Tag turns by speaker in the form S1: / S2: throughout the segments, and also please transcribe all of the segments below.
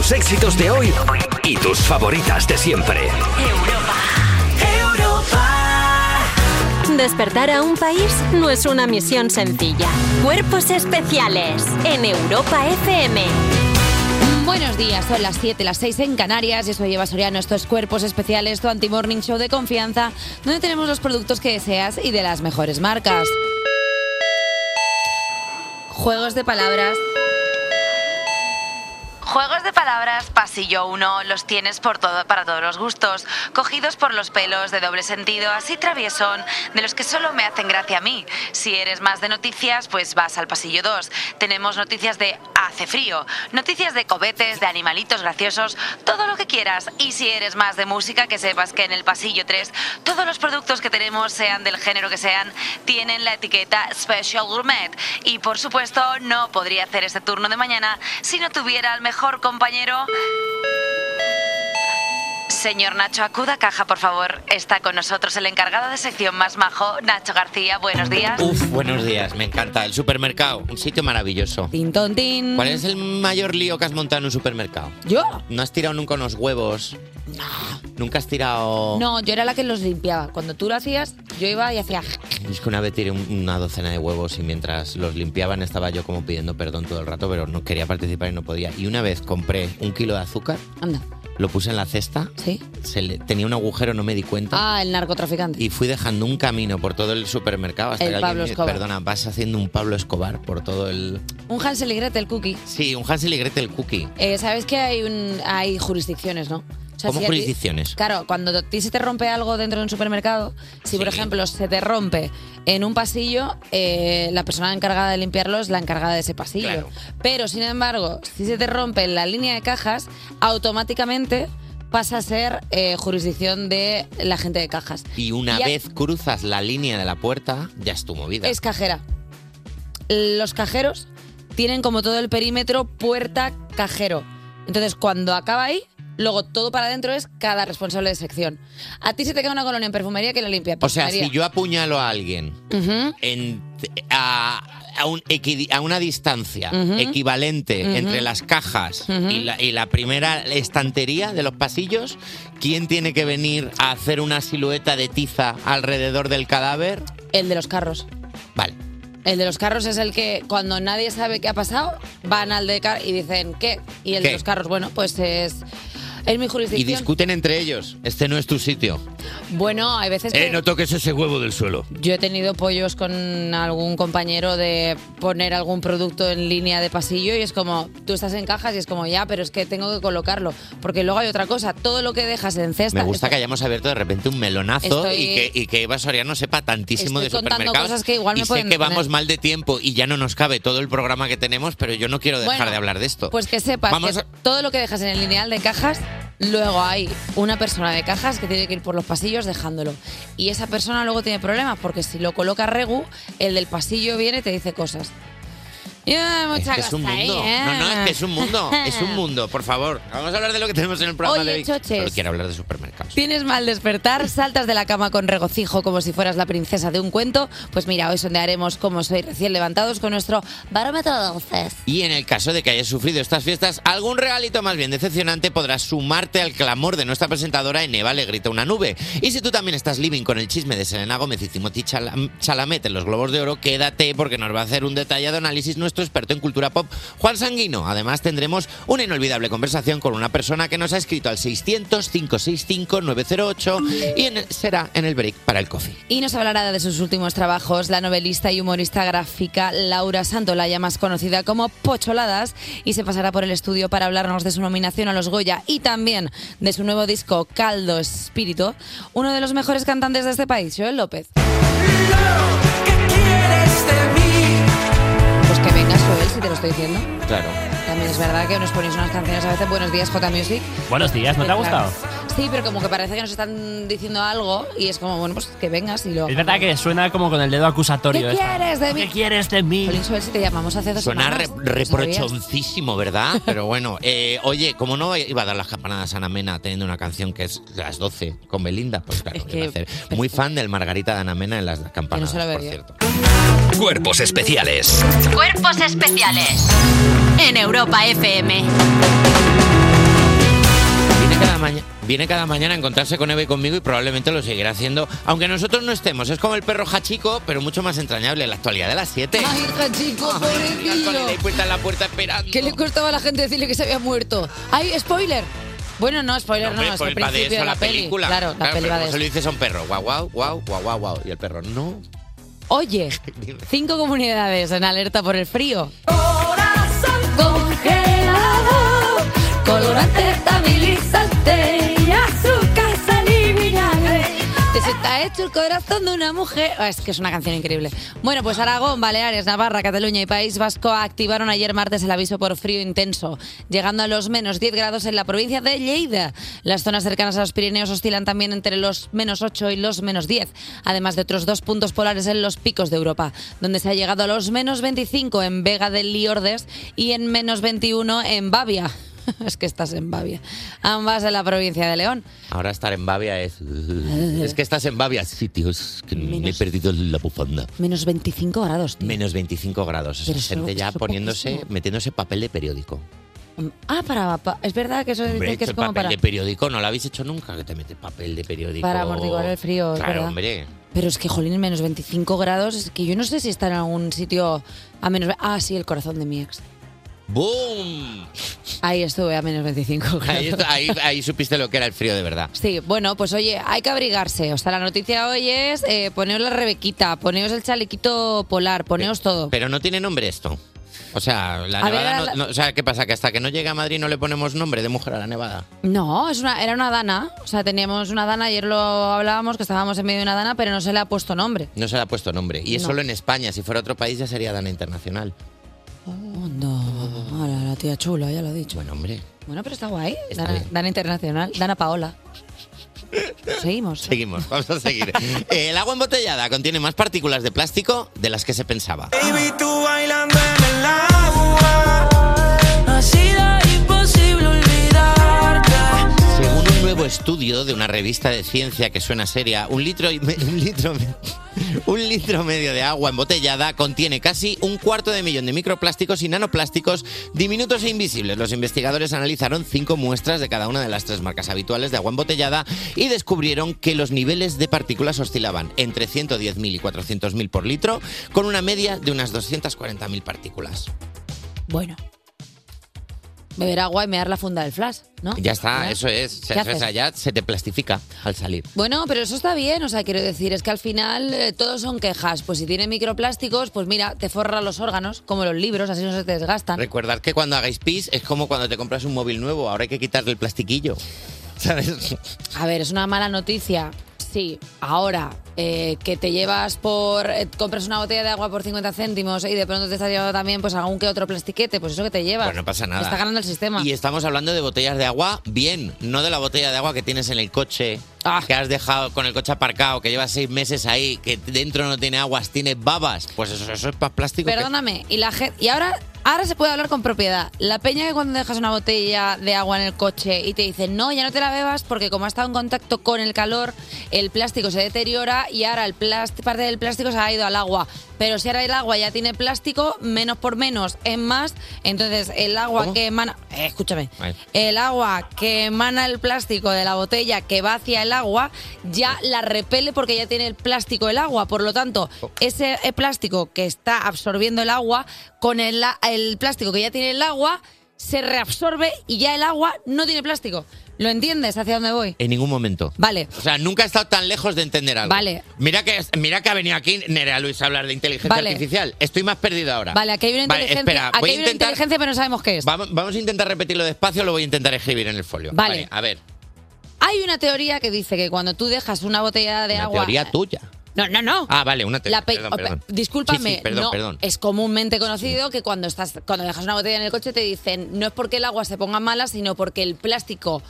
S1: de hoy y tus favoritas de siempre.
S2: Despertar a un país no es una misión sencilla. Cuerpos especiales en Europa FM.
S3: Buenos días, son las 7, las 6 en Canarias. Eso lleva Soriano estos cuerpos especiales, tu anti-morning show de confianza, donde tenemos los productos que deseas y de las mejores marcas. Juegos de palabras. Juegos de palabras, pasillo 1, los tienes por todo, para todos los gustos, cogidos por los pelos de doble sentido, así traviesón, de los que solo me hacen gracia a mí. Si eres más de noticias, pues vas al pasillo 2. Tenemos noticias de hace frío, noticias de cobetes, de animalitos graciosos, todo lo que quieras. Y si eres más de música, que sepas que en el pasillo 3 todos los productos que tenemos, sean del género que sean, tienen la etiqueta Special Gourmet. Y por supuesto, no podría hacer este turno de mañana si no tuviera el mejor compañero. Señor Nacho, acuda a caja, por favor. Está con nosotros el encargado de sección más majo, Nacho García. Buenos días.
S4: Uf, buenos días, me encanta. El supermercado, un sitio maravilloso.
S3: Tintontín.
S4: ¿Cuál es el mayor lío que has montado en un supermercado?
S3: ¿Yo?
S4: ¿No has tirado nunca unos huevos? ¿Nunca has tirado...?
S3: No, yo era la que los limpiaba. Cuando tú lo hacías, yo iba y hacía...
S4: Es que una vez tiré un- una docena de huevos y mientras los limpiaban estaba yo como pidiendo perdón todo el rato, pero no quería participar y no podía. Y una vez compré un kilo de azúcar,
S3: Anda.
S4: lo puse en la cesta,
S3: ¿Sí?
S4: se le- tenía un agujero, no me di cuenta.
S3: Ah, el narcotraficante.
S4: Y fui dejando un camino por todo el supermercado hasta
S3: El
S4: que alguien
S3: Pablo
S4: me-
S3: Escobar.
S4: Perdona, vas haciendo un Pablo Escobar por todo el...
S3: Un Hansel y Gretel cookie.
S4: Sí, un Hansel y Gretel cookie.
S3: Eh, Sabes que hay un hay jurisdicciones, ¿no? O sea,
S4: ¿Cómo
S3: si a ti-
S4: jurisdicciones?
S3: claro, cuando a ti se te rompe algo dentro de un supermercado, si por
S4: Sí.
S3: ejemplo se te rompe en un pasillo, eh, la persona encargada de limpiarlo es la encargada de ese pasillo.
S4: Claro.
S3: Pero sin embargo, si se te rompe en la línea de cajas, automáticamente pasa a ser eh, jurisdicción de la gente de cajas.
S4: Y una
S3: Y a-
S4: vez cruzas la línea de la puerta, ya es tu movida.
S3: Es cajera. Los cajeros tienen como todo el perímetro puerta cajero. Entonces, cuando acaba ahí, luego todo para adentro es cada responsable de sección. A ti se te queda una colonia en perfumería que la limpia.
S4: o sea,
S3: perfumería.
S4: si yo apuñalo a alguien
S3: Ujú.
S4: en- a, a un equidi- a una distancia
S3: Ujú.
S4: equivalente
S3: Ujú.
S4: entre las cajas
S3: Ujú.
S4: y, la, y la primera estantería de los pasillos, ¿quién tiene que venir a hacer una silueta de tiza alrededor del cadáver?
S3: El de los carros.
S4: Vale.
S3: El de los carros es el que cuando nadie sabe qué ha pasado, van al de car y dicen, ¿qué? Y el de
S4: ¿Qué?
S3: los carros, bueno, pues es... Es mi
S4: Y
S3: jurisdicción.
S4: discuten entre ellos. Este no es tu sitio.
S3: bueno, hay veces que...
S4: Eh, no toques ese huevo del suelo.
S3: Yo he tenido pollos con algún compañero de poner algún producto en línea de pasillo y es como, tú estás en cajas y es como, ya, pero es que tengo que colocarlo. Porque luego hay otra cosa, todo lo que dejas en cesta.
S4: Me gusta que hayamos abierto de repente un melonazo
S3: Estoy-
S4: y, que, y que Eva Soriano sepa tantísimo
S3: Estoy
S4: de
S3: contando
S4: supermercados.
S3: cosas que igual me
S4: y sé
S3: pueden
S4: que vamos
S3: detener.
S4: mal de tiempo y ya no nos cabe todo el programa que tenemos, pero yo no quiero dejar
S3: Bueno,
S4: de hablar de esto.
S3: Pues que sepas
S4: Vamos
S3: que
S4: a-
S3: todo lo que dejas en el lineal de cajas, luego hay una persona de cajas que tiene que ir por los pasillos dejándolo. Y esa persona luego tiene problemas porque si lo coloca Regu, el del pasillo viene y te dice cosas. Ya,
S4: Es
S3: mucha
S4: que es un
S3: cosa ahí,
S4: mundo.
S3: ¿eh?
S4: No, no, es que es un mundo. Es un mundo, por favor. Vamos a hablar de lo que tenemos en el programa
S3: Oye,
S4: de hoy.
S3: choches.
S4: Solo quiero hablar de supermercados.
S3: ¿Tienes mal despertar? ¿Saltas de la cama con regocijo como si fueras la princesa de un cuento? Pues mira, hoy sondearemos cómo soy recién levantados con nuestro barómetro de voces.
S4: Y en el caso de que hayas sufrido estas fiestas, algún regalito más bien decepcionante podrás sumarte al clamor de nuestra presentadora en Eva le grita una nube. Y si tú también estás living con el chisme de Selena Gómez y Timothy Chalam- Chalamet en los Globos de Oro, quédate porque nos va a hacer un detallado análisis nuestro experto en cultura pop, Juan Sanguino. Además tendremos una inolvidable conversación con una persona que nos ha escrito al 600-565-908 y en- será en el break para el coffee.
S3: Y nos hablará de sus últimos trabajos la novelista y humorista gráfica Laura Santolaya, más conocida como Pocholadas, y se pasará por el estudio para hablarnos de su nominación a los Goya y también de su nuevo disco Caldo Espíritu, uno de los mejores cantantes de este país, Joel López. Pues que vengas, Joel, si te lo estoy diciendo.
S4: Claro.
S3: También es verdad que nos ponéis unas canciones a veces Buenos días J Music.
S5: Buenos días, ¿no te ha gustado?
S3: Sí, pero como que parece que nos están diciendo algo y es como, bueno, pues que vengas y lo...
S5: Es verdad que suena como con el dedo
S3: ¿Qué
S5: acusatorio. esta.
S3: quieres de mí?
S5: ¿Qué quieres de mí?
S3: Jolín, Joel, si te llamamos hace dos
S4: Suena re-
S3: semanas. ¿no sabías?
S4: reprochoncísimo, ¿verdad? Pero bueno, eh, oye, como no iba a dar las campanadas a Ana Mena teniendo una canción que es las 12 con Belinda, pues claro,
S3: Es
S4: iba
S3: que-
S4: a hacer. Muy fan del Margarita de Ana Mena en las
S3: Que no
S4: campanadas,
S3: se lo
S4: por
S3: bebió.
S4: cierto.
S1: Cuerpos especiales
S2: Cuerpos especiales en Europa FM.
S4: maña- viene cada mañana a encontrarse con Eva y conmigo y probablemente lo seguirá haciendo, aunque nosotros no estemos. Es como el perro jachico, pero mucho más entrañable. La actualidad de las 7.
S3: Ay, chico,
S4: Actualidad y
S3: pobrecillo.
S4: puerta en la puerta esperando.
S3: ¿Qué le costaba a la gente decirle que se había muerto? ¡Ay, spoiler! Bueno, no, spoiler no,
S4: Hombre,
S3: es
S4: por
S3: el
S4: el va de
S3: principio
S4: eso
S3: de la,
S4: la,
S3: peli.
S4: película.
S3: Claro, la peli
S4: pero
S3: va
S4: como
S3: de
S4: se
S3: eso.
S4: lo dices a un perro. Guau, guau, guau, guau, guau, guau. Y el perro, no.
S3: Oye, cinco comunidades en alerta por el frío.
S6: congelado, colorante estabilizante y azúcar sal y vinagre.
S3: Te se te ha hecho el corazón de una mujer. Ah, Es que es una canción increíble. Bueno, pues Aragón, Baleares, Navarra, Cataluña y País Vasco activaron ayer martes el aviso por frío intenso, llegando a los menos 10 grados en la provincia de Lleida. Las zonas cercanas a los Pirineos oscilan también entre los menos 8 y los menos 10, además de otros dos puntos polares en los picos de Europa, donde se ha llegado a los menos 25 en Vega del Liordes y en menos 21 en Bavia. Es que estás en Bavia. Ambas en la provincia de León.
S4: Ahora estar en Bavia es. Es que estás en Bavia. Sí, tío, es que me he perdido la bufanda.
S3: Menos 25 grados, tío.
S4: Menos 25 grados. Eso
S3: Pero
S4: es gente
S3: eso-
S4: ya
S3: eso
S4: poniéndose,
S3: poquísimo.
S4: metiéndose papel de periódico.
S3: Ah, para, pa- es verdad que eso
S4: Hombre,
S3: dice que
S4: hecho
S3: es
S4: el
S3: como
S4: papel
S3: para,
S4: de periódico no lo habéis hecho nunca, que te metes papel de periódico.
S3: para amortiguar el frío, es
S4: Claro,
S3: verdad.
S4: hombre.
S3: Pero es que, jolín, menos 25 grados, es que yo no sé si está en algún sitio a menos... Ah, sí, el corazón de mi ex.
S4: ¡Boom!
S3: Ahí estuve a menos 25 grados.
S4: Ahí, está- ahí- ahí supiste lo que era el frío de verdad.
S3: Sí, bueno, pues oye, hay que abrigarse. O sea, la noticia hoy es eh, poneos la rebequita, poneos el chalequito polar, poneos todo.
S4: Pero no tiene nombre esto. O sea, la
S3: A ver,
S4: nevada
S3: a
S4: no-
S3: la-
S4: no- O sea, ¿qué pasa? Que hasta que no llegue a Madrid no le ponemos nombre de mujer a la nevada.
S3: No, es una, era una dana. O sea, teníamos una dana, ayer lo hablábamos, que estábamos en medio de una dana, pero no se le ha puesto nombre.
S4: No se le ha puesto nombre. Y es
S3: No.
S4: solo en España. Si fuera otro país ya sería Dana Internacional.
S3: Oh, No, Ah, la, la tía chula, ya lo he dicho.
S4: Bueno, hombre.
S3: Bueno, pero está guay.
S4: Está
S3: Dana,
S4: bien.
S3: Dana Internacional, Dana Paola. Seguimos.
S4: Seguimos, vamos a seguir. Eh, El agua embotellada contiene más partículas de plástico de las que se pensaba.
S7: Baby, tú bailando en el agua. Ha sido imposible olvidarte.
S4: Según un nuevo estudio de una revista de ciencia que suena seria, un litro, y me- un litro, un litro medio de agua embotellada contiene casi un cuarto de millón de microplásticos y nanoplásticos diminutos e invisibles. Los investigadores analizaron cinco muestras de cada una de las tres marcas habituales de agua embotellada y descubrieron que los niveles de partículas oscilaban entre 110.000 y 400.000 por litro, con una media de unas 240.000 partículas.
S3: Bueno. Beber agua y mear la funda del flash, ¿no?
S4: Ya está,
S3: ¿Ya?
S4: eso es.
S3: Ah, ¿Qué
S4: Se,
S3: haces?
S4: esa ya se te plastifica al salir.
S3: Bueno, pero eso está bien, o sea, quiero decir, es que al final eh, todos son quejas. Pues si tiene microplásticos, pues mira, te forra los órganos, como los libros, así no se te desgastan.
S4: Recordad que cuando hagáis pis es como cuando te compras un móvil nuevo, ahora hay que quitarle el plastiquillo. ¿Sabes?
S3: A ver, es una mala noticia. Sí, ahora eh, que te llevas por. eh, compras una botella de agua por 50 céntimos y de pronto te estás llevando también pues algún que otro plastiquete, pues eso que te llevas.
S4: Pues no pasa nada.
S3: Está ganando el sistema.
S4: Y estamos hablando de botellas de agua bien, no de la botella de agua que tienes en el coche,
S3: Ah.
S4: que has dejado con el coche aparcado, que llevas seis meses ahí, que dentro no tiene aguas, tiene babas. Pues eso, eso es para plástico. que-
S3: Perdóname, y la gen- y ahora ahora se puede hablar con propiedad. La peña que cuando dejas una botella de agua en el coche y te dicen, "No, ya no te la bebas porque como ha estado en contacto con el calor, el plástico se deteriora y ahora el plást- parte del plástico se ha ido al agua." Pero si ahora el agua ya tiene plástico, menos por menos es más, entonces el agua que emana, eh, escúchame.
S4: Ay.
S3: El agua que emana el plástico de la botella que va hacia el agua ya la repele porque ya tiene el plástico el agua. Por lo tanto,
S4: Oh.
S3: ese eh, plástico que está absorbiendo el agua con el, a- el plástico que ya tiene el agua se reabsorbe y ya el agua no tiene plástico. ¿Lo entiendes hacia dónde voy?
S4: En ningún momento.
S3: Vale.
S4: O sea, nunca he estado tan lejos de entender algo.
S3: Vale.
S4: Mira que, mira que ha venido aquí Nerea Luis a hablar de inteligencia
S3: Vale.
S4: artificial. Estoy más perdido ahora.
S3: Vale, aquí hay una
S4: Vale,
S3: inteligencia,
S4: espera,
S3: aquí
S4: voy a
S3: hay una
S4: intentar-
S3: inteligencia, pero no sabemos qué es.
S4: Vamos, vamos a intentar repetirlo despacio, lo voy a intentar escribir en el folio.
S3: Vale.
S4: a ver,
S3: Hay una teoría que dice que cuando tú dejas una botella de
S4: una
S3: agua...
S4: teoría tuya.
S3: No, no, no.
S4: Ah, vale, una teoría.
S3: La pe-
S4: perdón,
S3: o-
S4: perdón.
S3: Discúlpame,
S4: Sí, sí, perdón,
S3: no,
S4: perdón.
S3: es comúnmente conocido que cuando estás cuando dejas una botella en el coche te dicen no es porque el agua se ponga mala, sino porque el plástico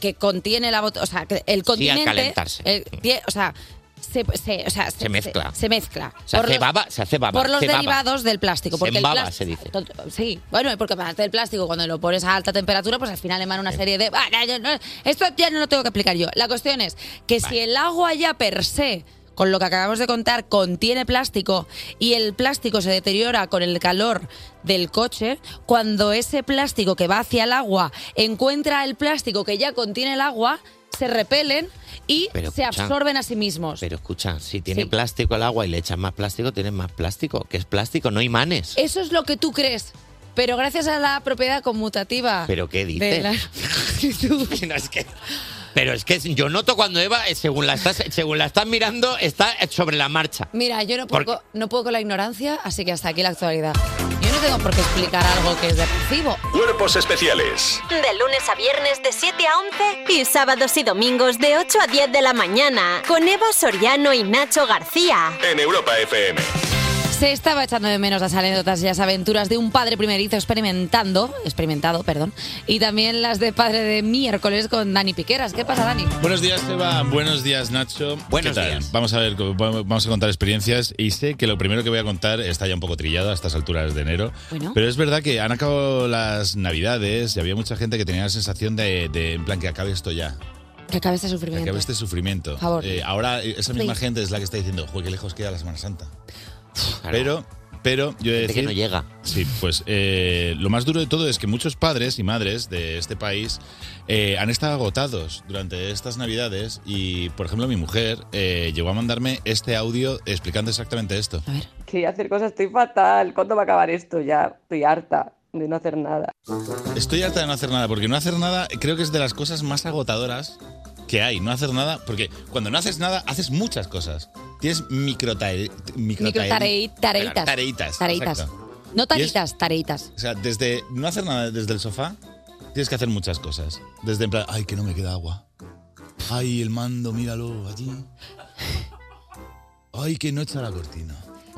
S3: que contiene la botella, o sea, que el continente,
S4: calentarse.
S3: el- tie- o sea, se, se- o sea,
S4: Se mezcla.
S3: Se, mezcla.
S4: Se
S3: Por
S4: hace
S3: los-
S4: baba, se hace baba.
S3: por los
S4: se baba.
S3: derivados del plástico.
S4: Se
S3: Porque el
S4: embaba,
S3: plástico-
S4: se dice.
S3: Tot- Sí, bueno, y porque aparte del plástico, cuando lo pones a alta temperatura, pues al final emana una serie de. Ah, no, yo no- Esto ya no lo tengo que explicar yo. La cuestión es que si el agua ya per se con lo que acabamos de contar, contiene plástico y el plástico se deteriora con el calor del coche, cuando ese plástico que va hacia el agua encuentra el plástico que ya contiene el agua, se repelen y
S4: Pero
S3: se
S4: escucha.
S3: absorben a sí mismos.
S4: Pero escucha, si tiene
S3: Sí.
S4: plástico al agua y le echas más plástico, tienes más plástico. que es plástico? No imanes.
S3: Eso es lo que tú crees. Pero gracias a la propiedad conmutativa.
S4: ¿Pero qué
S3: Ah, de
S4: dices?
S3: la-
S4: No, es que- Pero es que yo noto cuando Eva, eh, según la estás, según la estás mirando, está sobre la marcha.
S3: Mira, yo no puedo,
S4: Porque-
S3: co- no puedo con la ignorancia, así que hasta aquí la actualidad. Yo no tengo por qué explicar algo que es de recibo.
S8: Cuerpos especiales
S2: De lunes a viernes de 7 a 11 y sábados y domingos de 8 a 10 de la mañana con Eva Soriano y Nacho García.
S8: en Europa FM.
S3: Se estaba echando de menos las anécdotas y las aventuras de un padre primerizo experimentando, experimentado, perdón, y también las de padre de miércoles con Dani Piqueras. ¿Qué pasa, Dani?
S9: Buenos días, Eva. Buenos días, Nacho. Buenos días. Vamos a ver, co- va- vamos a contar experiencias y sé que lo primero que voy a contar está ya un poco trillado a estas alturas de enero.
S10: Bueno.
S9: Pero es verdad que han acabado las navidades y había mucha gente que tenía la sensación de, de, en plan, que acabe esto ya.
S3: Que acabe este
S9: Que
S3: sufrimiento.
S9: acabe este sufrimiento.
S3: Favor.
S9: Eh, ahora eh, esa misma
S3: Please.
S9: gente es la que está diciendo, joder, qué lejos queda la Semana Santa. Pero, pero yo he de
S4: Gente que
S9: decir-
S4: no llega.
S9: Sí, pues eh, lo más duro de todo es que muchos padres y madres de este país eh, han estado agotados durante estas navidades y, por ejemplo, mi mujer eh, llegó a mandarme este audio explicando exactamente esto.
S11: Quería hacer cosas, estoy fatal. ¿Cuándo va a acabar esto? Ya estoy harta de no hacer nada.
S9: Estoy harta de no hacer nada, porque no hacer nada creo que es de las cosas más agotadoras que hay. No hacer nada, porque cuando no haces nada, haces muchas cosas. Tienes microtare, microtare-
S3: Microtarei- tareitas.
S9: Tareitas.
S3: Tareitas.
S9: exacto.
S3: No taritas, tareitas.
S9: O sea, desde no hacer nada desde el sofá, tienes que hacer muchas cosas. Desde en plan, ay, que no me queda agua. Ay, el mando, míralo allí. Ay, que no echa la cortina.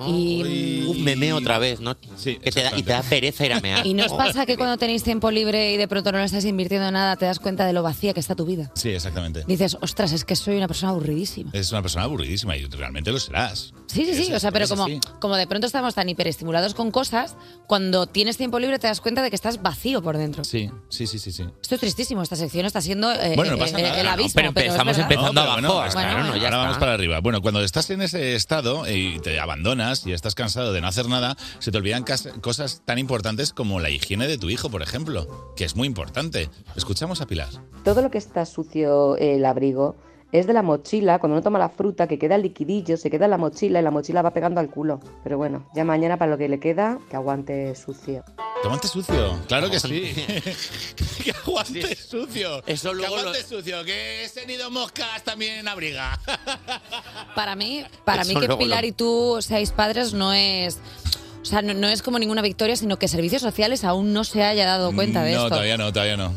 S3: Y-
S4: Un meme otra vez, ¿no? Que te da- y te da pereza ir a mear.
S3: ¿Y no os pasa que cuando tenéis tiempo libre y de pronto no lo estáis invirtiendo en nada, te das cuenta de lo vacía que está tu vida?
S9: Sí, exactamente.
S3: Dices, ostras, es que soy una persona aburridísima.
S9: Es una persona aburridísima y realmente lo serás.
S3: Sí, sí, sí.
S9: Es-
S3: O sea, pero
S9: es
S3: como,
S9: así.
S3: como de pronto estamos tan hiperestimulados con cosas, cuando tienes tiempo libre te das cuenta de que estás vacío por dentro.
S9: Sí, sí, sí, sí. sí.
S3: Esto es tristísimo. Esta sección está siendo eh,
S9: Bueno, no
S3: eh,
S9: pasa
S3: eh,
S9: nada.
S3: el
S9: No,
S3: abismo.
S9: pero
S3: pero es
S4: empezamos-
S3: verdad.
S4: empezando abajo,
S9: pues
S4: claro, no, ya
S9: ahora vamos
S4: está.
S9: para arriba. Bueno, cuando estás en ese estado y te abandonas y estás cansado de no hacer nada, se te olvidan cas- cosas tan importantes como la higiene de tu hijo, por ejemplo, que es muy importante. Escuchamos a Pilar.
S11: Todo lo que está sucio eh, el abrigo es de la mochila. Cuando uno toma la fruta, que queda el liquidillo, se queda en la mochila y la mochila va pegando al culo. Pero bueno, ya mañana para lo que le queda, que aguante sucio.
S9: Tomate sucio, claro que sí. que aguante sucio.
S4: Eso luego
S9: que
S4: lo-
S9: aguante sucio, que he tenido moscas también en abriga.
S3: Para mí, para mí
S9: Eso
S3: que
S9: luego lo-
S3: Pilar y tú seáis padres no es. O sea, no, no es como ninguna victoria, sino que Servicios Sociales aún no se haya dado cuenta de
S9: no,
S3: esto.
S9: todavía no, todavía no.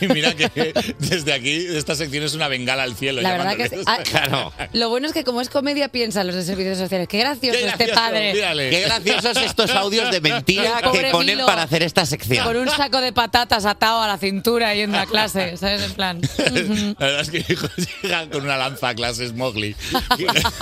S9: Y mira que desde aquí, esta sección es una bengala al cielo.
S3: La verdad que
S9: llamándoles.
S3: sí. Ah, Lo bueno es que como es comedia, piensan los de Servicios Sociales. Qué gracioso, este padre.
S4: Qué graciosos estos audios de mentira
S3: El pobre
S4: que ponen
S3: Milo.
S4: para hacer esta sección.
S3: Con un saco de patatas atado a la cintura yendo a clase, ¿sabes? En plan. Mm.
S9: La verdad es que mi hijo llega con una lanza a clases Mowgli.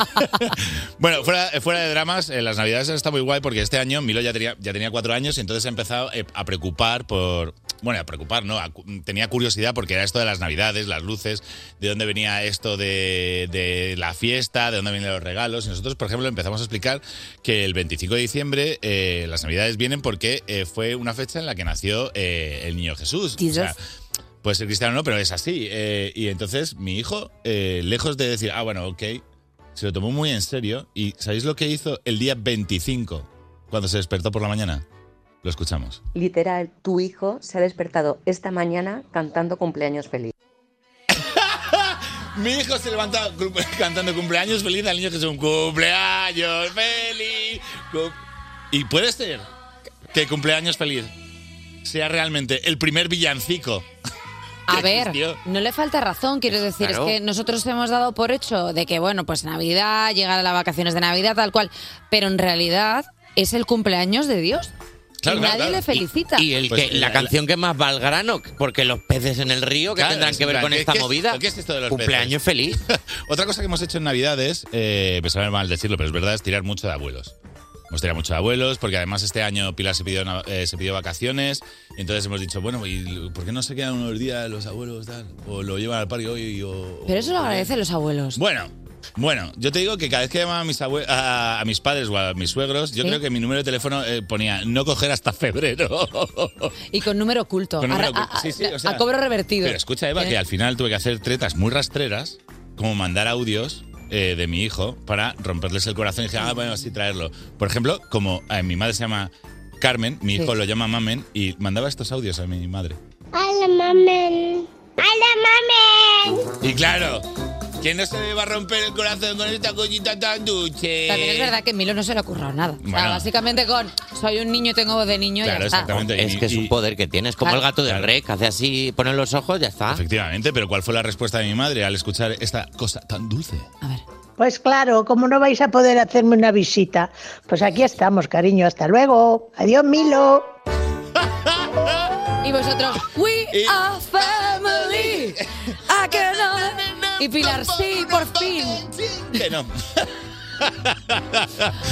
S9: bueno, fuera, fuera de dramas, eh, las navidades está muy guay porque este año Milo ya tenía, ya tenía cuatro años y entonces se ha empezado eh, a preocupar por... Bueno, a preocupar, ¿no? A cu- tenía curiosidad porque era esto de las navidades, las luces, de dónde venía esto de, de la fiesta, de dónde venían los regalos. Y nosotros, por ejemplo, empezamos a explicar que el 25 de diciembre eh, las navidades vienen porque eh, fue una fecha en la que nació eh, el niño Jesús. O sea, Puede ser cristiano o no, pero es así. Eh, y entonces mi hijo, eh, lejos de decir, ah, bueno, ok, se lo tomó muy en serio. ¿Y sabéis lo que hizo el día 25, cuando se despertó por la mañana? Lo escuchamos.
S11: Literal, tu hijo se ha despertado esta mañana cantando cumpleaños feliz.
S9: Mi hijo se levanta cu- cantando cumpleaños feliz al niño que es un cumpleaños feliz. Cu- Y puede ser que cumpleaños feliz sea realmente el primer villancico.
S3: A ver, no le falta razón, quiero decir,
S9: Claro.
S3: es que nosotros hemos dado por hecho de que, bueno, pues Navidad, llegar a las vacaciones de Navidad, tal cual, pero en realidad es el cumpleaños de Dios.
S4: Claro,
S3: y
S4: claro,
S3: nadie
S4: claro.
S3: le felicita.
S4: Y el
S9: Pues,
S4: que, Pues la, canción que más va al grano, porque los peces en el río, que
S9: eh, Claro,
S4: tendrán
S9: es
S4: que ver
S9: plan,
S4: con
S9: ¿qué-
S4: esta
S9: qué es-
S4: movida.
S9: ¿Qué es esto de los
S4: Cumpleaños
S9: feliz. Otra cosa que hemos hecho en Navidades, eh, me sabe mal decirlo, pero es verdad, es tirar mucho de abuelos. Hemos tirado mucho de abuelos, porque además este año Pilar se pidió, na- eh, se pidió vacaciones, y entonces hemos dicho, bueno, ¿y ¿por qué no se quedan unos días los abuelos tal? O lo llevan al parque hoy, o...
S3: Pero eso lo agradecen los abuelos.
S9: Bueno, Bueno, yo te digo que cada vez que llamaba a mis, abue- a, a mis padres o a mis suegros, yo creo que mi número de teléfono eh, ponía no coger hasta febrero.
S3: Y con número oculto.
S9: Con
S3: a,
S9: número
S3: a-
S9: oculto, sí, sí,
S3: a-
S9: o sea,
S3: a cobro revertido.
S9: Pero escucha, Eva,
S3: Eh.
S9: que al final tuve que hacer tretas muy rastreras, como mandar audios eh, de mi hijo para romperles el corazón y dije, ah, bueno, así traerlo. Por ejemplo, como eh, mi madre se llama Carmen, mi hijo
S10: Sí.
S9: lo llama Mamen y mandaba estos audios a mi madre.
S10: ¡Hola, mamen! ¡Hola, mamen!
S9: Y claro, que no se me va a romper el corazón con esta coñita tan duche.
S3: También es verdad que Milo no se le ha currado nada. O sea,
S4: Bueno.
S3: básicamente con soy un niño y tengo voz de niño y ya está.
S4: Es que es un poder que tienes, como el gato del rey, que hace así, pone los ojos, ya está.
S9: Efectivamente, pero ¿cuál fue la respuesta de mi madre al escuchar esta cosa tan dulce?
S12: Pues claro, como no vais a poder hacerme una visita, pues aquí estamos, cariño. Hasta luego. Adiós, Milo.
S3: Y vosotros, we are family. I cannot. Y Pilar, sí, por fin.
S9: Que no.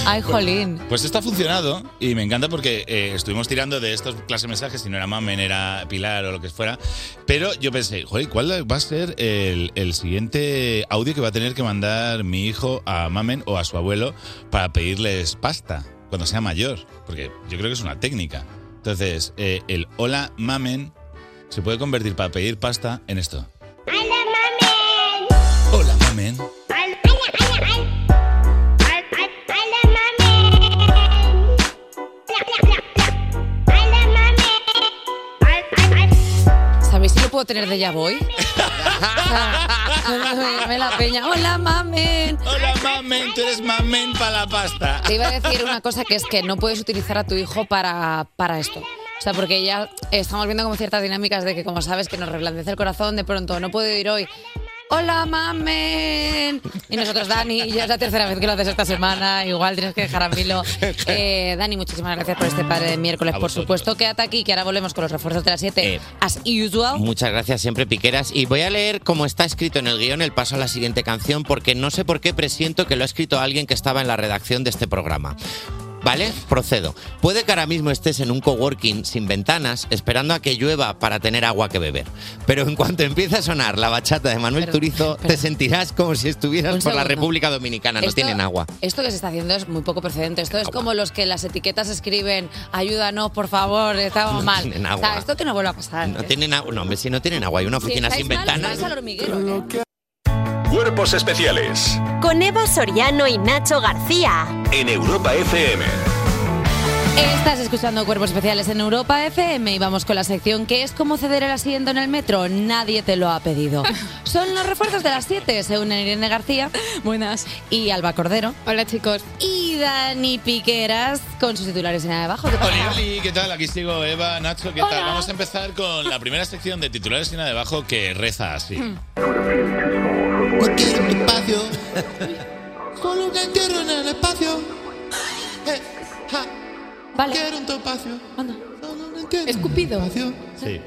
S3: Ay,
S9: Pues-
S3: jolín.
S9: Pues, esto ha funcionado y me encanta porque eh, estuvimos tirando de estos clase de mensajes, si no era Mamen, era Pilar o lo que fuera. Pero yo pensé, joder, ¿cuál va a ser el, el siguiente audio que va a tener que mandar mi hijo a Mamen o a su abuelo para pedirles pasta cuando sea mayor? Porque yo creo que es una técnica. Entonces, eh, el hola Mamen se puede convertir para pedir pasta en esto.
S10: ¡Hola, mamen!
S9: Hola Mamen.
S10: ¡Hola, hola, hola! ¡Hola, mamen!
S3: ¿Sabéis si lo puedo tener de ya voy? O sea, me- me la peña. Hola, mamen.
S9: Hola, mamen. Tú eres mamen para la pasta.
S3: Te iba a decir una cosa que es que no puedes utilizar a tu hijo para, para esto. O sea, porque ya estamos viendo como ciertas dinámicas de que, como sabes, que nos reblandece el corazón, de pronto no puedo ir hoy. Hola, mamen. Y nosotros, Dani, ya es la tercera vez que lo haces esta semana. Igual tienes que dejar a Milo. Eh, Dani, muchísimas gracias por este padre de miércoles.
S4: A
S3: Por
S4: vosotros.
S3: supuesto, quédate aquí, que ahora volvemos con los refuerzos de las 7.
S4: Eh.
S3: As usual.
S4: Muchas gracias siempre, Piqueras. Y voy a leer como está escrito en el guión el paso a la siguiente canción, porque no sé por qué presiento que lo ha escrito alguien que estaba en la redacción de este programa. ¿Vale? Procedo. Puede que ahora mismo estés en un coworking sin ventanas, esperando a que llueva para tener agua que beber. Pero en cuanto empiece a sonar la bachata de Manuel
S3: Pero-
S4: Turizo, te sentirás como si estuvieras
S3: Un
S4: por la
S3: segundo.
S4: República Dominicana. No
S3: Esto-
S4: tienen agua.
S3: Esto que se está haciendo es muy poco precedente. Esto es como los que las etiquetas escriben, ayúdanos, por favor, estamos
S4: No
S3: mal.
S4: tienen
S3: O sea,
S4: agua.
S3: esto que no vuelva a pasar.
S4: No tienen agua. No, hombre, si no tienen agua, hay una
S3: Si
S4: oficina
S3: estáis
S4: sin
S3: mal,
S4: ventanas.
S3: vais al hormiguero, ¿eh?
S8: Cuerpos especiales
S2: Con Eva Soriano y Nacho García.
S8: en Europa FM.
S3: Estás escuchando Cuerpos Especiales en Europa FM y vamos con la sección que es cómo ceder el asiento en el metro. Nadie te lo ha pedido. Son los refuerzos de las 7, se unen Irene García. Buenas. Y Alba Cordero. Hola chicos. Y Dani Piqueras con sus titulares en abajo. ¿Qué pasa?
S9: Oli, oli, ¿qué tal? Aquí sigo Eva, Nacho, ¿qué tal? Vamos a empempezar con la primera sección de titulares y nada debajo que reza así.
S13: espacio. Solo un entierro en el espacio. Eh, ja. Quiero un topacio. Solo un entierro en el
S14: Escupido.
S9: Sí.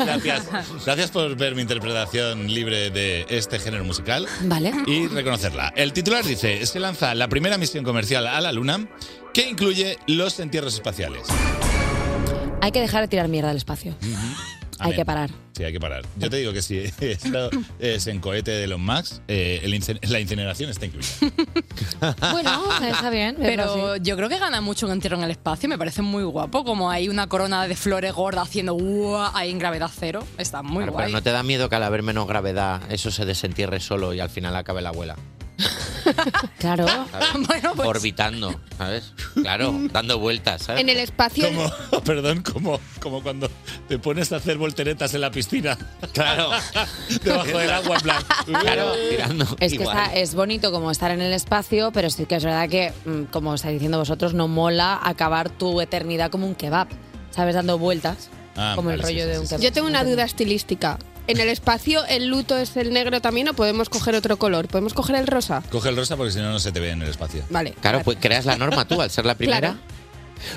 S9: Gracias. Gracias por ver mi interpretación libre de este género musical.
S3: Vale.
S9: Y reconocerla. El titular dice, se lanza la primera misión comercial a la Luna que incluye los entierros espaciales.
S3: Hay que dejar de tirar mierda al espacio. Hay
S9: Amén.
S3: que parar.
S9: Sí, hay que parar. Yo te digo que si esto es en cohete de los Max, eh, el incen- la incineración está incluida.
S14: Bueno,
S3: está bien.
S14: Pero yo creo que gana mucho un entierro en el espacio. Me parece muy guapo. Como hay una corona de flores gorda haciendo guau ahí en gravedad cero. Está muy
S4: Claro,
S14: guay.
S4: pero no te da miedo que al haber menos gravedad eso se desentierre solo y al final acabe la abuela.
S3: Claro.
S4: ¿sabes?
S15: pues,
S3: pues-
S4: Orbitando, ¿sabes? Claro, dando vueltas, ¿sabes?
S15: En el espacio.
S9: Como, perdón, como, como cuando te pones a hacer volteretas en la piscina.
S4: Claro.
S9: Debajo del agua, en plan.
S4: Claro, tirando.
S3: Es que
S4: igual.
S3: está- es bonito como estar en el espacio, pero sí que es verdad que, mm, como estáis diciendo vosotros, no mola acabar tu eternidad como un kebab, ¿sabes? Dando vueltas,
S15: Ah,
S3: como el
S15: vale, sí,
S3: rollo
S15: sí,
S3: de
S15: sí,
S3: un
S15: sí.
S3: kebab.
S15: Yo tengo una duda estilística. En el espacio, ¿el luto es el negro también o podemos coger otro color? ¿Podemos coger el rosa?
S9: Coge el rosa porque si no, no se te ve en el espacio.
S15: Vale.
S4: Claro, pues creas la norma tú al ser la primera.
S15: Claro.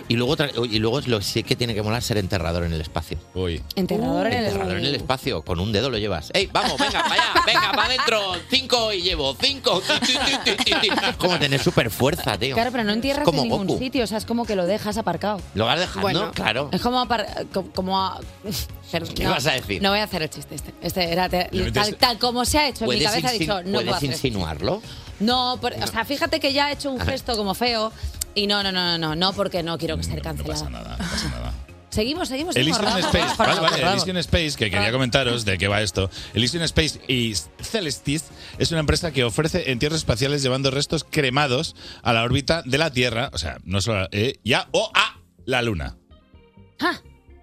S4: Y luego, tra- y luego lo sí que tiene que molar ser enterrador en el espacio.
S9: Uy.
S3: Enterrador en el
S4: Enterrador en el espacio. Con un dedo lo llevas. ¡Ey, vamos, venga, vaya, venga, va adentro! Cinco y llevo, cinco. Ti, ti, ti, ti, ti, ti. Como tener super fuerza, tío.
S3: Claro, pero no entierras
S4: Como
S3: en ningún
S4: Goku.
S3: sitio, o sea, es como que lo dejas aparcado.
S4: Lo vas dejando, claro.
S3: Es como, apar- co- como a- Perdón,
S4: ¿Qué
S3: no,
S4: vas a decir?
S3: No voy a hacer el chiste este. Este era te-
S4: Le metes-
S3: tal, tal como se ha hecho en mi
S4: ¿Puedes,
S3: cabeza, he
S4: insin-
S3: dicho, no
S4: puedes
S3: puedo hacer esto.
S4: insinuarlo?
S3: No, por- o sea, fíjate que ya he hecho un
S9: Ah.
S3: gesto como feo y no, no, no, no, no, no, porque no quiero que esté cancelada. No pasa nada,
S9: no pasa nada.
S3: Seguimos, seguimos. seguimos,
S9: Elysian
S3: Rafa,
S9: Space,
S3: Rafa,
S9: vale,
S3: Rafa,
S9: vale,
S3: Rafa.
S9: Elysian Space, que quería comentaros de qué va esto. Elysian Space y Celestis es una empresa que ofrece entierros espaciales llevando restos cremados a la órbita de la Tierra, o sea, no solo a, eh, ya o a la Luna.
S3: Ah.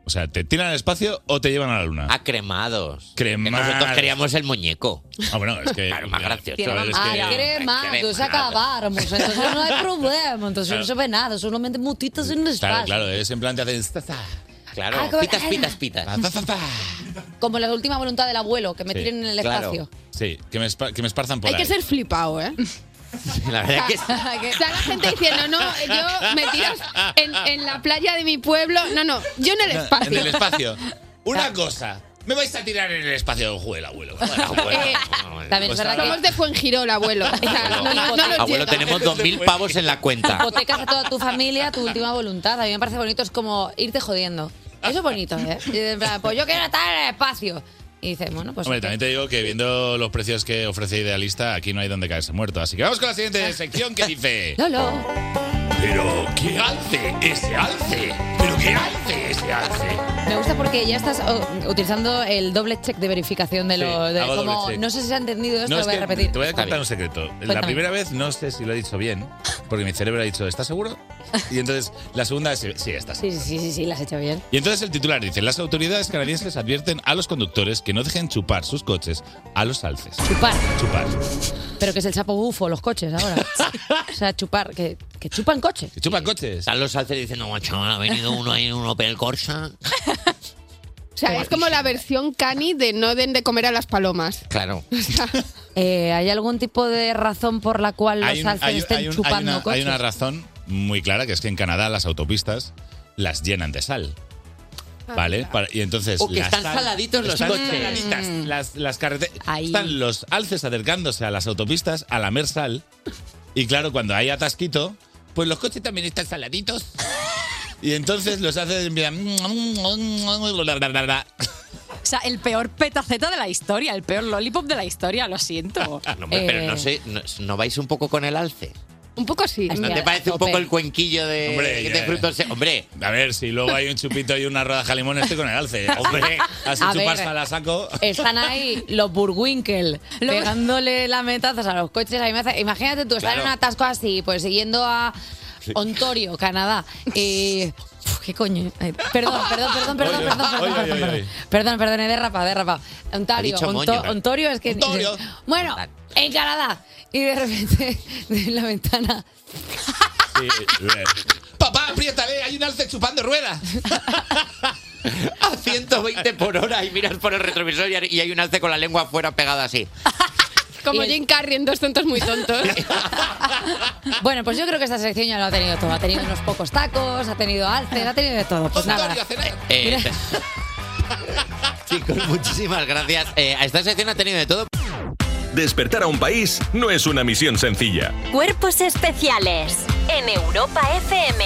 S9: O sea, te tiran al espacio o te llevan a la Luna.
S4: A cremados.
S9: Cremados.
S4: nosotros queríamos el muñeco.
S9: Ah, bueno, es que.
S4: Claro, más gracioso.
S9: Tiene
S4: Claro, es
S3: Ah,
S4: que-
S3: cremados,
S4: cremados.
S3: acabamos. Entonces no hay problema. Entonces
S9: Claro.
S3: no se ve nada, solamente mutitas en el
S9: Claro,
S3: espacio.
S9: claro, es en plan te hacen. Claro,
S3: Ah, como- pitas, pitas,
S4: pitas.
S3: Como la última voluntad del abuelo, que me tiren en el espacio.
S9: Sí, que me, espa- que me esparzan por
S15: Hay que
S9: ahí.
S15: ser flipado, ¿eh?
S4: La verdad que
S15: Está la gente diciendo, no, yo me tiras en, en la playa de mi pueblo. No, no, yo en el espacio.
S9: En el espacio. Una cosa. Me vais a tirar en el espacio, juega abuelo. Joder, abuelo.
S15: Eh,
S3: También es
S9: Pues
S3: verdad
S15: Somos
S3: que
S15: de Fuengirola, abuelo. O sea, no, no, no nos
S4: Abuelo,
S15: llega.
S4: tenemos 2.000 pavos en la cuenta.
S3: hipotecas a toda tu familia, tu última voluntad. A mí me parece bonito, es como irte jodiendo. Eso es bonito, ¿eh? Y en plan, pues yo quiero estar en el espacio. Y dices, bueno, pues.
S9: Hombre, también te digo que viendo los precios que ofrece Idealista, aquí no hay donde caerse muerto. Así que vamos con la siguiente sección que dice...
S3: Lolo.
S9: Pero qué alce ese alce. Pero qué alce ese alce.
S3: Me gusta porque ya estás oh, utilizando el doble check de verificación de
S9: Sí,
S3: lo. de
S9: hago doble
S3: como-
S9: check.
S3: no sé si se ha entendido esto,
S9: No,
S3: lo
S9: es
S3: voy a
S9: que
S3: repetir.
S9: Te voy a
S3: Está
S9: contar
S3: bien.
S9: un secreto. La
S3: Cuéntame.
S9: primera vez no sé si lo he dicho bien, porque mi cerebro ha dicho, ¿estás seguro? Y entonces la segunda es, sí, estás
S3: Sí, sí, sí, sí, sí, la has hecho bien.
S9: Y entonces el titular dice, las autoridades canadienses advierten a los conductores que no dejen chupar sus coches a los alces.
S3: Chupar.
S9: Chupar.
S3: Pero que es el sapo bufo, los coches ahora. o sea, chupar, que, que chupan coches.
S9: Que chupan coches.
S4: Están los alces y dicen, no, chaval, ha venido uno ahí en un Opel Corsa.
S15: O sea, es como la versión cani de no den de comer a las palomas.
S4: Claro.
S3: Eh, ¿Hay algún tipo de razón por la cual los
S9: un-
S3: alces
S9: un-
S3: estén
S9: un-
S3: chupando
S9: una,
S3: coches?
S9: hay una razón muy clara, que es que en Canadá las autopistas las llenan de sal. ¿Vale? Para- y entonces.
S4: O que
S9: la
S4: están
S9: sal-
S4: saladitos los
S9: están
S4: coches. Mm.
S9: saladitas, Las, las carreteras. Están los alces acercándose a las autopistas a lamer sal. Y claro, cuando hay atasquito, pues los coches también están saladitos. Y entonces los alces empiezan. mm,
S14: O sea, el peor petaceta de la historia, el peor lollipop de la historia, lo siento.
S4: No, hombre, pero
S15: Eh,
S4: no sé, no, ¿no vais un poco con el alce?
S14: Un poco sí.
S4: ¿No te parece un poco el cuenquillo de,
S9: Hombre,
S4: de
S9: ya.
S4: frutos? se- Hombre,
S9: A ver, si luego hay un chupito y una rodaja de limón, estoy con el alce. Hombre, así
S3: A
S9: chupar
S3: ver.
S9: sal a saco.
S3: Están ahí los Burwinkel pegándole lametazos a los coches. A mí me hace- imagínate tú estar
S9: Claro.
S3: en un atasco así, pues siguiendo a Ontario, Canadá. Y. Uf, ¿Qué coño? Ay, Perdón, perdón, perdón, perdón,
S6: Oye,
S3: perdón,
S6: oye,
S3: perdón,
S6: oye,
S3: perdón,
S6: oye.
S3: perdón, perdón, perdón, he derrapado, he derrapado. Ontario,
S6: Ha dicho
S3: Onto-
S9: ¿eh?
S6: moño.
S3: Ontario es que.
S6: Ontario.
S3: Bueno, en Canadá. Y de repente, de la ventana.
S9: Sí, eh, Papá, apriétale, hay un alce chupando ruedas.
S4: a 120 por hora y miras por el retrovisor y hay- y hay un alce con la lengua afuera pegada así.
S15: Como Jim Carrey en dos tontos muy tontos.
S3: Bueno, pues yo creo que esta sección ya lo ha tenido todo. Ha tenido unos pocos tacos, ha tenido alces, ha tenido de todo. Pues nada.
S4: Eh, chicos, muchísimas gracias. Eh, esta sección ha tenido de todo.
S8: Despertar a un país no es una misión sencilla.
S2: Cuerpos especiales en Europa FM.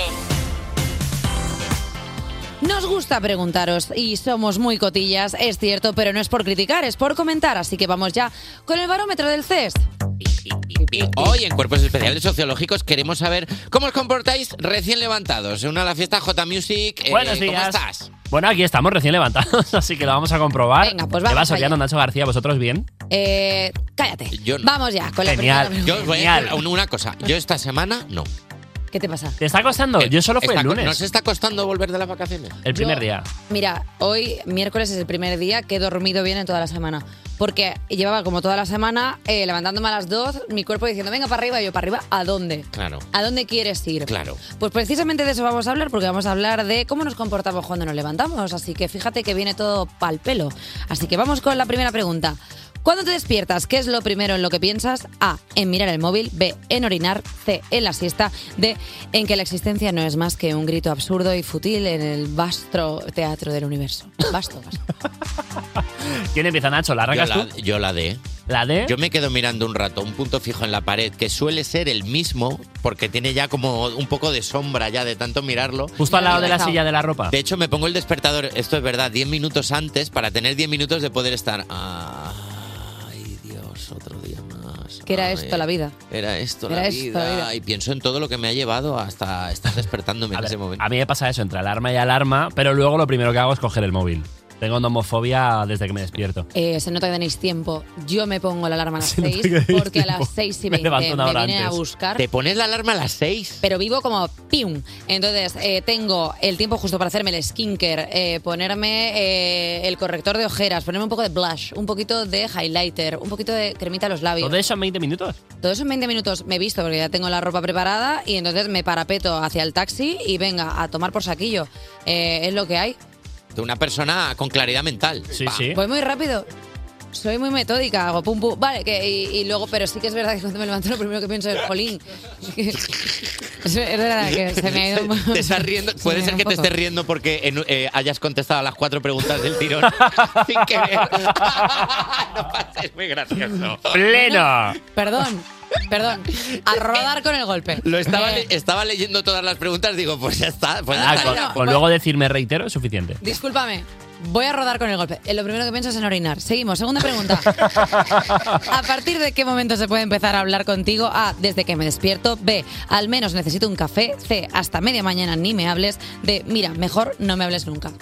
S3: Nos gusta preguntaros y somos muy cotillas, es cierto, pero no es por criticar, es por comentar. Así que vamos ya con el barómetro del CES.
S4: Hoy en Cuerpos Especiales Sociológicos queremos saber cómo os comportáis recién levantados. Se une a la fiesta J Music. Eh,
S5: Buenos
S4: ¿Cómo
S5: días.
S4: estás?
S5: Bueno, aquí estamos recién levantados, así que lo vamos a comprobar.
S3: Venga, pues
S5: ¿Qué va
S3: vamos
S5: Soriano, Nacho García? ¿Vosotros bien?
S3: Eh, cállate.
S4: Yo no.
S3: Vamos ya con la primera
S4: Yo
S3: pregunta.
S4: os voy a decir una cosa. Yo esta semana no. Eh,
S3: ¿Qué te pasa?
S5: ¿Te está costando? Yo solo fui
S4: Está
S5: el
S4: co-
S5: lunes.
S4: Nos está costando volver de las vacaciones.
S5: El primer
S3: Yo-
S5: día.
S3: Mira, hoy miércoles es el primer día que he dormido bien en toda la semana. Porque llevaba como toda la semana eh, levantándome a las 2, mi cuerpo diciendo, venga para arriba, y yo para arriba, ¿a dónde?
S4: Claro.
S3: ¿A dónde quieres ir?
S4: Claro.
S3: Pues precisamente de eso vamos a hablar, porque vamos a hablar de cómo nos comportamos cuando nos levantamos. Así que fíjate que viene todo pal pelo. Así que vamos con la primera pregunta. Cuando te despiertas, ¿qué es lo primero en lo que piensas? A. En mirar el móvil. B. En orinar. C. En la siesta. D. En que la existencia no es más que un grito absurdo y fútil en el vasto teatro del universo. Vasto, vasto.
S5: ¿Quién empieza, Nacho? ¿La
S4: Yo
S5: arrancas
S4: la,
S5: tú?
S4: yo la D.
S5: ¿La D?
S4: Yo me quedo mirando un rato, un punto fijo en la pared, que suele ser el mismo, porque tiene ya como un poco de sombra ya de tanto mirarlo.
S5: Justo al lado de la silla de la ropa.
S4: De hecho, me pongo el despertador, esto es verdad, 10 minutos antes para tener 10 minutos de poder estar. Ay, Dios. más, otro día más.
S3: Que era
S4: A
S3: esto
S4: ver.
S3: la vida.
S4: Era esto,
S3: Era
S4: la,
S3: esto,
S4: vida.
S3: la vida.
S4: Y pienso en todo lo que me ha llevado hasta estar despertándome en ese momento.
S5: A mí me pasa eso, entre alarma y alarma, pero luego lo primero que hago es coger el móvil. Tengo nomofobia desde que me despierto.
S3: Eh, se nota que tenéis tiempo. Yo me pongo la alarma a las
S5: nota
S3: 6
S5: que tenéis
S3: porque a las
S5: tiempo.
S3: 6 y
S5: Me
S3: 20 me,
S5: levanto una hora
S3: vienen a
S5: antes.
S3: buscar.
S4: ¿Te pones la alarma a las 6?
S3: Pero vivo como pium. Entonces, eh, tengo el tiempo justo para hacerme el skinker, eh, ponerme eh, el corrector de ojeras, ponerme un poco de blush, un poquito de highlighter, un poquito de cremita a los labios.
S5: ¿Todo eso en 20 minutos?
S3: Todo eso en 20 minutos me he visto porque ya tengo la ropa preparada y entonces me parapeto hacia el taxi y venga, a tomar por saquillo. Eh, es lo que hay.
S4: De una persona con claridad mental. Sí, sí.
S3: Voy muy rápido. Soy muy metódica, hago pum pum. Vale, que, y, y luego, pero sí que es verdad que cuando me levanto lo primero que pienso es, jolín. es verdad que se me ha ido un poco.
S4: Te estás riendo. Puede ser que te estés riendo porque en- eh, hayas contestado a las cuatro preguntas del tirón. sin querer. no pasa, es muy gracioso.
S5: ¡Plena!
S3: Perdón, perdón. A rodar con el golpe.
S4: Lo estaba,
S3: Eh,
S4: le- estaba leyendo todas las preguntas, digo, pues ya está. Pues ya
S5: Ah,
S4: está,
S5: con,
S4: ya.
S5: con luego decirme reitero es suficiente.
S3: Discúlpame. Voy a rodar con el golpe. Eh, Lo primero que pienso es en orinar. Seguimos. Segunda pregunta. ¿A partir de qué momento se puede empezar a hablar contigo? A. Desde que me despierto. B. Al menos necesito un café. C. Hasta media mañana ni me hables. D. Mira, mejor no me hables nunca.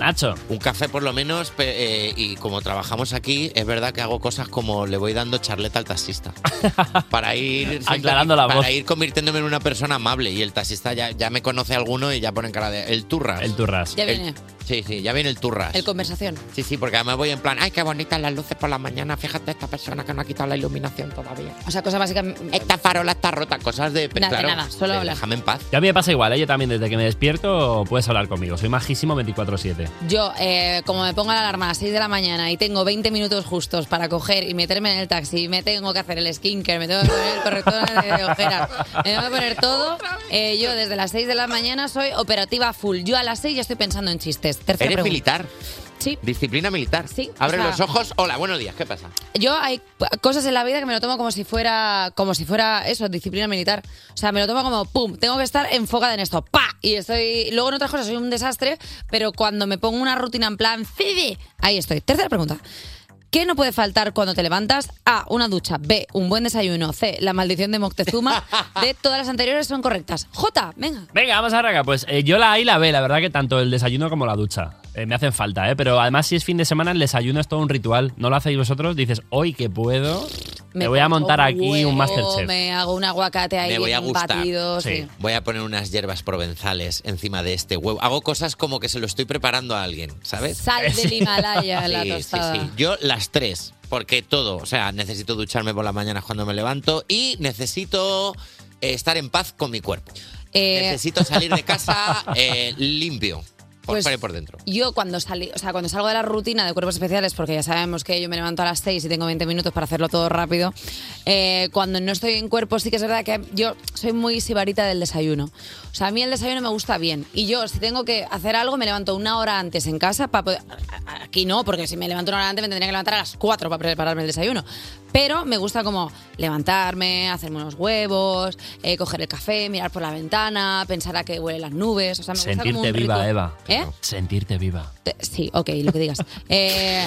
S5: Nacho.
S4: Un café por lo menos, pe- eh, y como trabajamos aquí, es verdad que hago cosas como le voy dando charleta al taxista. Para ir,
S5: Aclarando la
S4: para
S5: voz.
S4: ir convirtiéndome en una persona amable. Y el taxista ya, ya me conoce alguno y ya ponen cara de. El turras. El
S5: turras.
S3: Ya viene.
S4: sí, sí, ya viene el turras.
S3: El conversación.
S4: Sí, sí, porque además voy en plan, ay, qué bonitas las luces por la mañana, fíjate esta persona que no ha quitado la iluminación todavía.
S3: O sea, cosa básica. mm,
S4: Esta farola está rota, cosas de...
S3: Nada,
S4: claro,
S3: nada, solo
S4: de-
S3: hablar.
S4: Déjame en paz.
S5: Ya a mí me pasa igual, ¿eh? yo también desde que me despierto puedes hablar conmigo, soy majísimo 24/7.
S3: Yo, eh, como me pongo la alarma a las 6 de la mañana y tengo 20 minutos justos para coger y meterme en el taxi, me tengo que hacer el skinker, me tengo que poner el corrector de ojeras, me tengo que poner todo, eh, yo desde las 6 de la mañana soy operativa full. Yo a las 6 ya estoy pensando en chistes. Tercera
S4: Eres
S3: pregunta.
S4: militar.
S3: Sí.
S4: Disciplina militar. Sí. Abre
S3: o sea-
S4: los ojos. Hola, buenos días, ¿qué pasa?
S3: Yo hay p- cosas en la vida que me lo tomo como si fuera como si fuera eso, disciplina militar. O sea, me lo tomo como pum, tengo que estar enfocada en esto, pa, y estoy luego en otras cosas soy un desastre, pero cuando me pongo una rutina en plan "Cede", ahí estoy. Tercera pregunta. ¿Qué no puede faltar cuando te levantas? A, una ducha. B, un buen desayuno. C, la maldición de Moctezuma. D, todas las anteriores son correctas. J, venga.
S5: Venga, vamos a arrancar. Pues eh, yo la A y la B, la verdad que tanto el desayuno como la ducha eh, me hacen falta, ¿eh? Pero además si es fin de semana el desayuno es todo un ritual, no lo hacéis vosotros, dices, hoy que puedo, me voy a
S3: pongo
S5: montar aquí un
S3: huevo,
S5: Masterchef.
S3: Me hago un aguacate ahí,
S4: Me voy a
S3: un
S4: gustar.
S3: batido, sí.
S4: Voy a poner unas hierbas provenzales encima de este huevo. Hago cosas como que se lo estoy preparando a alguien, ¿sabes?
S3: Sal del Himalaya, la
S4: Sí, sí,
S3: tostada.
S4: sí. Yo las tres, porque todo. O sea, necesito ducharme por las mañanas cuando me levanto y necesito eh, estar en paz con mi cuerpo.
S3: Eh,
S4: Necesito salir de casa eh, limpio, por
S3: Pues-
S4: fuera y por dentro.
S3: Yo cuando salí, o sea, cuando salgo de la rutina de cuerpos especiales, porque ya sabemos que yo me levanto a las 6 y tengo 20 minutos para hacerlo todo rápido, eh, cuando no estoy en cuerpo sí que es verdad que yo soy muy sibarita del desayuno. O sea, a mí el desayuno me gusta bien. Y yo, si tengo que hacer algo, me levanto una hora antes en casa para poder... a- a- Aquí no, porque si me levanto una hora antes me tendría que levantar a las 4 para prepararme el desayuno. Pero me gusta como levantarme, hacerme unos huevos, eh, coger el café, mirar por la ventana, pensar a qué huelen las nubes. O sea, me gusta como
S5: Sentirte
S3: un
S5: viva,
S3: ritu-
S5: Eva.
S3: ¿Eh?
S5: Sentirte viva.
S3: Te- Sí, ok, lo que digas. Eh,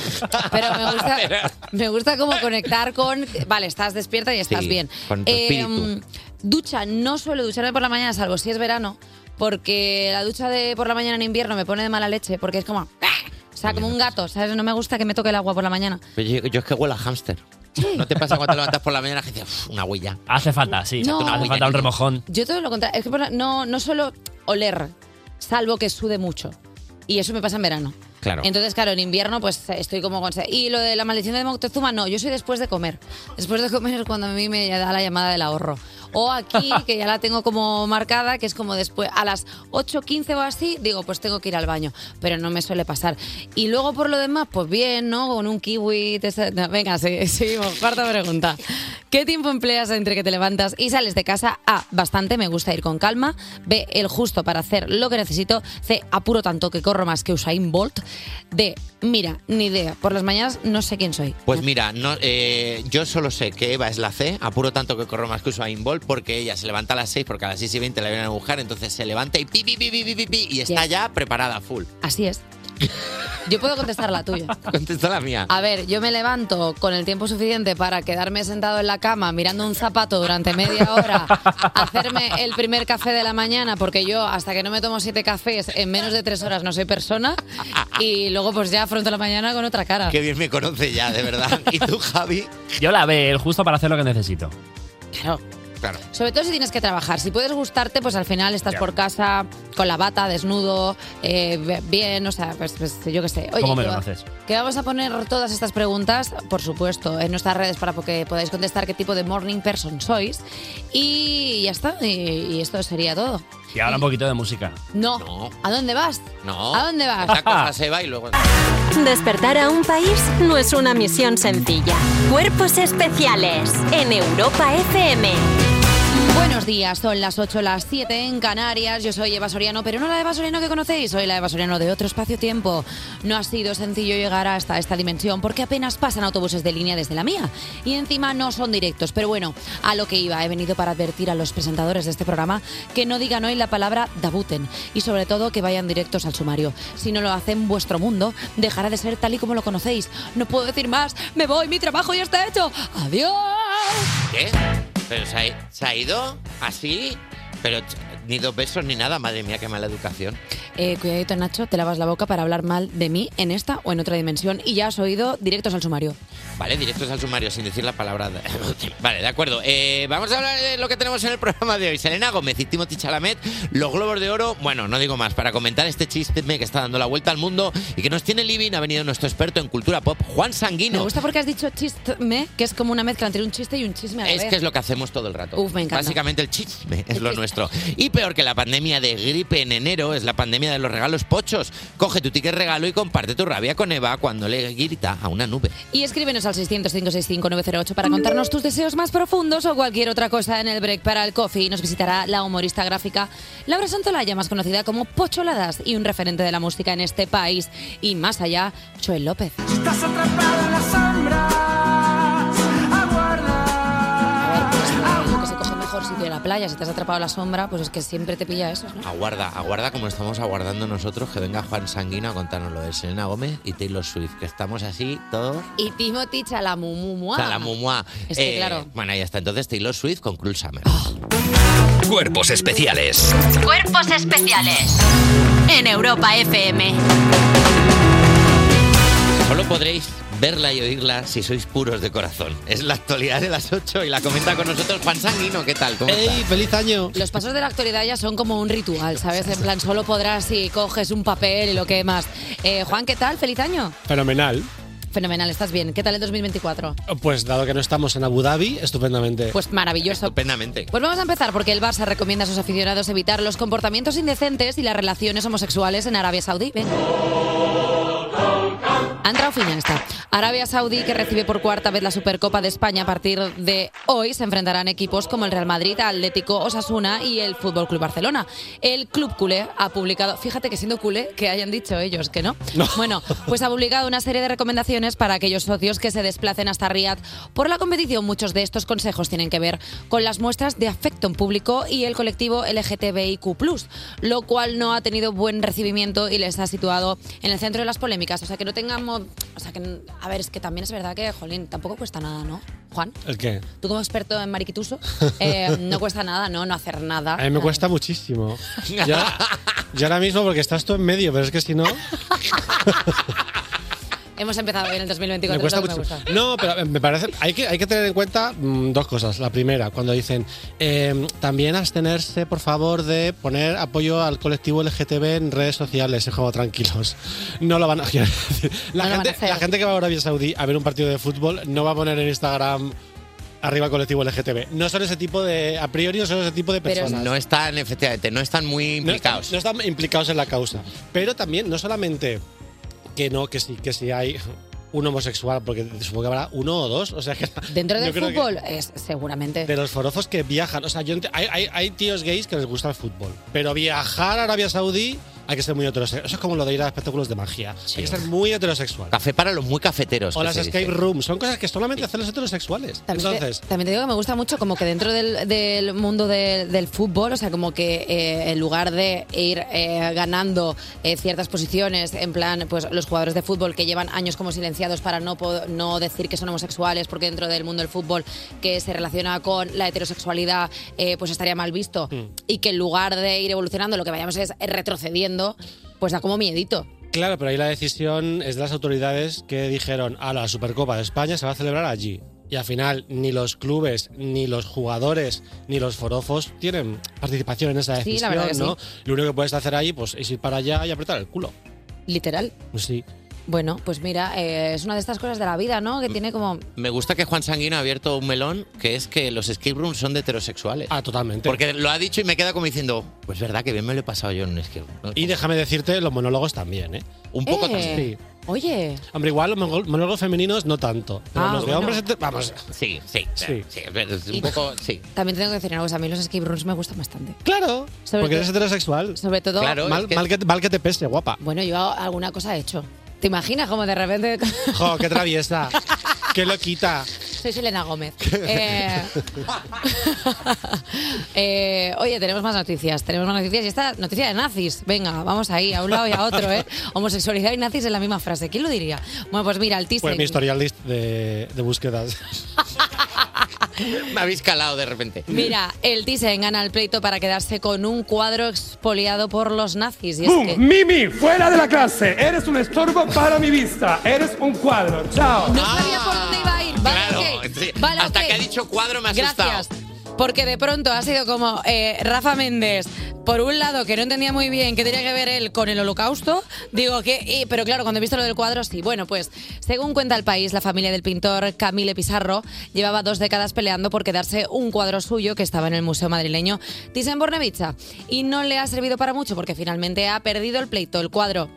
S3: pero me gusta, me gusta como conectar con... Vale, estás despierta y estás
S4: Sí,
S3: bien. Eh, mm,
S4: con tu espíritu.
S3: ducha, no suelo ducharme por la mañana, salvo si es verano, porque la ducha de por la mañana en invierno me pone de mala leche, porque es como... ¡ah! O sea, como un gato, ¿sabes? No me gusta que me toque el agua por la mañana.
S4: Pero yo, yo es que huelo a hámster. ¿No te pasa cuando te levantas por la mañana que dices, "Uf, una huella?
S5: Hace falta, sí.
S3: No.
S5: Hace
S3: Una
S5: falta un
S3: huella.
S5: remojón.
S3: Yo todo lo contrario, es que por la- no, no suelo oler, salvo que sude mucho. Y eso me pasa en verano.
S4: Claro.
S3: Entonces, claro, en invierno pues estoy como con... sed. Y lo de la maldición de Moctezuma, no, yo soy después de comer. Después de comer es cuando a mí me da la llamada del ahorro. O aquí, que ya la tengo como marcada, que es como después, a las 8.15 o así, digo, pues tengo que ir al baño. Pero no me suele pasar. Y luego por lo demás, pues bien, ¿no? Con un kiwi... te sa- no, venga, sí, seguimos. Cuarta pregunta. ¿Qué tiempo empleas entre que te levantas y sales de casa? A, bastante, me gusta ir con calma. B, el justo para hacer lo que necesito. C, apuro tanto que corro más que Usain Bolt. D, mira, ni idea. Por las mañanas no sé quién soy.
S4: Pues mira, no, eh, yo solo sé que Eva es la C, apuro tanto que corro más que uso a sol porque ella se levanta a las 6 porque a las 6 y 20 la vienen a buscar, entonces se levanta y pi, pi, pi, pi, pi, pi, pi, y está ya preparada full.
S3: Así es. Yo puedo contestar la tuya.
S4: Contesta la mía.
S3: A ver, yo me levanto con el tiempo suficiente para quedarme sentado en la cama mirando un zapato durante media hora, hacerme el primer café de la mañana, porque yo hasta que no me tomo siete cafés en menos de tres horas no soy persona, y luego pues ya afronto la mañana con otra cara.
S4: Qué bien me conoce ya, de verdad. ¿Y tú, Javi?
S5: Yo la ve, el justo para hacer lo que necesito.
S3: Claro.
S4: Claro.
S3: Sobre todo si tienes que trabajar. Si puedes gustarte, pues al final estás
S5: Ya.
S3: por casa con la bata, desnudo, eh, be- bien, o sea, pues, pues, yo qué sé. Oye,
S5: ¿Cómo me
S3: que va-
S5: conoces?
S3: Que vamos a poner todas estas preguntas, por supuesto, en nuestras redes para que podáis contestar qué tipo de morning person sois. Y ya está, y, y esto sería todo.
S5: Y ahora un poquito de música.
S3: No.
S5: No.
S3: ¿A dónde vas?
S4: No.
S3: ¿A dónde vas?
S4: Esa cosa se va y luego.
S2: Despertar a un país no es una misión sencilla. Cuerpos especiales en Europa FM.
S3: Buenos días, son las 8, las 7 en Canarias. Yo soy Eva Soriano, pero no la Eva Soriano que conocéis, soy la Eva Soriano de otro espacio-tiempo. No ha sido sencillo llegar hasta esta dimensión porque apenas pasan autobuses de línea desde la mía y encima no son directos. Pero bueno, a lo que iba, he venido para advertir a los presentadores de este programa que no digan hoy la palabra dabuten y sobre todo que vayan directos al sumario. Si no lo hacen, vuestro mundo dejará de ser tal y como lo conocéis. No puedo decir más, me voy, mi trabajo ya está hecho. Adiós.
S4: ¿Qué? Pero se ha, se ha ido así, pero ch- ni dos besos ni nada. Madre mía, qué mala educación.
S3: Eh, cuidadito, Nacho, te lavas la boca para hablar mal de mí en esta o en otra dimensión y ya has oído directos al sumario.
S4: Vale, directos al sumario sin decir la palabra. Vale, de acuerdo. Eh, vamos a hablar de lo que tenemos en el programa de hoy. Selena Gómez y Timothy Chalamet, los globos de oro. Bueno, no digo más. Para comentar este chiste que está dando la vuelta al mundo y que nos tiene living, ha venido nuestro experto en cultura pop, Juan
S3: Me
S4: Sanguino.
S3: gusta porque has dicho chisme, que es como una mezcla entre un chiste y un chisme a la
S4: Es
S3: vez.
S4: que es lo que hacemos todo el rato.
S3: Uf, me encanta.
S4: Básicamente el chisme es lo nuestro. Y peor que la pandemia de gripe en enero es la pandemia de los regalos pochos. Coge tu ticket regalo y comparte tu rabia con Eva cuando le grita a una nube.
S3: Y escríbenos al 600-565-908 para contarnos tus deseos más profundos o cualquier otra cosa en el break para el coffee. Nos visitará la humorista gráfica Laura Santolaya, más conocida como Pocholadas y un referente de la música en este país. Y más allá, Joel López.
S7: Estás atrapado en las sombras. Aguarda.
S3: Yo que sé, cosa mejor sitio de la playa, si te has atrapado en la sombra, pues es que siempre te pilla eso, ¿no?
S4: Aguarda, aguarda como estamos aguardando nosotros que venga Juan Sanguino a contarnos lo de Selena Gómez y Taylor Swift, que estamos así todos.
S3: Y Timothy Chalamumumua.
S4: Salamumua.
S3: Es que claro.
S4: Eh, Bueno, ahí está. Entonces Taylor Swift con Cruel Summer.
S1: Cuerpos especiales.
S2: Cuerpos especiales en Europa FM.
S4: Solo podréis verla y oírla si sois puros de corazón. Es la actualidad de las 8 y la comenta con nosotros Juan Sanguino. ¿Qué tal? ¿Cómo
S3: ¡Ey,
S4: feliz año!
S3: Los pasos de la actualidad ya son como un ritual, ¿sabes? En plan, solo podrás si coges un papel y lo quemas. Eh, Juan, ¿qué tal? ¡Feliz año!
S16: Fenomenal.
S3: Fenomenal, estás bien. ¿Qué tal el 2024?
S16: Pues dado que no estamos en Abu Dhabi, estupendamente.
S3: Pues maravilloso.
S4: Estupendamente.
S3: Pues vamos a empezar porque el Barça recomienda a sus aficionados evitar los comportamientos indecentes y las relaciones homosexuales en Arabia Saudí. Ven. Ha entrado fina esta. Arabia Saudí, que recibe por cuarta vez la Supercopa de España a partir de hoy, se enfrentarán equipos como el Real Madrid, Atlético, Osasuna y el Fútbol Club Barcelona. El club culé ha publicado, fíjate que siendo culé, que hayan dicho ellos que no. Bueno, pues ha publicado una serie de recomendaciones para aquellos socios que se desplacen hasta Riyadh por la competición. Muchos de estos consejos tienen que ver con las muestras de afecto en público y el colectivo LGTBIQ+, lo cual no ha tenido buen recibimiento y les ha situado en el centro de las polémicas. O sea, que no tengamos... O sea, que... n- A ver, es que también es verdad que, jolín, tampoco cuesta nada, ¿no? Juan,
S16: ¿El qué?
S3: tú como experto en mariquituso, eh, no cuesta nada, ¿no? No hacer nada.
S16: A mí me cuesta muchísimo. Yo, yo ahora mismo, porque estás tú en medio, pero es que si no,
S3: Hemos empezado bien el 2024.
S16: me cuesta
S3: entonces me
S16: muchísimo.
S3: gusta.
S16: No, pero eh, me parece. Hay que, hay que tener en cuenta mm, dos cosas. La primera, cuando dicen eh, también abstenerse, por favor, de poner apoyo al colectivo LGTB en redes sociales. Es como tranquilos. No lo van a. quiero decir, la,
S3: No lo van a
S16: gente,
S3: hacer.
S16: la gente que va a Arabia Saudí a ver un partido de fútbol no va a poner en Instagram. Arriba colectivo LGTB. No son ese tipo de. A priori no son ese tipo de personas.
S4: No están, efectivamente, no están muy implicados.
S16: No están, no están implicados en la causa. Pero también, no solamente que no, que sí, que si hay un homosexual, porque supongo que habrá uno o dos. O sea que.
S3: Dentro
S16: yo
S3: del
S16: creo que
S3: fútbol, es, seguramente.
S16: De los forofos que viajan. O sea, yo ent- hay, hay- hay tíos gays que les gusta el fútbol. Pero viajar a Arabia Saudí hay que ser muy heterosexual. Eso es como lo de ir a espectáculos de magia. Hay que ser muy heterosexual.
S4: Café para los muy cafeteros.
S16: O
S4: que
S16: las
S4: se
S16: escape
S4: dice.
S16: rooms. Son cosas que solamente hacen los heterosexuales.
S3: También,
S16: Entonces,
S3: te, también te digo que me gusta mucho como que dentro del, del mundo de- del fútbol, o sea, como que eh, en lugar de ir eh, ganando eh, ciertas posiciones, en plan, pues los jugadores de fútbol que llevan años como silenciados para no, po- no decir que son homosexuales, porque dentro del mundo del fútbol que se relaciona con la heterosexualidad, eh, pues estaría mal visto. Y que en lugar de ir evolucionando, lo que vayamos es retrocediendo, pues da como miedito.
S16: claro, pero ahí la decisión es de las autoridades que dijeron a la Supercopa de España se va a celebrar allí. Y al final, ni los clubes, ni los jugadores, ni los forofos tienen participación en esa
S3: Sí,
S16: decisión,
S3: la verdad que
S16: ¿no?
S3: sí.
S16: Lo único que puedes hacer ahí pues, es ir para allá y apretar el culo.
S3: Literal.
S16: Sí.
S3: Bueno, pues mira, eh, es una de estas cosas de la vida, ¿no? Que tiene como...
S4: Me gusta que Juan Sanguino ha abierto un melón que es que los escape rooms son de heterosexuales.
S16: Ah, totalmente.
S4: Porque lo ha dicho y me queda como diciendo, pues verdad que bien me lo he pasado yo en un escape room.
S16: Y déjame decirte, los monólogos también, ¿eh?
S4: Un
S3: Eh, Oye,
S16: Hombre, igual los mongo- monólogos femeninos no tanto. Pero
S3: Ah,
S16: los de
S3: bueno.
S16: hombres, ete- vamos.
S4: Sí, sí, sí. es
S3: Y-
S4: un poco, sí.
S3: También tengo que decir una cosa, a mí los escape rooms me gustan bastante.
S16: Claro,
S3: Sobre
S16: porque
S3: todo-
S16: eres heterosexual.
S3: Sobre todo- Claro,
S16: mal,
S3: es que-
S16: mal que... mal que te pese, guapa.
S3: Bueno, yo alguna cosa he hecho. ¿Te imaginas como de repente
S16: Jo, qué traviesa. qué loquita.
S3: soy Selena Gómez? Eh, eh, oye, tenemos más noticias, tenemos más noticias y esta noticia de nazis. Venga, vamos ahí, a un lado y a otro, ¿eh? Homosexualidad y nazis en la misma frase. ¿Quién lo diría? Bueno, pues mira, el
S16: Pues
S3: Thyssen.
S16: mi historial list de, de búsquedas.
S4: Me habéis calado de repente.
S3: Mira, el Thyssen gana el pleito para quedarse con un cuadro expoliado por los nazis. Y es
S7: ¡Bum!
S3: que-
S7: Mimi, fuera de la clase. Eres un estorbo para mi vista. Eres un cuadro. Chao. Ah.
S3: No sabía por dónde iba a ir. Vale, ok.
S4: sí.
S3: Vale,
S4: Hasta
S3: ok.
S4: que ha dicho cuadro me ha
S3: Gracias.
S4: asustado.
S3: Porque de pronto ha sido como eh, Rafa Méndez, por un lado, que no entendía muy bien qué tenía que ver él con el holocausto, digo que, eh, pero claro, cuando he visto lo del cuadro, sí. Bueno, pues, según cuenta el país, la familia del pintor Camille Pizarro llevaba dos décadas peleando por quedarse un cuadro suyo que estaba en el Museo Madrileño Thyssen-Bornemisza y no le ha servido para mucho porque finalmente ha perdido el pleito. El cuadro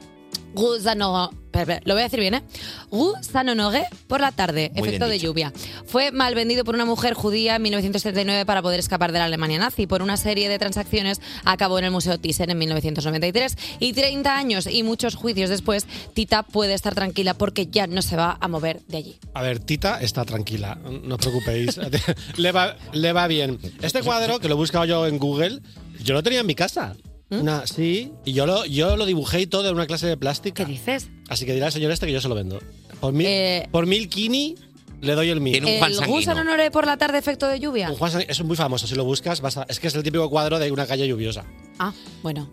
S3: Gusano. per- per- Lo voy a decir bien, ¿eh? Gusano Nogue por la tarde,
S2: Muy bien
S3: efecto de
S2: dicho.
S3: lluvia. Fue mal vendido por una mujer judía en 1979 para poder escapar de la Alemania nazi. Por una serie de transacciones acabó en el Museo Thyssen en 1993. Y 30 años y muchos juicios después, Tita puede estar tranquila porque ya no se va a mover de allí.
S16: A ver, Tita está tranquila, no os preocupéis. le, va, le va bien. Este cuadro, que lo he buscado yo en Google, yo lo tenía en mi casa. Una, sí, y yo lo, yo lo dibujé y todo en una clase de plástica. ¿Qué
S3: dices?
S16: Así que dirá el señor este que yo se lo vendo. Por mil, por mil kini le doy el mío.
S3: el Gusano Nogue por la tarde, efecto de lluvia.
S16: Un Juan Sanguino, es muy famoso, si lo buscas, vas a- es que es el típico cuadro de una calle lluviosa.
S3: Ah, bueno.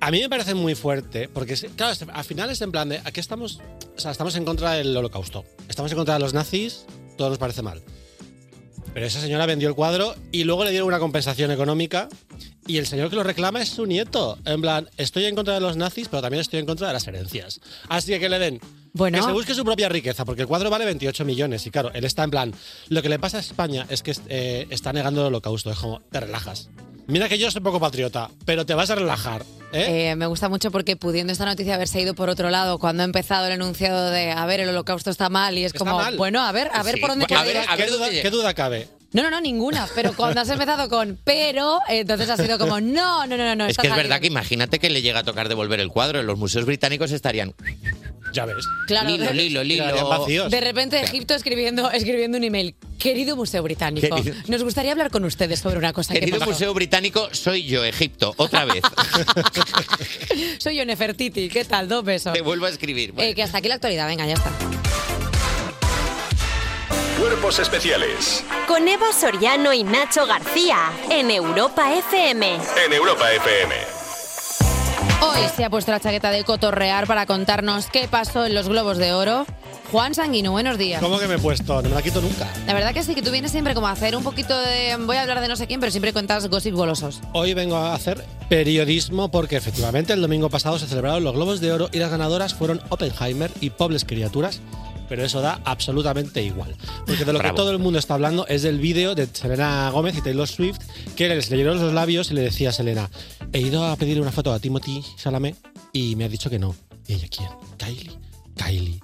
S16: A mí me parece muy fuerte, porque es- claro, es- al final es en plan de, ¿a qué estamos? O sea, estamos en contra del holocausto, estamos en contra de los nazis, todo nos parece mal. Pero esa señora vendió el cuadro y luego le dieron una compensación económica y el señor que lo reclama es su nieto. En plan, estoy en contra de los nazis, pero también estoy en contra de las herencias. Así que que le den.
S3: Bueno.
S16: Que se busque su propia riqueza, porque el cuadro vale 28 millones y claro, él está en plan, lo que le pasa a España es que eh, está negando el holocausto, es como, te relajas. Mira que yo soy poco patriota, pero te vas a relajar.
S3: Eh, me gusta mucho porque pudiendo esta noticia haberse ido por otro lado, cuando ha empezado el enunciado de, a ver, el holocausto está mal, y es como,
S16: mal.
S3: bueno, a ver, a ver
S16: Sí.
S3: por dónde
S16: ¿Qué
S3: puede ir
S16: duda-
S3: esto.
S16: ¿Qué duda, qué duda cabe?
S3: No, no, no, ninguna. Pero cuando has empezado con pero, entonces ha sido como, no, no, no, no, no.
S4: Es
S3: está
S4: que es
S3: mal.
S4: verdad que imagínate que le llega a tocar devolver el cuadro. En los museos británicos estarían.
S16: Ya ves.
S3: Claro.
S4: Lilo, lilo,
S3: Quedarían
S4: lilo.
S16: vacíos.
S3: De repente Egipto escribiendo, escribiendo un email. Querido Museo Británico,
S4: Querido-
S3: nos gustaría hablar con ustedes sobre una cosa que
S4: Querido
S3: pasó.
S4: Museo Británico, soy yo, Egipto, otra vez.
S3: Soy yo Nefertiti, ¿qué tal? Dos besos.
S4: Te vuelvo a escribir.
S3: Eh, que hasta aquí la actualidad, venga, ya está.
S8: Cuerpos especiales
S2: Con Eva Soriano y Nacho García en Europa FM.
S8: en Europa FM.
S3: Hoy se ha puesto la chaqueta de cotorrear para contarnos qué pasó en los Globos de Oro. Juan Sanguino, buenos días.
S16: ¿Cómo que me he puesto? No me la quito nunca.
S3: La verdad que sí, que tú vienes siempre como a hacer un poquito de... Voy a hablar de no sé quién, pero siempre cuentas gossip golosos.
S16: Hoy vengo a hacer periodismo porque efectivamente el domingo pasado se celebraron los Globos de Oro y las ganadoras fueron Oppenheimer y Pobres Criaturas. Pero eso da absolutamente igual. Porque de lo que
S9: Bravo.
S16: todo el mundo está hablando es del vídeo de Selena Gómez y Taylor Swift que les leyeron los labios y le decía a Selena: He ido a pedir una foto a Timothy Chalamet y me ha dicho que no. ¿Y ella quién? Kylie. Kylie.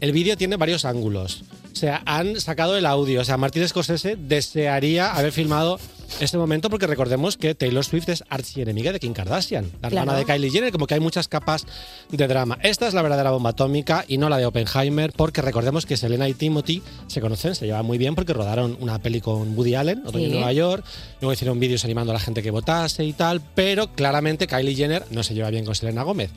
S16: El vídeo tiene varios ángulos. sea, han sacado el audio. O sea, Martin Scorsese desearía haber filmado este momento porque recordemos que Taylor Swift es archienemiga de Kim Kardashian, la hermana
S17: Claro.
S16: de Kylie Jenner, como que hay muchas capas de drama. Esta es la verdadera bomba atómica y no la de Oppenheimer, porque recordemos que Selena y Timothy se conocen, se llevan muy bien porque rodaron una peli con Woody Allen, Otoño en
S17: Sí.
S16: Nueva York, luego hicieron vídeos animando a la gente que votase y tal, pero claramente Kylie Jenner no se lleva bien con Selena Gómez.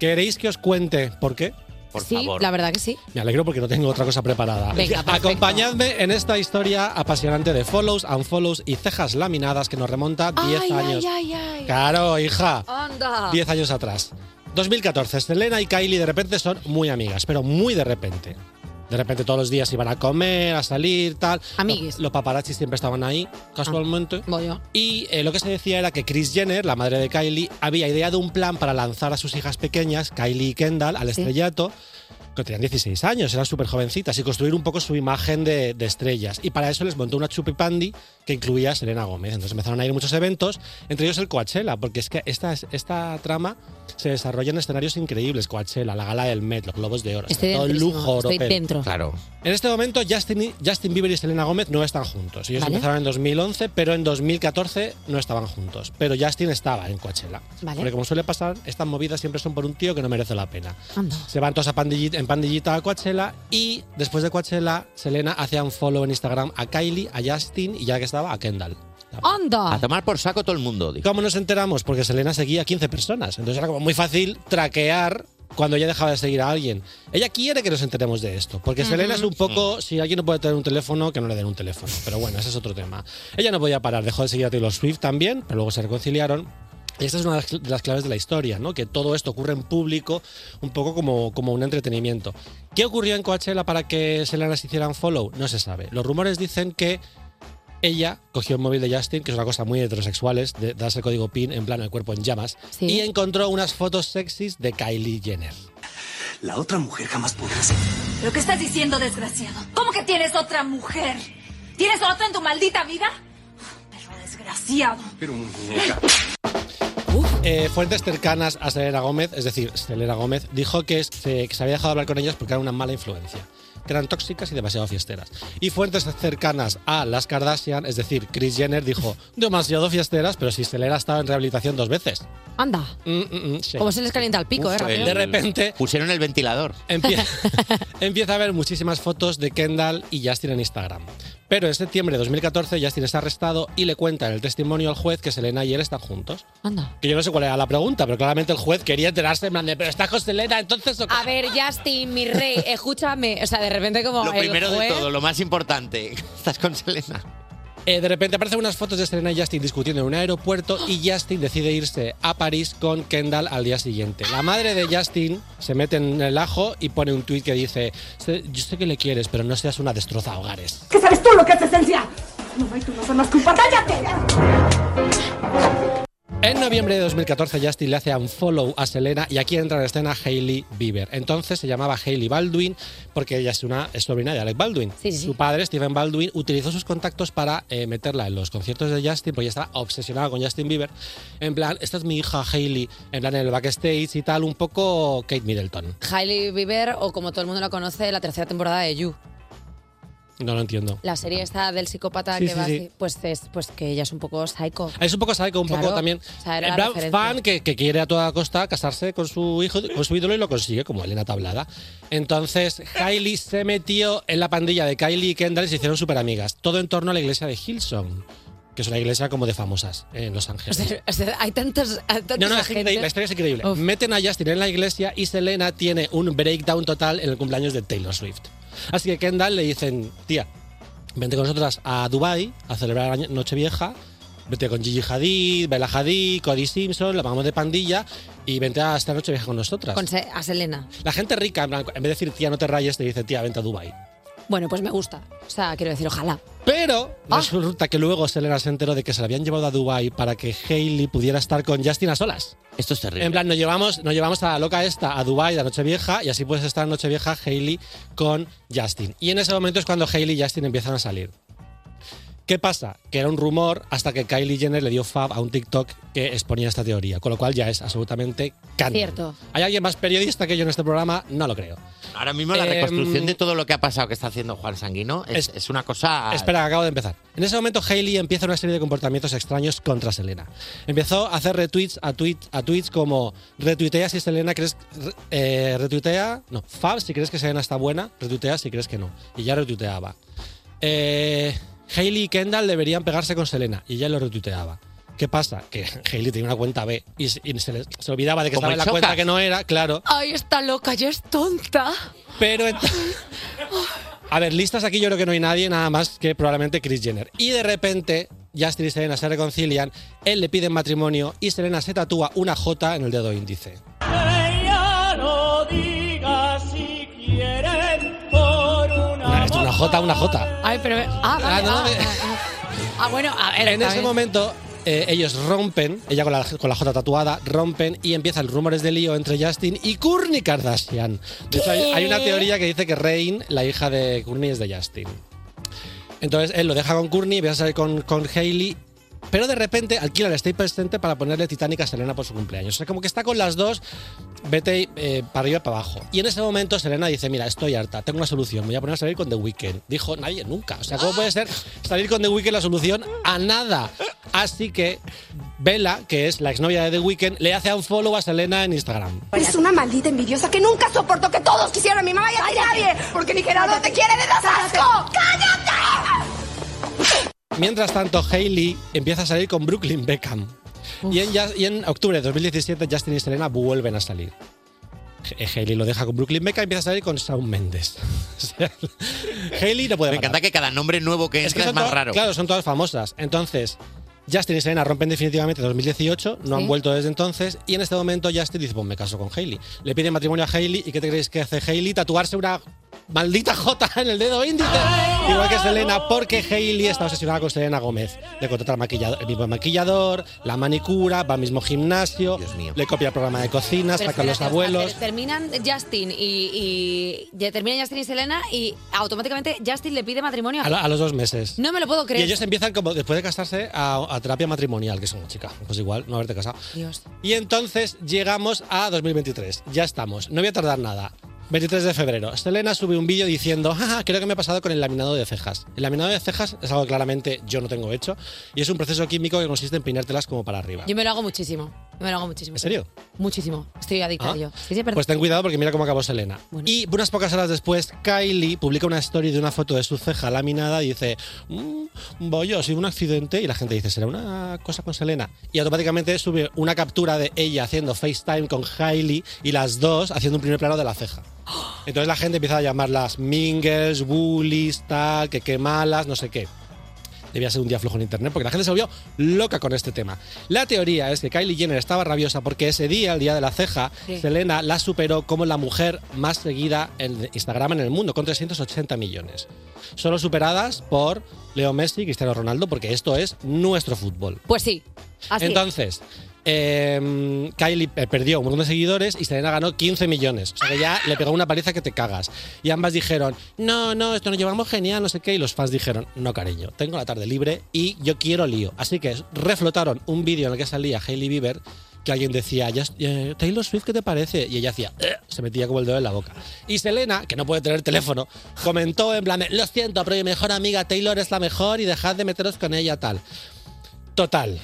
S16: ¿Queréis que os cuente por qué? Por
S3: sí, la verdad que sí.
S16: me alegro porque no tengo otra cosa preparada.
S3: Venga, perfecto.
S16: Acompañadme en esta historia apasionante de follows, unfollows y cejas laminadas que nos remonta 10 años.
S6: ay, ay.
S16: Claro, hija.
S6: Anda.
S16: 10 años atrás. 2014, Selena y Kylie de repente son muy amigas, pero muy de repente. De repente todos los días iban a comer, a salir, tal. Amigues. Los, paparazzi siempre estaban ahí,
S6: Ah,
S16: casualmente. Y eh, lo que se decía era que Kris Jenner, la madre de Kylie, había ideado un plan para lanzar a sus hijas pequeñas, Kylie y Kendall, al estrellato, que tenían 16 años, eran súper jovencitas, y construir un poco su imagen de, de estrellas. Y para eso les montó una chupipandi que incluía a Selena Gómez. Entonces empezaron a ir a muchos eventos, entre ellos el Coachella, porque es que esta, es- esta trama se desarrolla en escenarios increíbles. Coachella, la gala del Met, los Globos de Oro, o sea,
S3: Estoy
S16: todo el
S3: dentrísimo,
S16: lujo
S3: estoy
S16: europeo.
S3: dentro.
S4: Claro.
S16: En este momento, Justin, y- Justin Bieber y Selena Gómez no están juntos. Ellos
S3: Vale.
S16: empezaron en 2011, pero en 2014 no estaban juntos. Pero Justin estaba en Coachella.
S3: Vale.
S16: Porque como suele pasar, estas movidas siempre son por un tío que no merece la pena.
S3: Anda.
S16: Se van todos a pandillita, en pandillita a Coachella y después de Coachella, Selena hacía un follow en Instagram a Kylie, a Justin y ya que estaba, a Kendall.
S3: ¡Anda!
S16: A tomar por saco todo el mundo. ¿Cómo nos enteramos? Porque Selena seguía a 15 personas. Entonces era como muy fácil traquear cuando ella dejaba de seguir a alguien. Ella quiere que nos enteremos de esto. Porque
S17: Ujú.
S16: Selena es un poco, si alguien no puede tener un teléfono, que no le den un teléfono. Pero bueno, ese es otro tema. Ella no podía parar. Dejó de seguir a Taylor Swift también, pero luego se reconciliaron. Y esta es una de las- de las claves de la historia, ¿no? Que todo esto ocurre en público, un poco como, como un entretenimiento. ¿Qué ocurrió en Coachella para que Selena se hicieran follow? No se sabe. Los rumores dicen que ella cogió el móvil de Justin, que es una cosa muy heterosexuales, de darse el código PIN en plano el cuerpo en llamas, y encontró unas fotos sexys de Kylie Jenner. La otra mujer jamás podrá ser.
S18: ¿Lo que estás diciendo, desgraciado? ¿Cómo que tienes otra mujer? ¿Tienes otra en tu maldita vida? Pero desgraciado.
S16: Pero Eh, fuentes cercanas a Selena Gómez, es decir, Selena Gómez, dijo que se, que se había dejado hablar con ellas porque eran una mala influencia, que eran tóxicas y demasiado fiesteras. Y fuentes cercanas a las Kardashian, es decir, Kris Jenner, dijo demasiado fiesteras, pero si Selena estaba en rehabilitación dos veces. Mm,
S3: Anda. Como se les calienta el pico, ¿eh? rápido.
S16: de repente.
S4: Pusieron el ventilador.
S16: Empie- Empieza a haber muchísimas fotos de Kendall y Justin en Instagram. Pero en septiembre de 2014 Justin es arrestado y le cuenta en el testimonio al juez que Selena y él están juntos.
S3: Anda.
S16: Que yo no sé cuál era la pregunta, pero claramente el juez quería enterarse en plan de, pero estás con Selena, entonces... ¿o qué?".
S3: A ver, Justin, mi rey, escúchame. O sea, de repente como
S4: Lo
S3: el
S4: primero de
S3: juez-
S4: todo, lo más importante. Estás con Selena.
S16: Eh, de repente aparecen unas fotos de Selena y Justin discutiendo en un aeropuerto y Justin decide irse a París con Kendall al día siguiente. La madre de Justin se mete en el ajo y pone un tuit que dice, "Sé- yo sé que le quieres, pero no seas una destroza hogares.
S6: ¿Qué sabes tú lo que es esencia? No, y tú no son las culpas. ¡Cállate!
S16: En noviembre de 2014, Justin le hace un follow a Selena y aquí entra en escena Hailey Bieber. Entonces se llamaba Hailey Baldwin porque ella es una es sobrina de Alec Baldwin. Su padre, Steven Baldwin, utilizó sus contactos para eh, meterla en los conciertos de Justin porque ella estaba obsesionada con Justin Bieber. En plan, esta es mi hija Hailey, en plan en el backstage y tal, un poco Kate Middleton.
S3: Hailey Bieber, o como todo el mundo la conoce, la tercera temporada de You.
S16: No lo entiendo.
S3: La serie esta del psicópata
S16: Sí,
S3: que
S16: sí,
S3: va
S16: sí.
S3: así, Pues, es, pues que ella es un poco psycho.
S16: Es un poco psycho, un poco
S3: Claro,
S16: también.
S3: o sea, era
S16: en
S3: la
S16: plan,
S3: referencia.
S16: fan que, que quiere a toda costa casarse con su hijo, con su ídolo y lo consigue, como Elena Tablada. Entonces, Hailey se metió en la pandilla de Kylie y Kendall y se hicieron súper amigas. Todo en torno a la iglesia de Hillsong, que es una iglesia como de famosas en Los Ángeles.
S3: O sea, hay tantas. hay tantas
S16: No, no, es increíble, la historia es increíble. Meten a Justin en la iglesia y Selena tiene un breakdown total en el cumpleaños de Taylor Swift. Así que Kendall le dicen, tía, vente con nosotras a Dubai a celebrar la Nochevieja, vete con Gigi Hadid, Bella Hadid, Cody Simpson, la vamos de pandilla y vente a esta Nochevieja con nosotras.
S3: Con Se- a Selena.
S16: La gente rica, en, plan, en vez de decir, tía, no te rayes, te dice, tía, vente a Dubai.
S3: Bueno, pues me gusta. O sea, quiero decir, ojalá.
S16: Pero
S4: Ah.
S16: resulta que luego Selena se enteró de que se la habían llevado a Dubai para que Hailey pudiera estar con Justin a solas.
S4: Esto es terrible.
S16: En plan, nos llevamos, nos llevamos a la loca esta a Dubai la noche vieja y así puedes estar en noche vieja Hailey con Justin. Y en ese momento es cuando Hailey y Justin empiezan a salir. ¿Qué pasa? Que era un rumor hasta que Kylie Jenner le dio fab a un TikTok que exponía esta teoría, con lo cual ya es absolutamente canon.
S3: Cierto.
S16: ¿Hay alguien más periodista que yo en este programa? No lo creo.
S4: Ahora mismo la
S16: Em,
S4: reconstrucción de todo lo que ha pasado que está haciendo Juan Sanguino es, es una cosa...
S16: Espera, acabo de empezar. En ese momento, Hailey empieza una serie de comportamientos extraños contra Selena. Empezó a hacer retweets a, tweet, a tweets como retuitea si Selena crees... re- eh, retuitea... No, fab si crees que Selena está buena, retuitea si crees que no. Y ya retuiteaba. Eh, Hailey y Kendall deberían pegarse con Selena y ella lo retuiteaba. ¿Qué pasa? Que Hailey tenía una cuenta B y, se- y se, le- se olvidaba de que
S4: Como
S16: estaba
S4: el
S16: en la
S4: Chocas.
S16: cuenta que no era, claro.
S14: Ay, está loca, ya es tonta.
S16: Pero ent- A ver, listas aquí yo creo que no hay nadie, nada más que probablemente Chris Jenner. Y de repente, Justin y Selena se reconcilian, él le pide matrimonio y Selena se tatúa una J en el dedo índice.
S10: Ella lo diga si quieren por
S16: Una, esto, una J, una J.
S14: Ay, pero. Ah, vale,
S16: no,
S14: ah,
S16: no, me-
S14: ah, ah. Ah, bueno, a ver.
S16: En
S14: está
S16: ese
S14: bien.
S16: momento, eh, ellos rompen, ella con la, con la J tatuada, rompen y empiezan rumores de lío entre Justin y Kourtney Kardashian. De hecho, hay,
S13: ¿Qué?
S16: hay una teoría que dice que Rain, la hija de Kourtney, es de Justin. Entonces, él lo deja con Kourtney, empieza a salir con, con Hailey. Pero de repente alquila el Staples Center para ponerle Titanic a Selena por su cumpleaños. O sea, como que está con las dos, vete eh, para arriba y para abajo. Y en ese momento Selena dice, mira, estoy harta, tengo una solución, me voy a poner a salir con The Weeknd. Dijo nadie nunca. O sea, ¿cómo puede ser salir con The Weeknd la solución a nada? Así que Bella, que es la exnovia de The Weeknd, le hace un follow a Selena en Instagram.
S6: Es una maldita envidiosa que nunca soportó que todos quisieran a mi mamá y a ti nadie. Porque ni Gerardo te quiere de das asco. ¡Cállate!
S16: Mientras tanto, Hailey empieza a salir con Brooklyn Beckham. Y en, Jus- y en octubre de 2017, Justin y Selena vuelven a salir. Eh, Hailey lo deja con Brooklyn Beckham y empieza a salir con Shawn Mendes. O sea, Hailey no puede
S4: Me encanta que cada nombre nuevo que entra es,
S16: son
S4: más
S16: to-
S4: raro.
S16: Claro, son todas famosas. Entonces, Justin y Selena rompen definitivamente en 2018, no
S4: Sí.
S16: han vuelto desde entonces, y en este momento Justin dice, pues me caso con Hailey. Le pide matrimonio a Hailey, ¿y qué te creéis que hace Hailey? Tatuarse una maldita J en el dedo índice. Igual que Selena, porque Hailey está obsesionada con Selena Gómez. Le contrata al maquillador, el mismo maquillador, la manicura, va al mismo gimnasio, le copia el programa de cocina,
S3: Pero
S16: saca a
S3: espérate,
S16: los
S3: o sea,
S16: abuelos.
S3: ter- terminan Justin y, y- ya terminan Justin y Selena y automáticamente Justin le pide matrimonio.
S16: A, la- a los dos meses.
S3: No me lo puedo creer.
S16: Y ellos empiezan como después de casarse a, a terapia matrimonial, que son chica, pues igual, no haberte casado.
S3: Dios.
S16: Y entonces llegamos a 2023. Ya estamos. No voy a tardar nada. 23 de febrero. Selena sube un vídeo diciendo, "Jaja, creo que me ha pasado con el laminado de cejas. El laminado de cejas es algo que claramente yo no tengo hecho y es un proceso químico que consiste en peinártelas como para arriba.
S3: Yo me lo hago muchísimo. Yo Me lo hago muchísimo.
S16: ¿En serio?
S3: Muchísimo. Estoy adicta
S16: Ah.
S3: yo. Sí, sí, perdón.
S16: Pues ten cuidado porque mira cómo acabó Selena. Y unas pocas horas después, Kylie publica una story de una foto de su ceja laminada y dice, "Mm, voy, ha sido un accidente. Y la gente dice, será una cosa con Selena. Y automáticamente sube una captura de ella haciendo FaceTime con Kylie y las dos haciendo un primer plano de la ceja. Entonces la gente empieza a llamarlas mingles, bullies, tal, que qué malas, no sé qué. Debía ser un día flojo en internet porque la gente se volvió loca con este tema. La teoría es que Kylie Jenner estaba rabiosa porque ese día, el día de la ceja,
S13: Sí.
S16: Selena la superó como la mujer más seguida en Instagram en el mundo, con 380 millones. Solo superadas por Leo Messi y Cristiano Ronaldo, porque esto es nuestro fútbol.
S3: Pues sí. Así es.
S16: Entonces, eh, Kylie pe- perdió un montón de seguidores y Selena ganó 15 millones. O sea que ya le pegó una paliza que te cagas. Y ambas dijeron, no, no, esto nos llevamos genial, no sé qué. Y los fans dijeron, no, cariño, tengo la tarde libre y yo quiero lío. Así que reflotaron un vídeo en el que salía Hailey Bieber que alguien decía, "Ya- eh, Taylor Swift, ¿qué te parece? Y ella hacía, "Eh", se metía como el dedo en la boca. Y Selena, que no puede tener teléfono, comentó en plan, lo siento, pero mi mejor amiga Taylor es la mejor y dejad de meteros con ella tal. Total.